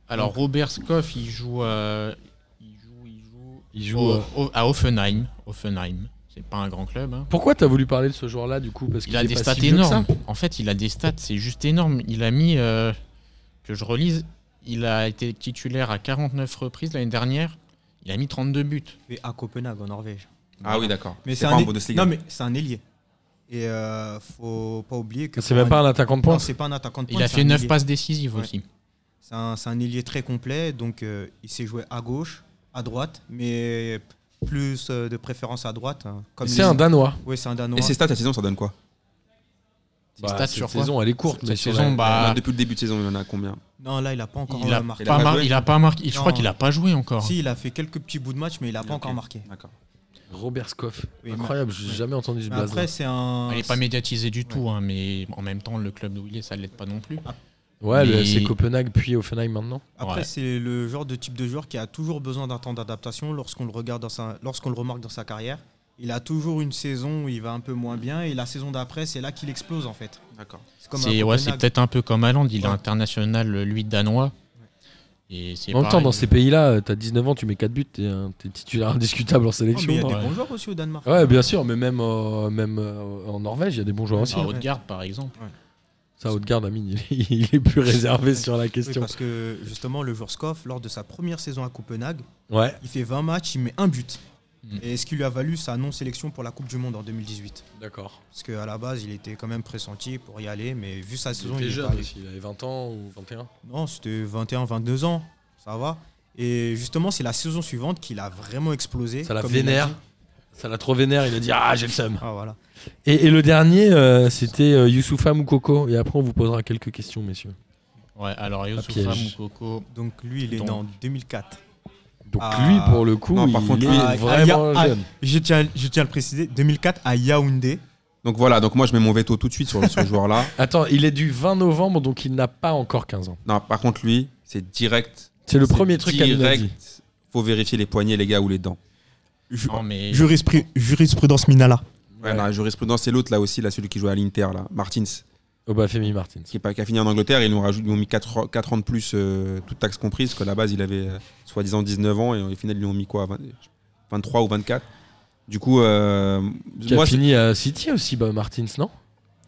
[SPEAKER 4] Alors Robert Skoff, il joue, euh, il joue, il joue,
[SPEAKER 3] Il joue,
[SPEAKER 4] au-
[SPEAKER 3] euh,
[SPEAKER 4] au- à Offenheim. Offenheim, c'est pas un grand club. hein.
[SPEAKER 3] Pourquoi t'as voulu parler de ce joueur-là du coup Parce qu'il
[SPEAKER 4] Il a
[SPEAKER 3] est
[SPEAKER 4] des
[SPEAKER 3] pas
[SPEAKER 4] stats
[SPEAKER 3] si vieux que ça.
[SPEAKER 4] énormes. En fait, il a des stats, c'est juste énorme. Il a mis, euh, que je relise, il a été titulaire à 49 reprises l'année dernière. Il a mis 32 buts.
[SPEAKER 5] Mais à Copenhague, en Norvège.
[SPEAKER 6] Ah oui, d'accord.
[SPEAKER 5] Mais
[SPEAKER 6] c'est pas en
[SPEAKER 5] ailier-
[SPEAKER 6] Bundesliga.
[SPEAKER 5] Non, mais c'est un ailier. Et euh, faut pas oublier que.
[SPEAKER 3] C'est même pas un attaquant de
[SPEAKER 5] Non,
[SPEAKER 3] pointe.
[SPEAKER 5] c'est pas un attaquant de
[SPEAKER 4] Il
[SPEAKER 5] pointe,
[SPEAKER 4] a
[SPEAKER 5] c'est
[SPEAKER 4] fait
[SPEAKER 5] un
[SPEAKER 4] 9
[SPEAKER 5] ailier.
[SPEAKER 4] passes décisives
[SPEAKER 5] Ouais.
[SPEAKER 4] aussi.
[SPEAKER 5] C'est un, c'est un ailier très complet, donc euh, il s'est joué à gauche, à droite, mais plus euh, de préférence à droite. hein, comme
[SPEAKER 3] C'est
[SPEAKER 5] les-
[SPEAKER 3] un Danois.
[SPEAKER 5] Ouais, c'est un Danois.
[SPEAKER 6] Et ses stats, la saison, ça donne quoi
[SPEAKER 4] Ses
[SPEAKER 3] Bah,
[SPEAKER 4] stats
[SPEAKER 3] cette
[SPEAKER 4] sur quoi
[SPEAKER 3] saison, elle est courte,
[SPEAKER 4] Cette
[SPEAKER 3] mais sur la-
[SPEAKER 4] saison,
[SPEAKER 6] Là,
[SPEAKER 4] bah,
[SPEAKER 6] Depuis le début de saison, il en a combien
[SPEAKER 5] Non, là, il n'a pas encore
[SPEAKER 4] il a
[SPEAKER 5] euh, marqué.
[SPEAKER 6] il
[SPEAKER 4] pas
[SPEAKER 6] a pas
[SPEAKER 4] mar-
[SPEAKER 6] joué
[SPEAKER 4] il a pas marqué. Je crois
[SPEAKER 5] Non.
[SPEAKER 4] qu'il a pas joué encore.
[SPEAKER 5] Si, il a fait quelques petits bouts de match, mais il n'a pas encore
[SPEAKER 6] Ok.
[SPEAKER 5] marqué.
[SPEAKER 6] D'accord.
[SPEAKER 3] Robert Skoff.
[SPEAKER 5] Oui,
[SPEAKER 3] Incroyable, j'ai
[SPEAKER 5] ouais.
[SPEAKER 3] jamais entendu ce
[SPEAKER 5] Mais
[SPEAKER 3] blaze.
[SPEAKER 5] après, c'est un.
[SPEAKER 4] Il n'est pas médiatisé du tout, hein, mais en même temps, le club d'où il est, ça ne l'aide pas non plus.
[SPEAKER 3] Ouais, le
[SPEAKER 4] Mais-
[SPEAKER 3] FC Copenhague puis Offenheim maintenant.
[SPEAKER 5] Après,
[SPEAKER 4] Ouais.
[SPEAKER 5] c'est le genre de type de joueur qui a toujours besoin d'un temps d'adaptation lorsqu'on le regarde dans sa... lorsqu'on le remarque dans sa carrière. Il a toujours une saison où il va un peu moins bien et la saison d'après, c'est là qu'il explose en fait.
[SPEAKER 6] D'accord.
[SPEAKER 5] comme
[SPEAKER 4] C'est
[SPEAKER 5] un
[SPEAKER 4] ouais, c'est
[SPEAKER 5] Copenhague.
[SPEAKER 4] peut-être un peu comme Haaland, il est
[SPEAKER 5] Ouais.
[SPEAKER 4] international, lui, danois. Et c'est
[SPEAKER 3] En même temps,
[SPEAKER 4] pareil.
[SPEAKER 3] dans ces pays-là, euh, t'as 19 ans, tu mets 4 buts, t'es un- t'es titulaire indiscutable en
[SPEAKER 5] Oh,
[SPEAKER 3] sélection. hein.
[SPEAKER 5] mais il y a
[SPEAKER 4] ouais.
[SPEAKER 5] des bons joueurs aussi au Danemark.
[SPEAKER 3] Ouais, bien sûr, mais même, euh, même euh, en Norvège, il y a des bons joueurs aussi. hein.
[SPEAKER 4] à
[SPEAKER 5] ouais.
[SPEAKER 4] Haute-Garde, par exemple.
[SPEAKER 3] Ça, Haute-Garde, Amine, il, il est plus réservé sur la
[SPEAKER 5] Oui,
[SPEAKER 3] question.
[SPEAKER 5] parce que justement, le joueur Skoff, lors de sa première saison à Copenhague,
[SPEAKER 3] Ouais,
[SPEAKER 5] il fait 20 matchs, il met un but.
[SPEAKER 4] Mm.
[SPEAKER 5] Et ce qui lui a valu sa non-sélection pour la Coupe du Monde en 2018.
[SPEAKER 3] d'accord.
[SPEAKER 5] Parce qu'à la base, il était quand même pressenti pour y aller, mais vu sa
[SPEAKER 3] Il
[SPEAKER 5] saison,
[SPEAKER 3] était
[SPEAKER 5] il est pas
[SPEAKER 3] jeune
[SPEAKER 5] allé.
[SPEAKER 3] aussi, il avait 20 ans ou 21.
[SPEAKER 5] Non, c'était 21, 22 ans, ça va. Et justement, c'est la saison suivante qu'il a vraiment explosé.
[SPEAKER 3] Ça la
[SPEAKER 5] comme il a
[SPEAKER 3] vénère.
[SPEAKER 5] dit.
[SPEAKER 3] Ça l'a trop vénère, il a dit Ah, j'ai le seum.
[SPEAKER 5] Ah voilà.
[SPEAKER 3] Et, et le dernier, euh, c'était euh, Youssoufa Moukoko. Et après, on vous posera quelques questions, messieurs.
[SPEAKER 4] Ouais, alors Youssoufa
[SPEAKER 3] Ah, piège.
[SPEAKER 4] Moukoko,
[SPEAKER 5] Donc lui, il est
[SPEAKER 4] Donc.
[SPEAKER 5] né en 2004.
[SPEAKER 3] Donc,
[SPEAKER 5] Ah.
[SPEAKER 3] lui, pour le coup,
[SPEAKER 6] Non, par
[SPEAKER 3] il
[SPEAKER 6] contre,
[SPEAKER 3] est
[SPEAKER 6] lui-
[SPEAKER 5] Ah,
[SPEAKER 3] vraiment
[SPEAKER 5] ah,
[SPEAKER 3] jeune.
[SPEAKER 5] Je tiens, je tiens à le préciser, 2004 à Yaoundé.
[SPEAKER 6] Donc voilà, donc moi je mets mon veto tout de suite sur, sur ce joueur-là.
[SPEAKER 3] Attends, il est du 20 novembre, donc il n'a pas encore 15 ans.
[SPEAKER 6] Non, par contre lui, c'est direct.
[SPEAKER 3] C'est le
[SPEAKER 6] C'est
[SPEAKER 3] premier truc qu'Amine a dit.
[SPEAKER 6] Direct. Faut vérifier les poignets, les gars, ou les dents.
[SPEAKER 5] Ju-
[SPEAKER 4] non, mais
[SPEAKER 5] jurispru- jurisprudence Minala.
[SPEAKER 6] Ouais,
[SPEAKER 3] Ouais.
[SPEAKER 6] non, la jurisprudence, c'est l'autre là aussi, là, celui qui joue à l'Inter, là, Martins,
[SPEAKER 3] Obafemi Oh, bah, Martins.
[SPEAKER 6] qui, est pas, qui a fini en Angleterre. Ils nous, rajoute, ils nous ont mis 4, ans de plus, euh, toutes taxes comprises, parce qu'à la base, il avait euh, soi-disant 19 ans, et au final, ils lui ont mis quoi 20 23 ou 24 Du coup, euh,
[SPEAKER 3] Qui
[SPEAKER 6] moi,
[SPEAKER 3] a fini à City aussi, bah, Martins, non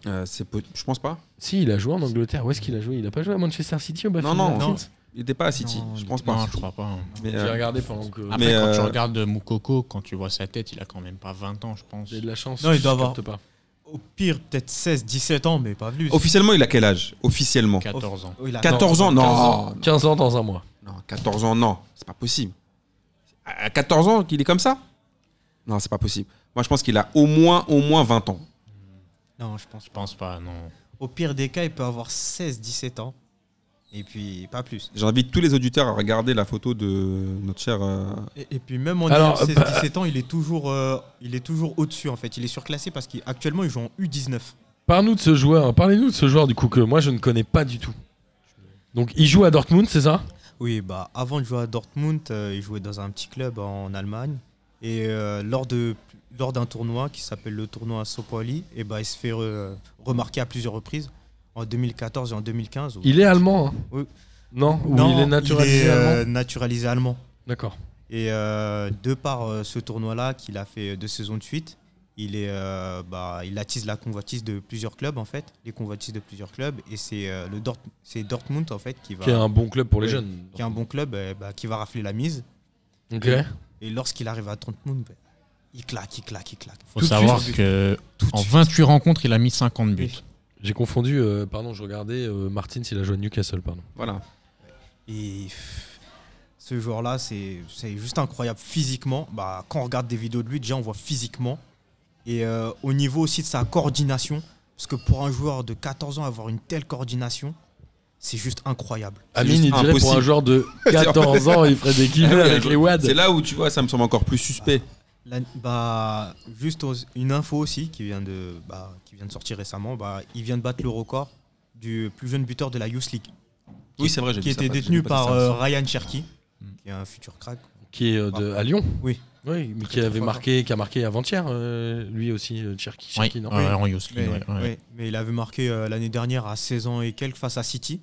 [SPEAKER 6] c'est- euh, c'est po- je pense pas.
[SPEAKER 3] Si, il a joué en Angleterre. Où est-ce qu'il a joué Il a pas joué à Manchester City, Obafemi
[SPEAKER 6] Non, non,
[SPEAKER 3] Martins
[SPEAKER 6] Il n'était pas à City,
[SPEAKER 5] Non,
[SPEAKER 6] je pense pas.
[SPEAKER 4] non, je crois pas. hein.
[SPEAKER 6] Mais,
[SPEAKER 3] J'ai
[SPEAKER 6] euh,
[SPEAKER 3] regardé pendant que.
[SPEAKER 4] Après,
[SPEAKER 6] Mais,
[SPEAKER 4] quand tu
[SPEAKER 6] euh,
[SPEAKER 4] regardes Moukoko, quand tu vois sa tête, il a quand même pas 20 ans, je pense.
[SPEAKER 3] J'ai de la chance.
[SPEAKER 5] Non, il
[SPEAKER 3] je
[SPEAKER 5] doit avoir-
[SPEAKER 3] capte pas.
[SPEAKER 5] Au pire, peut-être 16, 17 ans, mais pas plus.
[SPEAKER 6] officiellement, il a quel âge Officiellement
[SPEAKER 4] 14 ans.
[SPEAKER 5] Oh, il a-
[SPEAKER 6] 14 ans, non.
[SPEAKER 3] 15 ans, 15 ans dans un mois.
[SPEAKER 6] Non, 14 ans, non, c'est pas possible. À à 14 ans qu'il est comme ça Non, c'est pas possible. Moi, je pense qu'il a au moins, au moins 20 ans.
[SPEAKER 5] Non, je pense.
[SPEAKER 4] Je pense pas, non.
[SPEAKER 5] Au pire des cas, il peut avoir 16, 17 ans. Et puis, pas plus.
[SPEAKER 6] J'invite tous les auditeurs à regarder la photo de notre cher. euh,
[SPEAKER 5] Et, et puis, même en
[SPEAKER 3] Alors,
[SPEAKER 5] ayant 16,
[SPEAKER 3] bah-
[SPEAKER 5] 17 ans, il est toujours, euh, il est toujours au-dessus, en fait. Il est surclassé parce qu'actuellement, il joue en U19.
[SPEAKER 3] Parle-nous de ce joueur. Parlez-nous de ce joueur, du coup, que moi, je ne connais pas du tout. Donc, il joue à Dortmund, c'est ça
[SPEAKER 5] Oui, bah, avant de jouer à Dortmund, euh, il jouait dans un petit club en Allemagne. Et euh, lors de lors d'un tournoi qui s'appelle le tournoi à Sopoli, et bah, il se fait euh, remarquer à plusieurs reprises en 2014 et en 2015. où-
[SPEAKER 3] Il est allemand. hein
[SPEAKER 5] Oui.
[SPEAKER 3] Non, ou
[SPEAKER 5] Non,
[SPEAKER 3] il est naturalisé
[SPEAKER 5] il est, euh,
[SPEAKER 3] allemand.
[SPEAKER 5] naturalisé allemand.
[SPEAKER 3] D'accord.
[SPEAKER 5] Et euh, de par euh, ce tournoi-là qu'il a fait euh, deux saisons de suite, il, est, euh, bah, il attise la convoitise de plusieurs clubs, en fait, les convoitises de plusieurs clubs. Et c'est euh, le Dort- c'est Dortmund, en fait, qui, va,
[SPEAKER 3] Qui est un bon club pour les
[SPEAKER 5] bah, Oui.
[SPEAKER 3] jeunes.
[SPEAKER 5] qui est un bon club, euh, bah, qui va rafler la mise.
[SPEAKER 3] Ok.
[SPEAKER 5] Et lorsqu'il arrive à Dortmund, ben, il claque, il claque, il claque.
[SPEAKER 4] Faut
[SPEAKER 5] Tout de
[SPEAKER 4] savoir
[SPEAKER 5] suite.
[SPEAKER 4] que
[SPEAKER 5] Tout de
[SPEAKER 4] en
[SPEAKER 5] suite.
[SPEAKER 4] 28 rencontres, il a mis 50 buts.
[SPEAKER 3] J'ai confondu. euh, pardon, je regardais. euh, Martins, il a joué à Newcastle, pardon.
[SPEAKER 6] voilà.
[SPEAKER 5] Et pff, ce joueur-là, c'est c'est juste incroyable physiquement. Bah, quand on regarde des vidéos de lui, déjà on voit physiquement. Et euh, au niveau aussi de sa coordination, parce que pour un joueur de 14 ans, avoir une telle coordination, c'est juste incroyable.
[SPEAKER 6] C'est
[SPEAKER 3] Amine,
[SPEAKER 6] juste
[SPEAKER 3] il dirait pour
[SPEAKER 6] impossible.
[SPEAKER 3] un joueur de 14 ans, il ferait des
[SPEAKER 5] Ah
[SPEAKER 3] kilomètres avec les
[SPEAKER 6] C'est
[SPEAKER 3] wads.
[SPEAKER 6] là où tu vois, ça me semble encore plus suspect.
[SPEAKER 3] Ah.
[SPEAKER 5] La- bah, juste aux- une info aussi qui vient de, bah, qui vient de sortir récemment, bah, il vient de battre le record du plus jeune buteur de la Youth League,
[SPEAKER 6] oui, c'est vrai, j'ai
[SPEAKER 5] qui
[SPEAKER 6] vu ça,
[SPEAKER 5] était
[SPEAKER 6] j'ai vu
[SPEAKER 5] détenu
[SPEAKER 6] passer
[SPEAKER 5] par
[SPEAKER 6] ça.
[SPEAKER 5] euh, Ryan Cherky,
[SPEAKER 4] Mm.
[SPEAKER 5] qui est un futur crack.
[SPEAKER 3] Qui est euh, de, à Lyon.
[SPEAKER 5] Bah. Oui.
[SPEAKER 3] Oui, mais qui
[SPEAKER 5] très
[SPEAKER 3] avait
[SPEAKER 5] fort.
[SPEAKER 3] marqué, qui a marqué avant-hier, euh, lui aussi, euh, Cherki.
[SPEAKER 4] Ouais,
[SPEAKER 3] Cherki, non
[SPEAKER 4] ouais, en Youth
[SPEAKER 5] Mais,
[SPEAKER 4] League, ouais, ouais.
[SPEAKER 5] ouais, mais il avait marqué euh, l'année dernière à 16 ans et quelques face à City.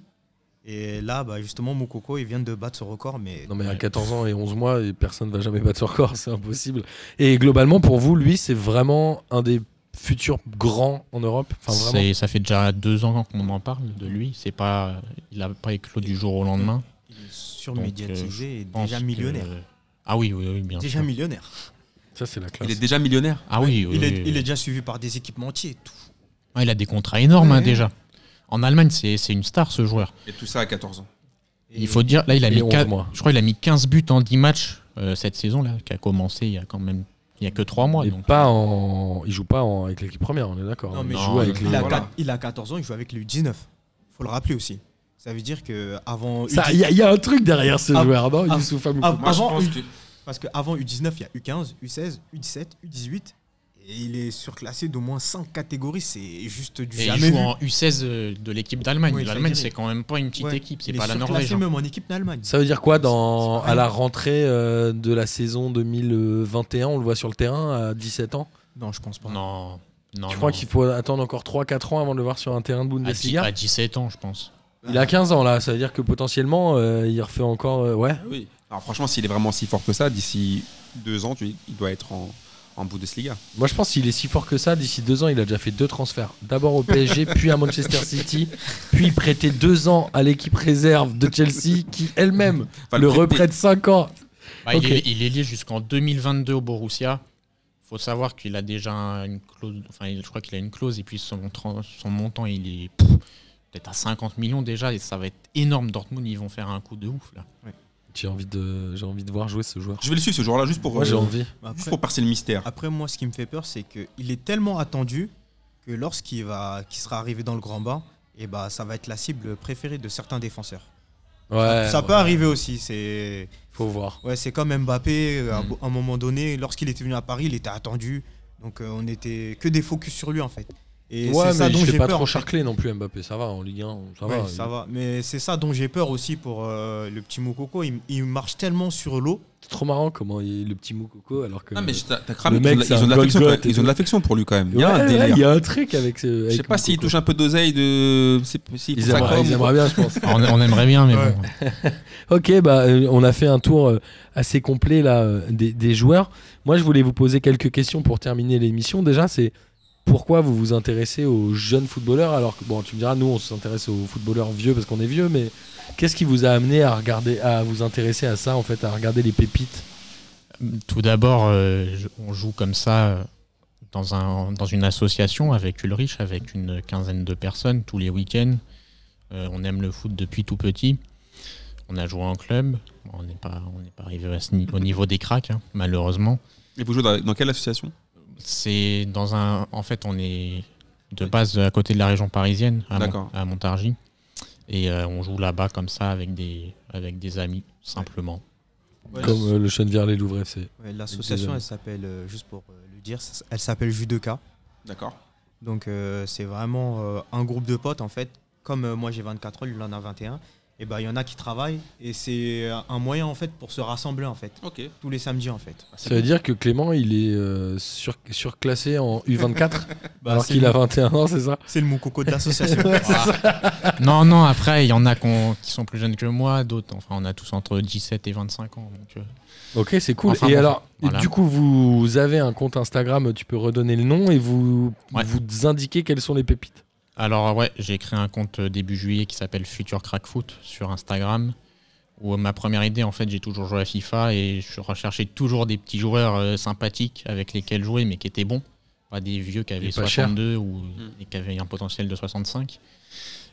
[SPEAKER 5] Et là, bah, justement, Moukoko, il vient de battre ce record. Mais
[SPEAKER 3] Non mais à
[SPEAKER 4] Ouais.
[SPEAKER 3] 14 ans et 11 mois, et personne ne va jamais battre son record, c'est impossible. Et globalement, pour vous, lui, c'est vraiment un des futurs grands en Europe. Enfin, vraiment.
[SPEAKER 4] C'est- ça fait déjà deux ans qu'on en parle de lui. C'est pas, il a pas éclos du jour au lendemain.
[SPEAKER 5] il est surmédiatisé et
[SPEAKER 4] euh, Je pense
[SPEAKER 5] déjà
[SPEAKER 4] que-
[SPEAKER 5] millionnaire.
[SPEAKER 4] Ah oui, oui, oui, bien
[SPEAKER 5] Déjà
[SPEAKER 4] sûr.
[SPEAKER 5] millionnaire.
[SPEAKER 3] Ça, c'est la classe.
[SPEAKER 6] Il est déjà millionnaire.
[SPEAKER 4] Ah oui, oui,
[SPEAKER 5] il, est,
[SPEAKER 4] oui, oui.
[SPEAKER 5] il est déjà suivi par des équipementiers et tout.
[SPEAKER 4] Ah, il a des contrats énormes hein,
[SPEAKER 5] Ouais.
[SPEAKER 4] déjà. En Allemagne, c'est c'est une star ce joueur.
[SPEAKER 6] Et tout ça à 14 ans.
[SPEAKER 5] Et
[SPEAKER 4] il faut dire, là, il a
[SPEAKER 3] et
[SPEAKER 4] mis
[SPEAKER 3] 11
[SPEAKER 4] quat-
[SPEAKER 3] mois.
[SPEAKER 4] je crois qu'il a mis 15 buts en 10 matchs euh, cette saison là, qui a commencé il y a quand même, il y a que 3 mois.
[SPEAKER 3] Et
[SPEAKER 4] donc.
[SPEAKER 3] pas en... Il joue pas en... avec l'équipe première, on est d'accord.
[SPEAKER 5] Non, mais
[SPEAKER 3] il
[SPEAKER 4] non,
[SPEAKER 3] joue avec
[SPEAKER 5] il,
[SPEAKER 3] les...
[SPEAKER 5] a
[SPEAKER 6] Voilà.
[SPEAKER 5] quat- il a 14 ans, il joue avec les U19. faut le rappeler aussi. Ça veut dire que avant
[SPEAKER 3] Ça,
[SPEAKER 5] U10
[SPEAKER 3] Il y, a- il y a un truc derrière ce
[SPEAKER 5] Ah,
[SPEAKER 3] joueur, non
[SPEAKER 5] ah,
[SPEAKER 3] Youssoupha Moukoko.
[SPEAKER 5] av-
[SPEAKER 6] Moi, je
[SPEAKER 5] avant
[SPEAKER 6] pense
[SPEAKER 5] U-
[SPEAKER 6] que.
[SPEAKER 5] Parce qu'avant U19, il y a U15, U16, U17, U18. Et il est surclassé d'au moins 5 catégories, c'est juste du
[SPEAKER 4] Et il
[SPEAKER 5] jamais
[SPEAKER 4] joue
[SPEAKER 5] vu.
[SPEAKER 4] en U16 de l'équipe d'Allemagne.
[SPEAKER 5] Oui,
[SPEAKER 4] L'Allemagne,
[SPEAKER 5] je
[SPEAKER 4] c'est
[SPEAKER 5] dirais.
[SPEAKER 4] quand même pas une petite
[SPEAKER 5] Ouais.
[SPEAKER 4] équipe, c'est
[SPEAKER 5] Il est
[SPEAKER 4] pas la
[SPEAKER 5] surclassé
[SPEAKER 4] Norvège. hein.
[SPEAKER 5] même en équipe d'Allemagne.
[SPEAKER 3] Ça veut dire quoi
[SPEAKER 5] C'est-
[SPEAKER 3] dans,
[SPEAKER 5] c'est pas
[SPEAKER 3] à la rentrée euh, de la saison 2021 On le voit sur le terrain à 17 ans.
[SPEAKER 5] Non, je pense pas.
[SPEAKER 4] Non, non.
[SPEAKER 3] Je crois
[SPEAKER 4] non.
[SPEAKER 3] qu'il faut attendre encore 3-4 ans avant de le voir sur un terrain de
[SPEAKER 4] À dix-
[SPEAKER 3] Bundesliga.
[SPEAKER 4] à 17 ans, je pense.
[SPEAKER 3] Il a 15 ans là, ça veut dire que potentiellement euh, il refait encore. euh, ouais.
[SPEAKER 6] Oui. Alors franchement, s'il est vraiment si fort que ça, d'ici deux ans, tu- il doit être en, en Bundesliga.
[SPEAKER 3] Moi je pense qu'il est si fort que ça, d'ici 2 ans il a déjà fait deux transferts. D'abord au PSG, puis à Manchester City, puis prêté 2 ans à l'équipe réserve de Chelsea qui elle-même
[SPEAKER 6] Enfin,
[SPEAKER 3] le
[SPEAKER 6] prêter-
[SPEAKER 3] reprête 5 ans.
[SPEAKER 4] Bah, il
[SPEAKER 3] Ok.
[SPEAKER 4] est- il, est, lié jusqu'en 2022 au Borussia. faut savoir qu'il a déjà une clause, enfin il- je crois qu'il a une clause et puis son, tran- son montant il est pff, peut-être à 50 millions déjà et ça va être énorme. Dortmund, ils vont faire un coup de ouf là.
[SPEAKER 3] J'ai envie de, j'ai envie de voir jouer ce joueur.
[SPEAKER 6] Je vais le suivre ce joueur-là juste pour,
[SPEAKER 3] Moi
[SPEAKER 6] euh,
[SPEAKER 3] j'ai envie.
[SPEAKER 6] juste
[SPEAKER 5] Après,
[SPEAKER 6] pour percer le mystère.
[SPEAKER 5] après, moi, ce qui me fait peur, c'est qu'il est tellement attendu que lorsqu'il va, qu'il sera arrivé dans le grand bain, et bah, ça va être la cible préférée de certains défenseurs.
[SPEAKER 3] Ouais.
[SPEAKER 5] ça
[SPEAKER 3] ouais.
[SPEAKER 5] peut arriver aussi. C'est
[SPEAKER 3] Faut voir.
[SPEAKER 5] ouais, c'est comme Mbappé. euh, À un
[SPEAKER 4] Mm.
[SPEAKER 5] bo- un moment donné, lorsqu'il était venu à Paris, il était attendu. Donc, euh, on était que des focus sur lui en fait. Et
[SPEAKER 3] ouais,
[SPEAKER 5] c'est ça
[SPEAKER 3] mais
[SPEAKER 5] dont
[SPEAKER 3] il fait
[SPEAKER 5] j'ai
[SPEAKER 3] pas
[SPEAKER 5] peur.
[SPEAKER 3] trop
[SPEAKER 5] en fait.
[SPEAKER 3] charcler non plus Mbappé. Ça va en Ligue 1, ça
[SPEAKER 5] Ouais,
[SPEAKER 3] va.
[SPEAKER 5] ça va. Mais c'est ça dont j'ai peur aussi pour euh, le petit Moukoko. Il, il marche tellement sur l'eau.
[SPEAKER 3] C'est trop marrant comment il, le petit Moukoko alors que.
[SPEAKER 6] Non, mais je- t'as- t'as
[SPEAKER 3] Euh, le
[SPEAKER 6] cramé.
[SPEAKER 3] mec,
[SPEAKER 6] Ils ont de
[SPEAKER 3] c'est
[SPEAKER 6] la- ils ont de
[SPEAKER 3] un
[SPEAKER 6] l'affection,
[SPEAKER 3] Golgot
[SPEAKER 6] quand- ils ont de l'affection pour lui quand même. Il y
[SPEAKER 3] Ouais,
[SPEAKER 6] a un
[SPEAKER 3] ouais,
[SPEAKER 6] délire.
[SPEAKER 3] Il y a un truc avec ce.
[SPEAKER 6] Je sais
[SPEAKER 3] avec
[SPEAKER 6] pas s'il
[SPEAKER 3] Moukoko.
[SPEAKER 6] touche un peu d'oseille de. C'est possible.
[SPEAKER 3] Ils aimeraient, ils aimeraient bien, je pense.
[SPEAKER 4] On, on aimerait bien, mais
[SPEAKER 5] Ouais.
[SPEAKER 4] bon.
[SPEAKER 3] ok, bah, euh, on a fait un tour euh, assez complet là, euh, des, des joueurs. Moi, je voulais vous poser quelques questions pour terminer l'émission. Déjà, c'est pourquoi vous vous intéressez aux jeunes footballeurs alors que, bon, tu me diras, nous, on s'intéresse aux footballeurs vieux parce qu'on est vieux, mais qu'est-ce qui vous a amené à, regarder, à vous intéresser à ça, en fait, à regarder les pépites
[SPEAKER 4] Tout d'abord, euh, je- on joue comme ça euh, dans, un, dans une association avec Ulrich, avec une quinzaine de personnes tous les week-ends. Euh, on aime le foot depuis tout petit. On a joué en club. Bon, On n'est pas, on n'est pas arrivé à ce ni- au niveau des cracks, hein, malheureusement.
[SPEAKER 6] Et vous jouez dans, dans quelle association
[SPEAKER 4] C'est dans un. En fait, on est de base à côté de la région parisienne, à, Mon-
[SPEAKER 6] D'accord.
[SPEAKER 4] à Montargis. Et euh, on joue là-bas comme ça avec des, avec des amis, simplement.
[SPEAKER 3] Comme euh, le Chenevière les Louvres FC.
[SPEAKER 5] Ouais, L'association,
[SPEAKER 3] Désolé.
[SPEAKER 5] elle s'appelle, euh, juste pour euh, le dire, ça s- elle s'appelle Judeca.
[SPEAKER 6] D'accord.
[SPEAKER 5] Donc euh, c'est vraiment euh, un groupe de potes en fait. Comme euh, moi j'ai 24 ans, lui il en a 21. Et ben il y en a qui travaillent et c'est euh, un moyen en fait pour se rassembler en fait
[SPEAKER 6] Ok.
[SPEAKER 5] tous les samedis en fait.
[SPEAKER 3] Ça veut dire que Clément, il est euh, sur- surclassé en U24 alors
[SPEAKER 5] Bah, c'est
[SPEAKER 3] qu'il
[SPEAKER 5] le-
[SPEAKER 3] a 21 ans, c'est ça
[SPEAKER 5] C'est le moukoko de l'association. Ah,
[SPEAKER 4] non, non, après, il y en a qu'on- qui sont plus jeunes que moi, d'autres. Enfin, on a tous entre 17 et 25 ans. Donc, euh,
[SPEAKER 3] Ok, c'est cool.
[SPEAKER 4] Enfin,
[SPEAKER 3] et
[SPEAKER 4] bon,
[SPEAKER 3] alors,
[SPEAKER 4] voilà.
[SPEAKER 3] du coup, vous avez un compte Instagram, tu peux redonner le nom et vous
[SPEAKER 4] Ouais.
[SPEAKER 3] vous indiquez quelles sont les pépites.
[SPEAKER 4] Alors ouais, j'ai créé un compte euh, début juillet qui s'appelle Future Crack Foot sur Instagram. Où euh, ma première idée, en fait, j'ai toujours joué à FIFA et je recherchais toujours des petits joueurs euh, sympathiques avec lesquels jouer, mais qui étaient bons, pas des vieux qui avaient
[SPEAKER 3] pas cher.
[SPEAKER 4] 62 ou et qui avaient un potentiel de 65.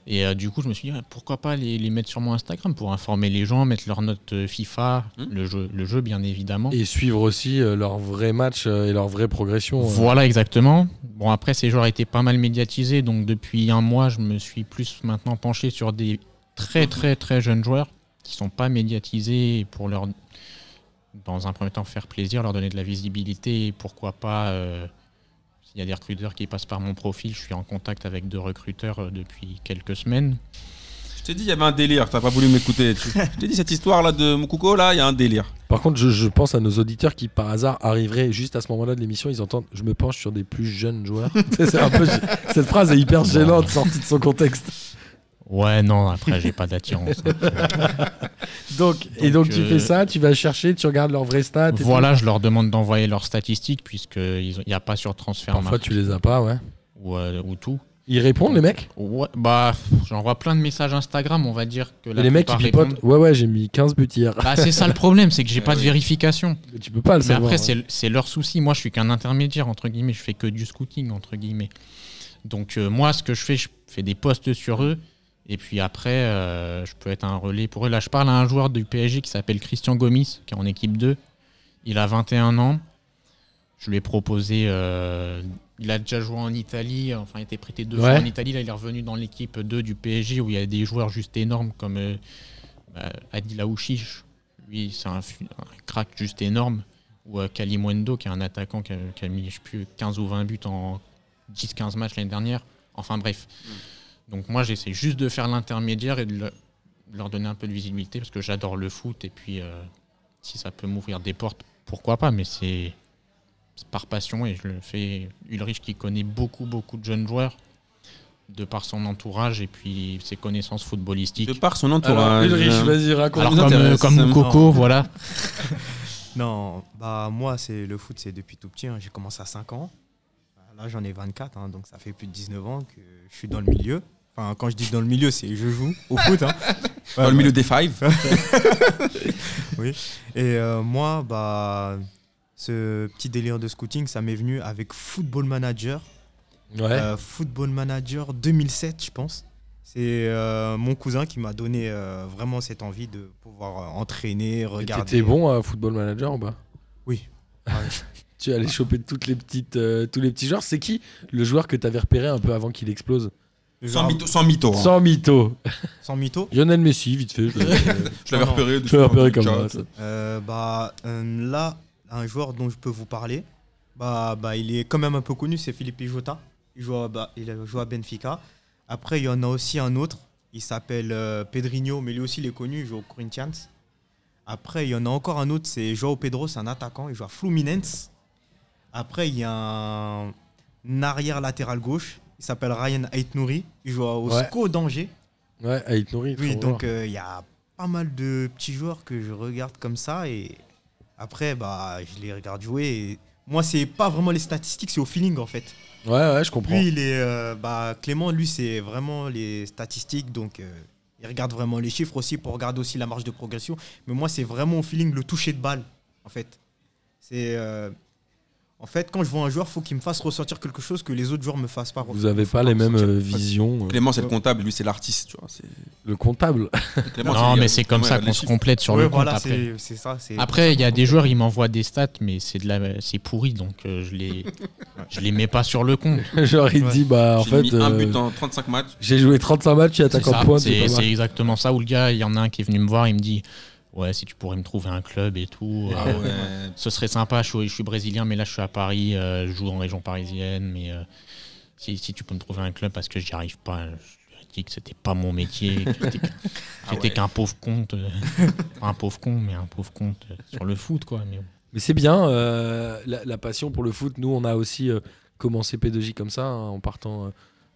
[SPEAKER 4] Et euh, du coup, je me suis dit ouais, pourquoi pas les, les mettre sur mon Instagram pour informer les gens, mettre leurs notes euh, FIFA,
[SPEAKER 6] Mhm.
[SPEAKER 4] le jeu, le jeu bien évidemment.
[SPEAKER 3] Et suivre aussi euh, leurs vrais matchs euh, et leur vraie progression. euh.
[SPEAKER 4] Voilà, exactement. Bon, après, ces joueurs étaient pas mal médiatisés, donc depuis un mois, je me suis plus maintenant penché sur des très, très, très jeunes joueurs qui sont pas médiatisés et pour leur, dans un premier temps, faire plaisir, leur donner de la visibilité et pourquoi pas. euh, s'il y a des recruteurs qui passent par mon profil, je suis en contact avec deux recruteurs euh, depuis quelques semaines.
[SPEAKER 6] Je t'ai dit, il y avait un délire. T'as pas voulu m'écouter. Tu- Je t'ai dit, cette histoire-là de Moukouko, là, il y a un délire.
[SPEAKER 3] Par contre, je, je pense à nos auditeurs qui, par hasard, arriveraient juste à ce moment-là de l'émission, ils entendent Je me penche sur des plus jeunes joueurs. C'est un peu- cette phrase est hyper gênante, sortie de son contexte.
[SPEAKER 4] Ouais, non, après, j'ai pas d'attirance.
[SPEAKER 3] Donc, et donc,
[SPEAKER 4] Donc,
[SPEAKER 3] tu
[SPEAKER 4] euh,
[SPEAKER 3] fais ça, tu vas chercher, tu regardes leurs vrais stats. et Ah, tout.
[SPEAKER 4] voilà, je leur demande d'envoyer leurs statistiques, puisqu'il n'y a pas sur
[SPEAKER 3] Parfois,
[SPEAKER 4] Transfermarkt
[SPEAKER 3] tu les as pas, ouais.
[SPEAKER 4] ou, euh, ou tout.
[SPEAKER 3] Ils répondent, les mecs
[SPEAKER 4] Ouais, bah, pff, j'envoie plein de messages Instagram, on va dire que la
[SPEAKER 3] Les mecs, ils
[SPEAKER 4] plupart
[SPEAKER 3] pipotent.
[SPEAKER 4] répondent.
[SPEAKER 3] Ouais, ouais, j'ai mis 15 buts hier.
[SPEAKER 4] Bah, c'est ça le problème, c'est que j'ai
[SPEAKER 6] Eh
[SPEAKER 4] pas de
[SPEAKER 6] oui.
[SPEAKER 4] vérification.
[SPEAKER 3] Tu peux pas le
[SPEAKER 4] Mais
[SPEAKER 3] savoir. hein.
[SPEAKER 4] après,
[SPEAKER 3] ouais.
[SPEAKER 4] c'est- c'est leur souci. Moi, je suis qu'un intermédiaire, entre guillemets, je fais que du scouting, entre guillemets. Donc, euh, moi, ce que je fais, je fais des posts sur eux. Et puis après, euh, je peux être un relais pour eux. Là, je parle à un joueur du PSG qui s'appelle Christian Gomis, qui est en équipe 2. Il a 21 ans. Je lui ai proposé. euh, il a déjà joué en Italie, enfin, il était prêté deux
[SPEAKER 3] Ouais.
[SPEAKER 4] fois en Italie. Là, il est revenu dans l'équipe 2 du PSG où il y a des joueurs juste énormes comme euh, bah, Adil Aouchiche. Lui, c'est un, fu- un crack juste énorme. Ou euh, Kalimwendo, qui est un attaquant qui a, qui a mis, je sais plus, 15 ou 20 buts en 10-15 matchs l'année dernière. Enfin bref. Donc moi, j'essaie juste de faire l'intermédiaire et de, le- de leur donner un peu de visibilité parce que j'adore le foot. Et puis, euh, si ça peut m'ouvrir des portes, pourquoi pas Mais c'est c'est par passion et je le fais. Ulrich, qui connaît beaucoup, beaucoup de jeunes joueurs, de par son entourage et puis ses connaissances footballistiques.
[SPEAKER 6] De par son
[SPEAKER 3] Alors,
[SPEAKER 6] entourage.
[SPEAKER 3] Ulrich, vas-y, raconte.
[SPEAKER 6] Alors,
[SPEAKER 4] Alors
[SPEAKER 6] nous
[SPEAKER 4] comme, euh,
[SPEAKER 6] intéresse, ça
[SPEAKER 4] comme
[SPEAKER 6] me-
[SPEAKER 4] Coco, voilà.
[SPEAKER 5] Non, bah moi c'est le foot c'est depuis tout petit, hein. j'ai commencé à 5 ans. Là j'en ai 24 hein, donc ça fait plus de 19 ans que je suis dans le milieu. Enfin quand je dis dans le milieu c'est je joue au foot hein.
[SPEAKER 6] dans
[SPEAKER 5] Ouais,
[SPEAKER 6] le milieu des five.
[SPEAKER 5] Et euh, moi, bah, ce petit délire de scouting, ça m'est venu avec Football Manager.
[SPEAKER 3] Ouais.
[SPEAKER 5] Euh, Football Manager 2007, je pense. C'est euh, mon cousin qui m'a donné euh, vraiment cette envie de pouvoir euh, entraîner,
[SPEAKER 3] Et
[SPEAKER 5] regarder.
[SPEAKER 3] T'étais bon à Football Manager ou pas
[SPEAKER 5] Oui.
[SPEAKER 3] Tu allais choper toutes les petites, euh, tous les petits joueurs. C'est qui le joueur que t'avais repéré un peu avant qu'il explose
[SPEAKER 6] Sans
[SPEAKER 5] Genre,
[SPEAKER 6] mytho. Sans mytho, hein.
[SPEAKER 3] Sans mytho.
[SPEAKER 5] Sans mytho.
[SPEAKER 3] Lionel Messi, vite fait. Je l'avais
[SPEAKER 6] Je l'avais
[SPEAKER 5] Non, non.
[SPEAKER 6] repéré. de-
[SPEAKER 3] je l'avais repéré comme
[SPEAKER 6] Chat.
[SPEAKER 3] ça.
[SPEAKER 5] Euh, bah, euh, là, un joueur dont je peux vous parler, bah, bah, il est quand même un peu connu, c'est Philippe Jota. Il joue, à, bah, il a joué à Benfica. Après, il y en a aussi un autre, il s'appelle euh, Pedrinho, mais lui aussi il est connu, il joue au Corinthians. Après, il y en a encore un autre, c'est João Pedro, c'est un attaquant, il joue à Fluminense. Après, il y a un, un arrière latéral gauche, il s'appelle Ryan Aitnouri, il joue au
[SPEAKER 3] Ouais.
[SPEAKER 5] SCO d'Angers.
[SPEAKER 3] Ouais, à Itnouri.
[SPEAKER 5] Oui, donc euh, il y a pas mal de petits joueurs que je regarde comme ça et après, bah, je les regarde jouer. et Moi, c'est pas vraiment les statistiques, c'est au feeling en fait.
[SPEAKER 3] Ouais, ouais, je comprends.
[SPEAKER 5] Lui, il est, euh, bah, Clément, lui, c'est vraiment les statistiques, donc euh, il regarde vraiment les chiffres aussi pour regarder aussi la marge de progression. Mais moi, c'est vraiment au feeling, le toucher de balle en fait. C'est euh, en fait quand je vois un joueur, faut qu'il me fasse ressortir quelque chose que les autres joueurs me fassent pas.
[SPEAKER 3] Vous avez pas les mêmes euh, visions. euh,
[SPEAKER 6] Clément, c'est le comptable, lui, c'est l'artiste, tu vois. c'est-
[SPEAKER 3] Le comptable.
[SPEAKER 6] Clément,
[SPEAKER 4] Non,
[SPEAKER 6] c'est-
[SPEAKER 4] mais c'est comme
[SPEAKER 6] Ouais,
[SPEAKER 4] ça
[SPEAKER 6] les
[SPEAKER 4] qu'on se
[SPEAKER 6] chiffres.
[SPEAKER 4] complète sur
[SPEAKER 5] Ouais,
[SPEAKER 4] le compte
[SPEAKER 5] voilà,
[SPEAKER 4] après.
[SPEAKER 5] c'est c'est ça. c'est-
[SPEAKER 4] Après, il y a des joueurs, ils m'envoient des stats, mais c'est de la, c'est pourri, donc euh, je les, je les mets pas sur le compte.
[SPEAKER 3] Genre, il
[SPEAKER 5] Ouais.
[SPEAKER 3] dit, bah, en
[SPEAKER 6] J'ai
[SPEAKER 3] fait,
[SPEAKER 6] mis un
[SPEAKER 3] euh,
[SPEAKER 6] but en 35 matchs.
[SPEAKER 3] j'ai joué 35 matchs, j'ai
[SPEAKER 4] C'est
[SPEAKER 3] attaquant
[SPEAKER 4] ça,
[SPEAKER 3] de pointe.
[SPEAKER 4] c'est-
[SPEAKER 3] c'est pas
[SPEAKER 4] c'est
[SPEAKER 3] mal.
[SPEAKER 4] exactement ça. Où le gars, il y en a un qui est venu me voir, il me dit, ouais, si tu pourrais me trouver un club et tout, euh,
[SPEAKER 6] Ah ouais.
[SPEAKER 4] ce serait sympa. Je suis, je suis brésilien, mais là, je suis à Paris, euh, je joue en région parisienne, mais euh, si, si tu peux me trouver un club, parce que j'y arrive pas. Je lui ai dit que c'était pas mon métier, que j'étais qu'un- j'étais
[SPEAKER 6] Ah ouais.
[SPEAKER 4] qu'un pauvre compte, un pauvre con, mais un pauvre compte sur le foot, quoi. Mais
[SPEAKER 3] Mais c'est bien, euh, la, la passion pour le foot. Nous, on a aussi euh, commencé P2J comme ça, hein, en partant euh,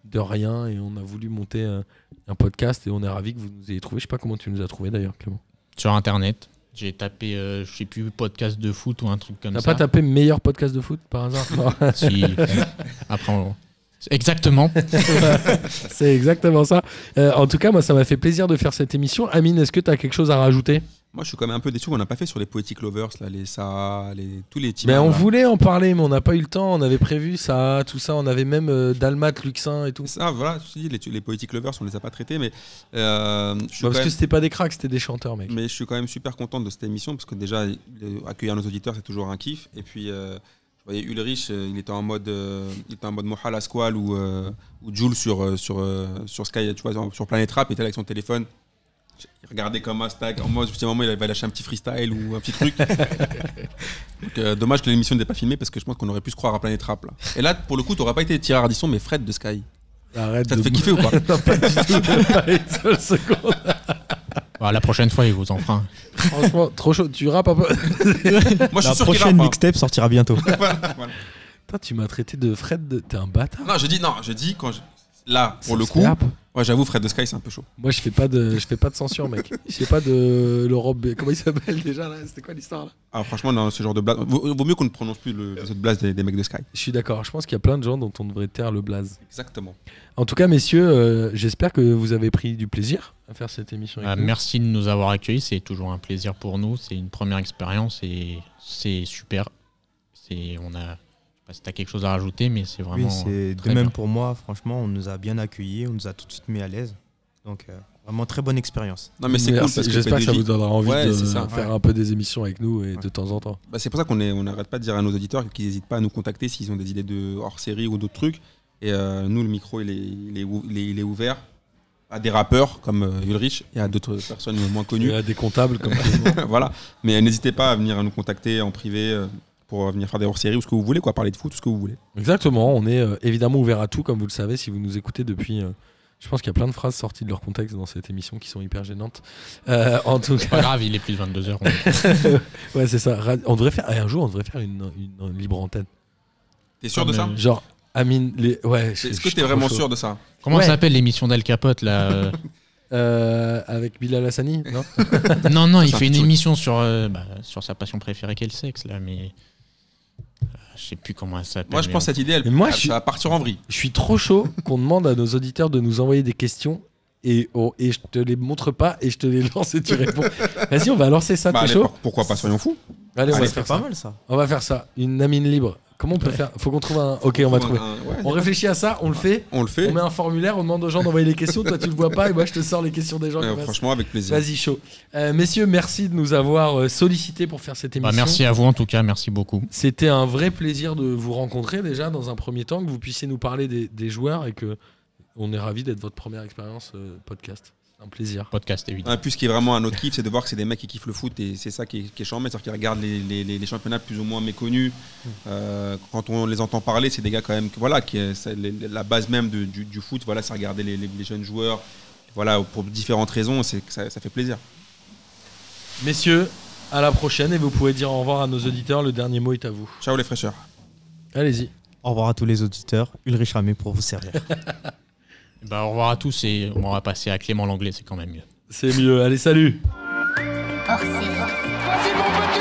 [SPEAKER 3] de rien, et on a voulu monter euh, un podcast, et on est ravis que vous nous ayez trouvé. Je sais pas comment tu nous as trouvé d'ailleurs, Clément.
[SPEAKER 4] sur internet. J'ai tapé, euh, je sais plus, podcast de foot ou un truc comme
[SPEAKER 3] T'as
[SPEAKER 4] ça.
[SPEAKER 3] pas tapé meilleur podcast de foot par hasard Non.
[SPEAKER 4] Si- Après, on- Exactement.
[SPEAKER 3] C'est exactement ça. Euh, en tout cas, moi, ça m'a fait plaisir de faire cette émission. Amine, est-ce que tu as quelque chose à rajouter
[SPEAKER 6] Moi, je suis quand même un peu déçu qu'on n'a pas fait sur les Poetic Lovers, là, les ça, les, tous les teams.
[SPEAKER 3] Mais Ben, on
[SPEAKER 6] là.
[SPEAKER 3] voulait en parler, mais on n'a pas eu le temps. On avait prévu ça, tout ça. On avait même euh, Dalmat, Luxin et tout.
[SPEAKER 6] Ça, voilà, je te dis, les, les Poetic Lovers, on les a pas traités, mais euh, je suis
[SPEAKER 3] Bah,
[SPEAKER 6] quand
[SPEAKER 3] parce que
[SPEAKER 6] même-
[SPEAKER 3] c'était pas des cracks, c'était des chanteurs, mec.
[SPEAKER 6] Mais je suis quand même super content de cette émission parce que déjà, le- accueillir nos auditeurs, c'est toujours un kiff. Et puis, euh, je voyais Ulrich, euh, il était en mode, euh, il était en mode Mohal Asqual ou, euh, ou Jules sur, euh, sur, euh, sur Sky, tu vois, sur- sur Planet Rap, il était là avec son téléphone. Il regardait comme un stack. En mode, justement, il avait lâcher un petit freestyle ou un petit truc. Donc, euh, dommage que l'émission n'était pas filmée parce que je pense qu'on aurait pu se croire à Planet Rap. Là. Et là, pour le coup, tu n'aurais pas été Thierry Ardisson, mais Fred de Sky.
[SPEAKER 3] Arrête
[SPEAKER 6] Ça te
[SPEAKER 3] de
[SPEAKER 6] fait kiffer ou pas
[SPEAKER 3] Non, pas du tout. Pas une seule seconde.
[SPEAKER 4] Bah, la prochaine fois, il vous en fera un.
[SPEAKER 3] Franchement, trop chaud. Tu rappes un peu.
[SPEAKER 6] Moi, je suis sûr qu'il
[SPEAKER 5] La
[SPEAKER 6] rappe,
[SPEAKER 5] prochaine
[SPEAKER 6] hein.
[SPEAKER 5] mixtape sortira bientôt.
[SPEAKER 6] Voilà, voilà.
[SPEAKER 3] Putain, tu m'as traité de Fred. de- T'es un bâtard.
[SPEAKER 6] Non, je dis, non, je dis, quand je- là,
[SPEAKER 3] Ça
[SPEAKER 6] pour le
[SPEAKER 3] se
[SPEAKER 6] coup,
[SPEAKER 3] rappe.
[SPEAKER 6] ouais, j'avoue, Fred de Sky, c'est un peu chaud.
[SPEAKER 3] Moi, je fais pas de, je fais pas de censure, mec. Je fais pas de l'Europe. Comment il s'appelle déjà là C'était quoi l'histoire là
[SPEAKER 6] Ah, franchement, non, ce genre de blague. Vaut, vaut mieux qu'on ne prononce plus le, cette blague des, des mecs de Sky.
[SPEAKER 3] Je suis d'accord. Je pense qu'il y a plein de gens dont on devrait taire le blaze.
[SPEAKER 6] Exactement.
[SPEAKER 3] En tout cas, messieurs, euh, j'espère que vous avez pris du plaisir à faire cette émission. avec
[SPEAKER 6] Ah,
[SPEAKER 4] Euh,
[SPEAKER 3] nous.
[SPEAKER 4] merci de nous avoir accueillis. C'est toujours un plaisir pour nous. C'est une première expérience et c'est super. C'est, on a, je sais pas si t'as quelque chose à rajouter, mais c'est
[SPEAKER 5] Oui,
[SPEAKER 4] vraiment. euh,
[SPEAKER 5] c'est de
[SPEAKER 4] très
[SPEAKER 5] même
[SPEAKER 4] bien.
[SPEAKER 5] pour moi. Franchement, on nous a bien accueillis, on nous a tout de suite mis à l'aise. Donc, euh, vraiment très bonne expérience.
[SPEAKER 6] Non, mais c'est cool
[SPEAKER 3] Merci.
[SPEAKER 6] parce que
[SPEAKER 3] J'espère que ça
[SPEAKER 6] PDJ
[SPEAKER 3] vous donnera envie
[SPEAKER 6] Ouais,
[SPEAKER 3] de
[SPEAKER 6] c'est ça,
[SPEAKER 3] faire un peu des émissions avec nous et de temps en temps.
[SPEAKER 6] bah, c'est pour ça qu'on est- on n'arrête pas de dire à nos auditeurs qu'ils n'hésitent pas à nous contacter s'ils ont des idées de hors série ou d'autres trucs. Et euh, nous, le micro, il est, il est, ou- il est- il est ouvert. Ah, à des rappeurs comme euh, Ulrich et à d'autres personnes moins
[SPEAKER 3] Il
[SPEAKER 6] connues.
[SPEAKER 3] y a des comptables comme
[SPEAKER 6] voilà. Mais euh, n'hésitez pas à venir nous contacter en privé euh, pour euh, venir faire des hors-séries ou ce que vous voulez, quoi, parler de foot, tout ce que vous voulez.
[SPEAKER 3] Exactement, on est euh, évidemment ouvert à tout, comme vous le savez, si vous nous écoutez depuis. euh, je pense qu'il y a plein de phrases sorties de leur contexte dans cette émission qui sont hyper gênantes. Euh, en tout
[SPEAKER 4] Pas
[SPEAKER 3] cas,
[SPEAKER 4] grave, il est plus de 22h.
[SPEAKER 3] ouais, c'est ça. Ra- On devrait faire eh, un jour, on devrait faire une, une- une libre antenne.
[SPEAKER 6] T'es sûr
[SPEAKER 4] Comme,
[SPEAKER 6] de ça
[SPEAKER 4] euh,
[SPEAKER 3] Genre, Amine, les... ouais. je- je
[SPEAKER 6] Est-ce que
[SPEAKER 3] suis
[SPEAKER 6] t'es
[SPEAKER 3] trop
[SPEAKER 6] vraiment
[SPEAKER 3] Ah, chaud.
[SPEAKER 6] sûr de ça
[SPEAKER 4] Comment
[SPEAKER 3] Ouais.
[SPEAKER 4] s'appelle l'émission d'Al Capote là euh
[SPEAKER 3] Euh, Avec Bilal Hassani, non
[SPEAKER 4] Non, non, il
[SPEAKER 6] Ça,
[SPEAKER 4] fait une
[SPEAKER 6] tu-
[SPEAKER 4] émission sur, euh, bah, sur sa passion préférée qu'est le sexe là, mais. Euh, Je sais plus comment elle s'appelle.
[SPEAKER 6] Moi, je
[SPEAKER 4] mais
[SPEAKER 6] pense que cette idée, elle,
[SPEAKER 3] Mais moi,
[SPEAKER 6] elle-
[SPEAKER 3] je suis-
[SPEAKER 6] ça va partir en vrille.
[SPEAKER 3] Je suis trop chaud qu'on demande à nos auditeurs de nous envoyer des questions et, on- et je te les montre pas et je te les lance et tu réponds. Vas-y, on va lancer ça,
[SPEAKER 6] Bah,
[SPEAKER 3] t'es
[SPEAKER 6] allez,
[SPEAKER 3] chaud
[SPEAKER 6] pour- pourquoi pas, soyons fous
[SPEAKER 3] Allez, on
[SPEAKER 5] Ça
[SPEAKER 3] va faire
[SPEAKER 6] Allez,
[SPEAKER 5] serait
[SPEAKER 3] ça.
[SPEAKER 5] pas mal ça.
[SPEAKER 3] On va faire ça. Une Amine libre. Comment on peut faire Faut qu'on trouve un. Ok, on va trouver.
[SPEAKER 6] Un- ouais,
[SPEAKER 3] On réfléchit à ça, on le fait.
[SPEAKER 6] On le fait.
[SPEAKER 3] On met un formulaire, on demande aux gens d'envoyer les questions. Toi, tu le vois pas, et moi, je te sors les questions des gens.
[SPEAKER 6] Euh,
[SPEAKER 3] qui passent.
[SPEAKER 6] franchement, avec plaisir.
[SPEAKER 3] Vas-y, chaud. Euh, messieurs, merci de nous avoir euh, sollicités pour faire cette
[SPEAKER 4] Bah,
[SPEAKER 3] émission.
[SPEAKER 4] merci à vous en tout cas, merci beaucoup.
[SPEAKER 3] C'était un vrai plaisir de vous rencontrer déjà dans un premier temps, que vous puissiez nous parler des, des joueurs et que on est ravis d'être votre première expérience euh, podcast. Un plaisir.
[SPEAKER 4] Podcast évidemment.
[SPEAKER 6] Ah, puis ce qui est vraiment un autre kiff, c'est de voir que c'est des mecs qui kiffent le foot et c'est ça qui est, qui est chiant, mais c'est-à-dire qu'ils regardent les, les- les- les championnats plus ou moins méconnus. Euh, quand on les entend parler, c'est des gars quand même, que- voilà, qui, est- c'est les- la base même de- du, du foot, voilà, c'est regarder les, les- les jeunes joueurs, voilà, pour différentes raisons, c'est que ça, ça fait plaisir.
[SPEAKER 3] Messieurs, à la prochaine et vous pouvez dire au revoir à nos auditeurs. Le dernier mot est à vous.
[SPEAKER 6] Ciao les fraîcheurs.
[SPEAKER 3] Allez-y.
[SPEAKER 5] Au revoir à tous les auditeurs. Ulrich Ramé pour vous servir.
[SPEAKER 4] Bah, au revoir à tous et on va passer à Clément Langlais, c'est quand même mieux.
[SPEAKER 3] C'est mieux. Allez, salut.
[SPEAKER 1] Vas-y mon petit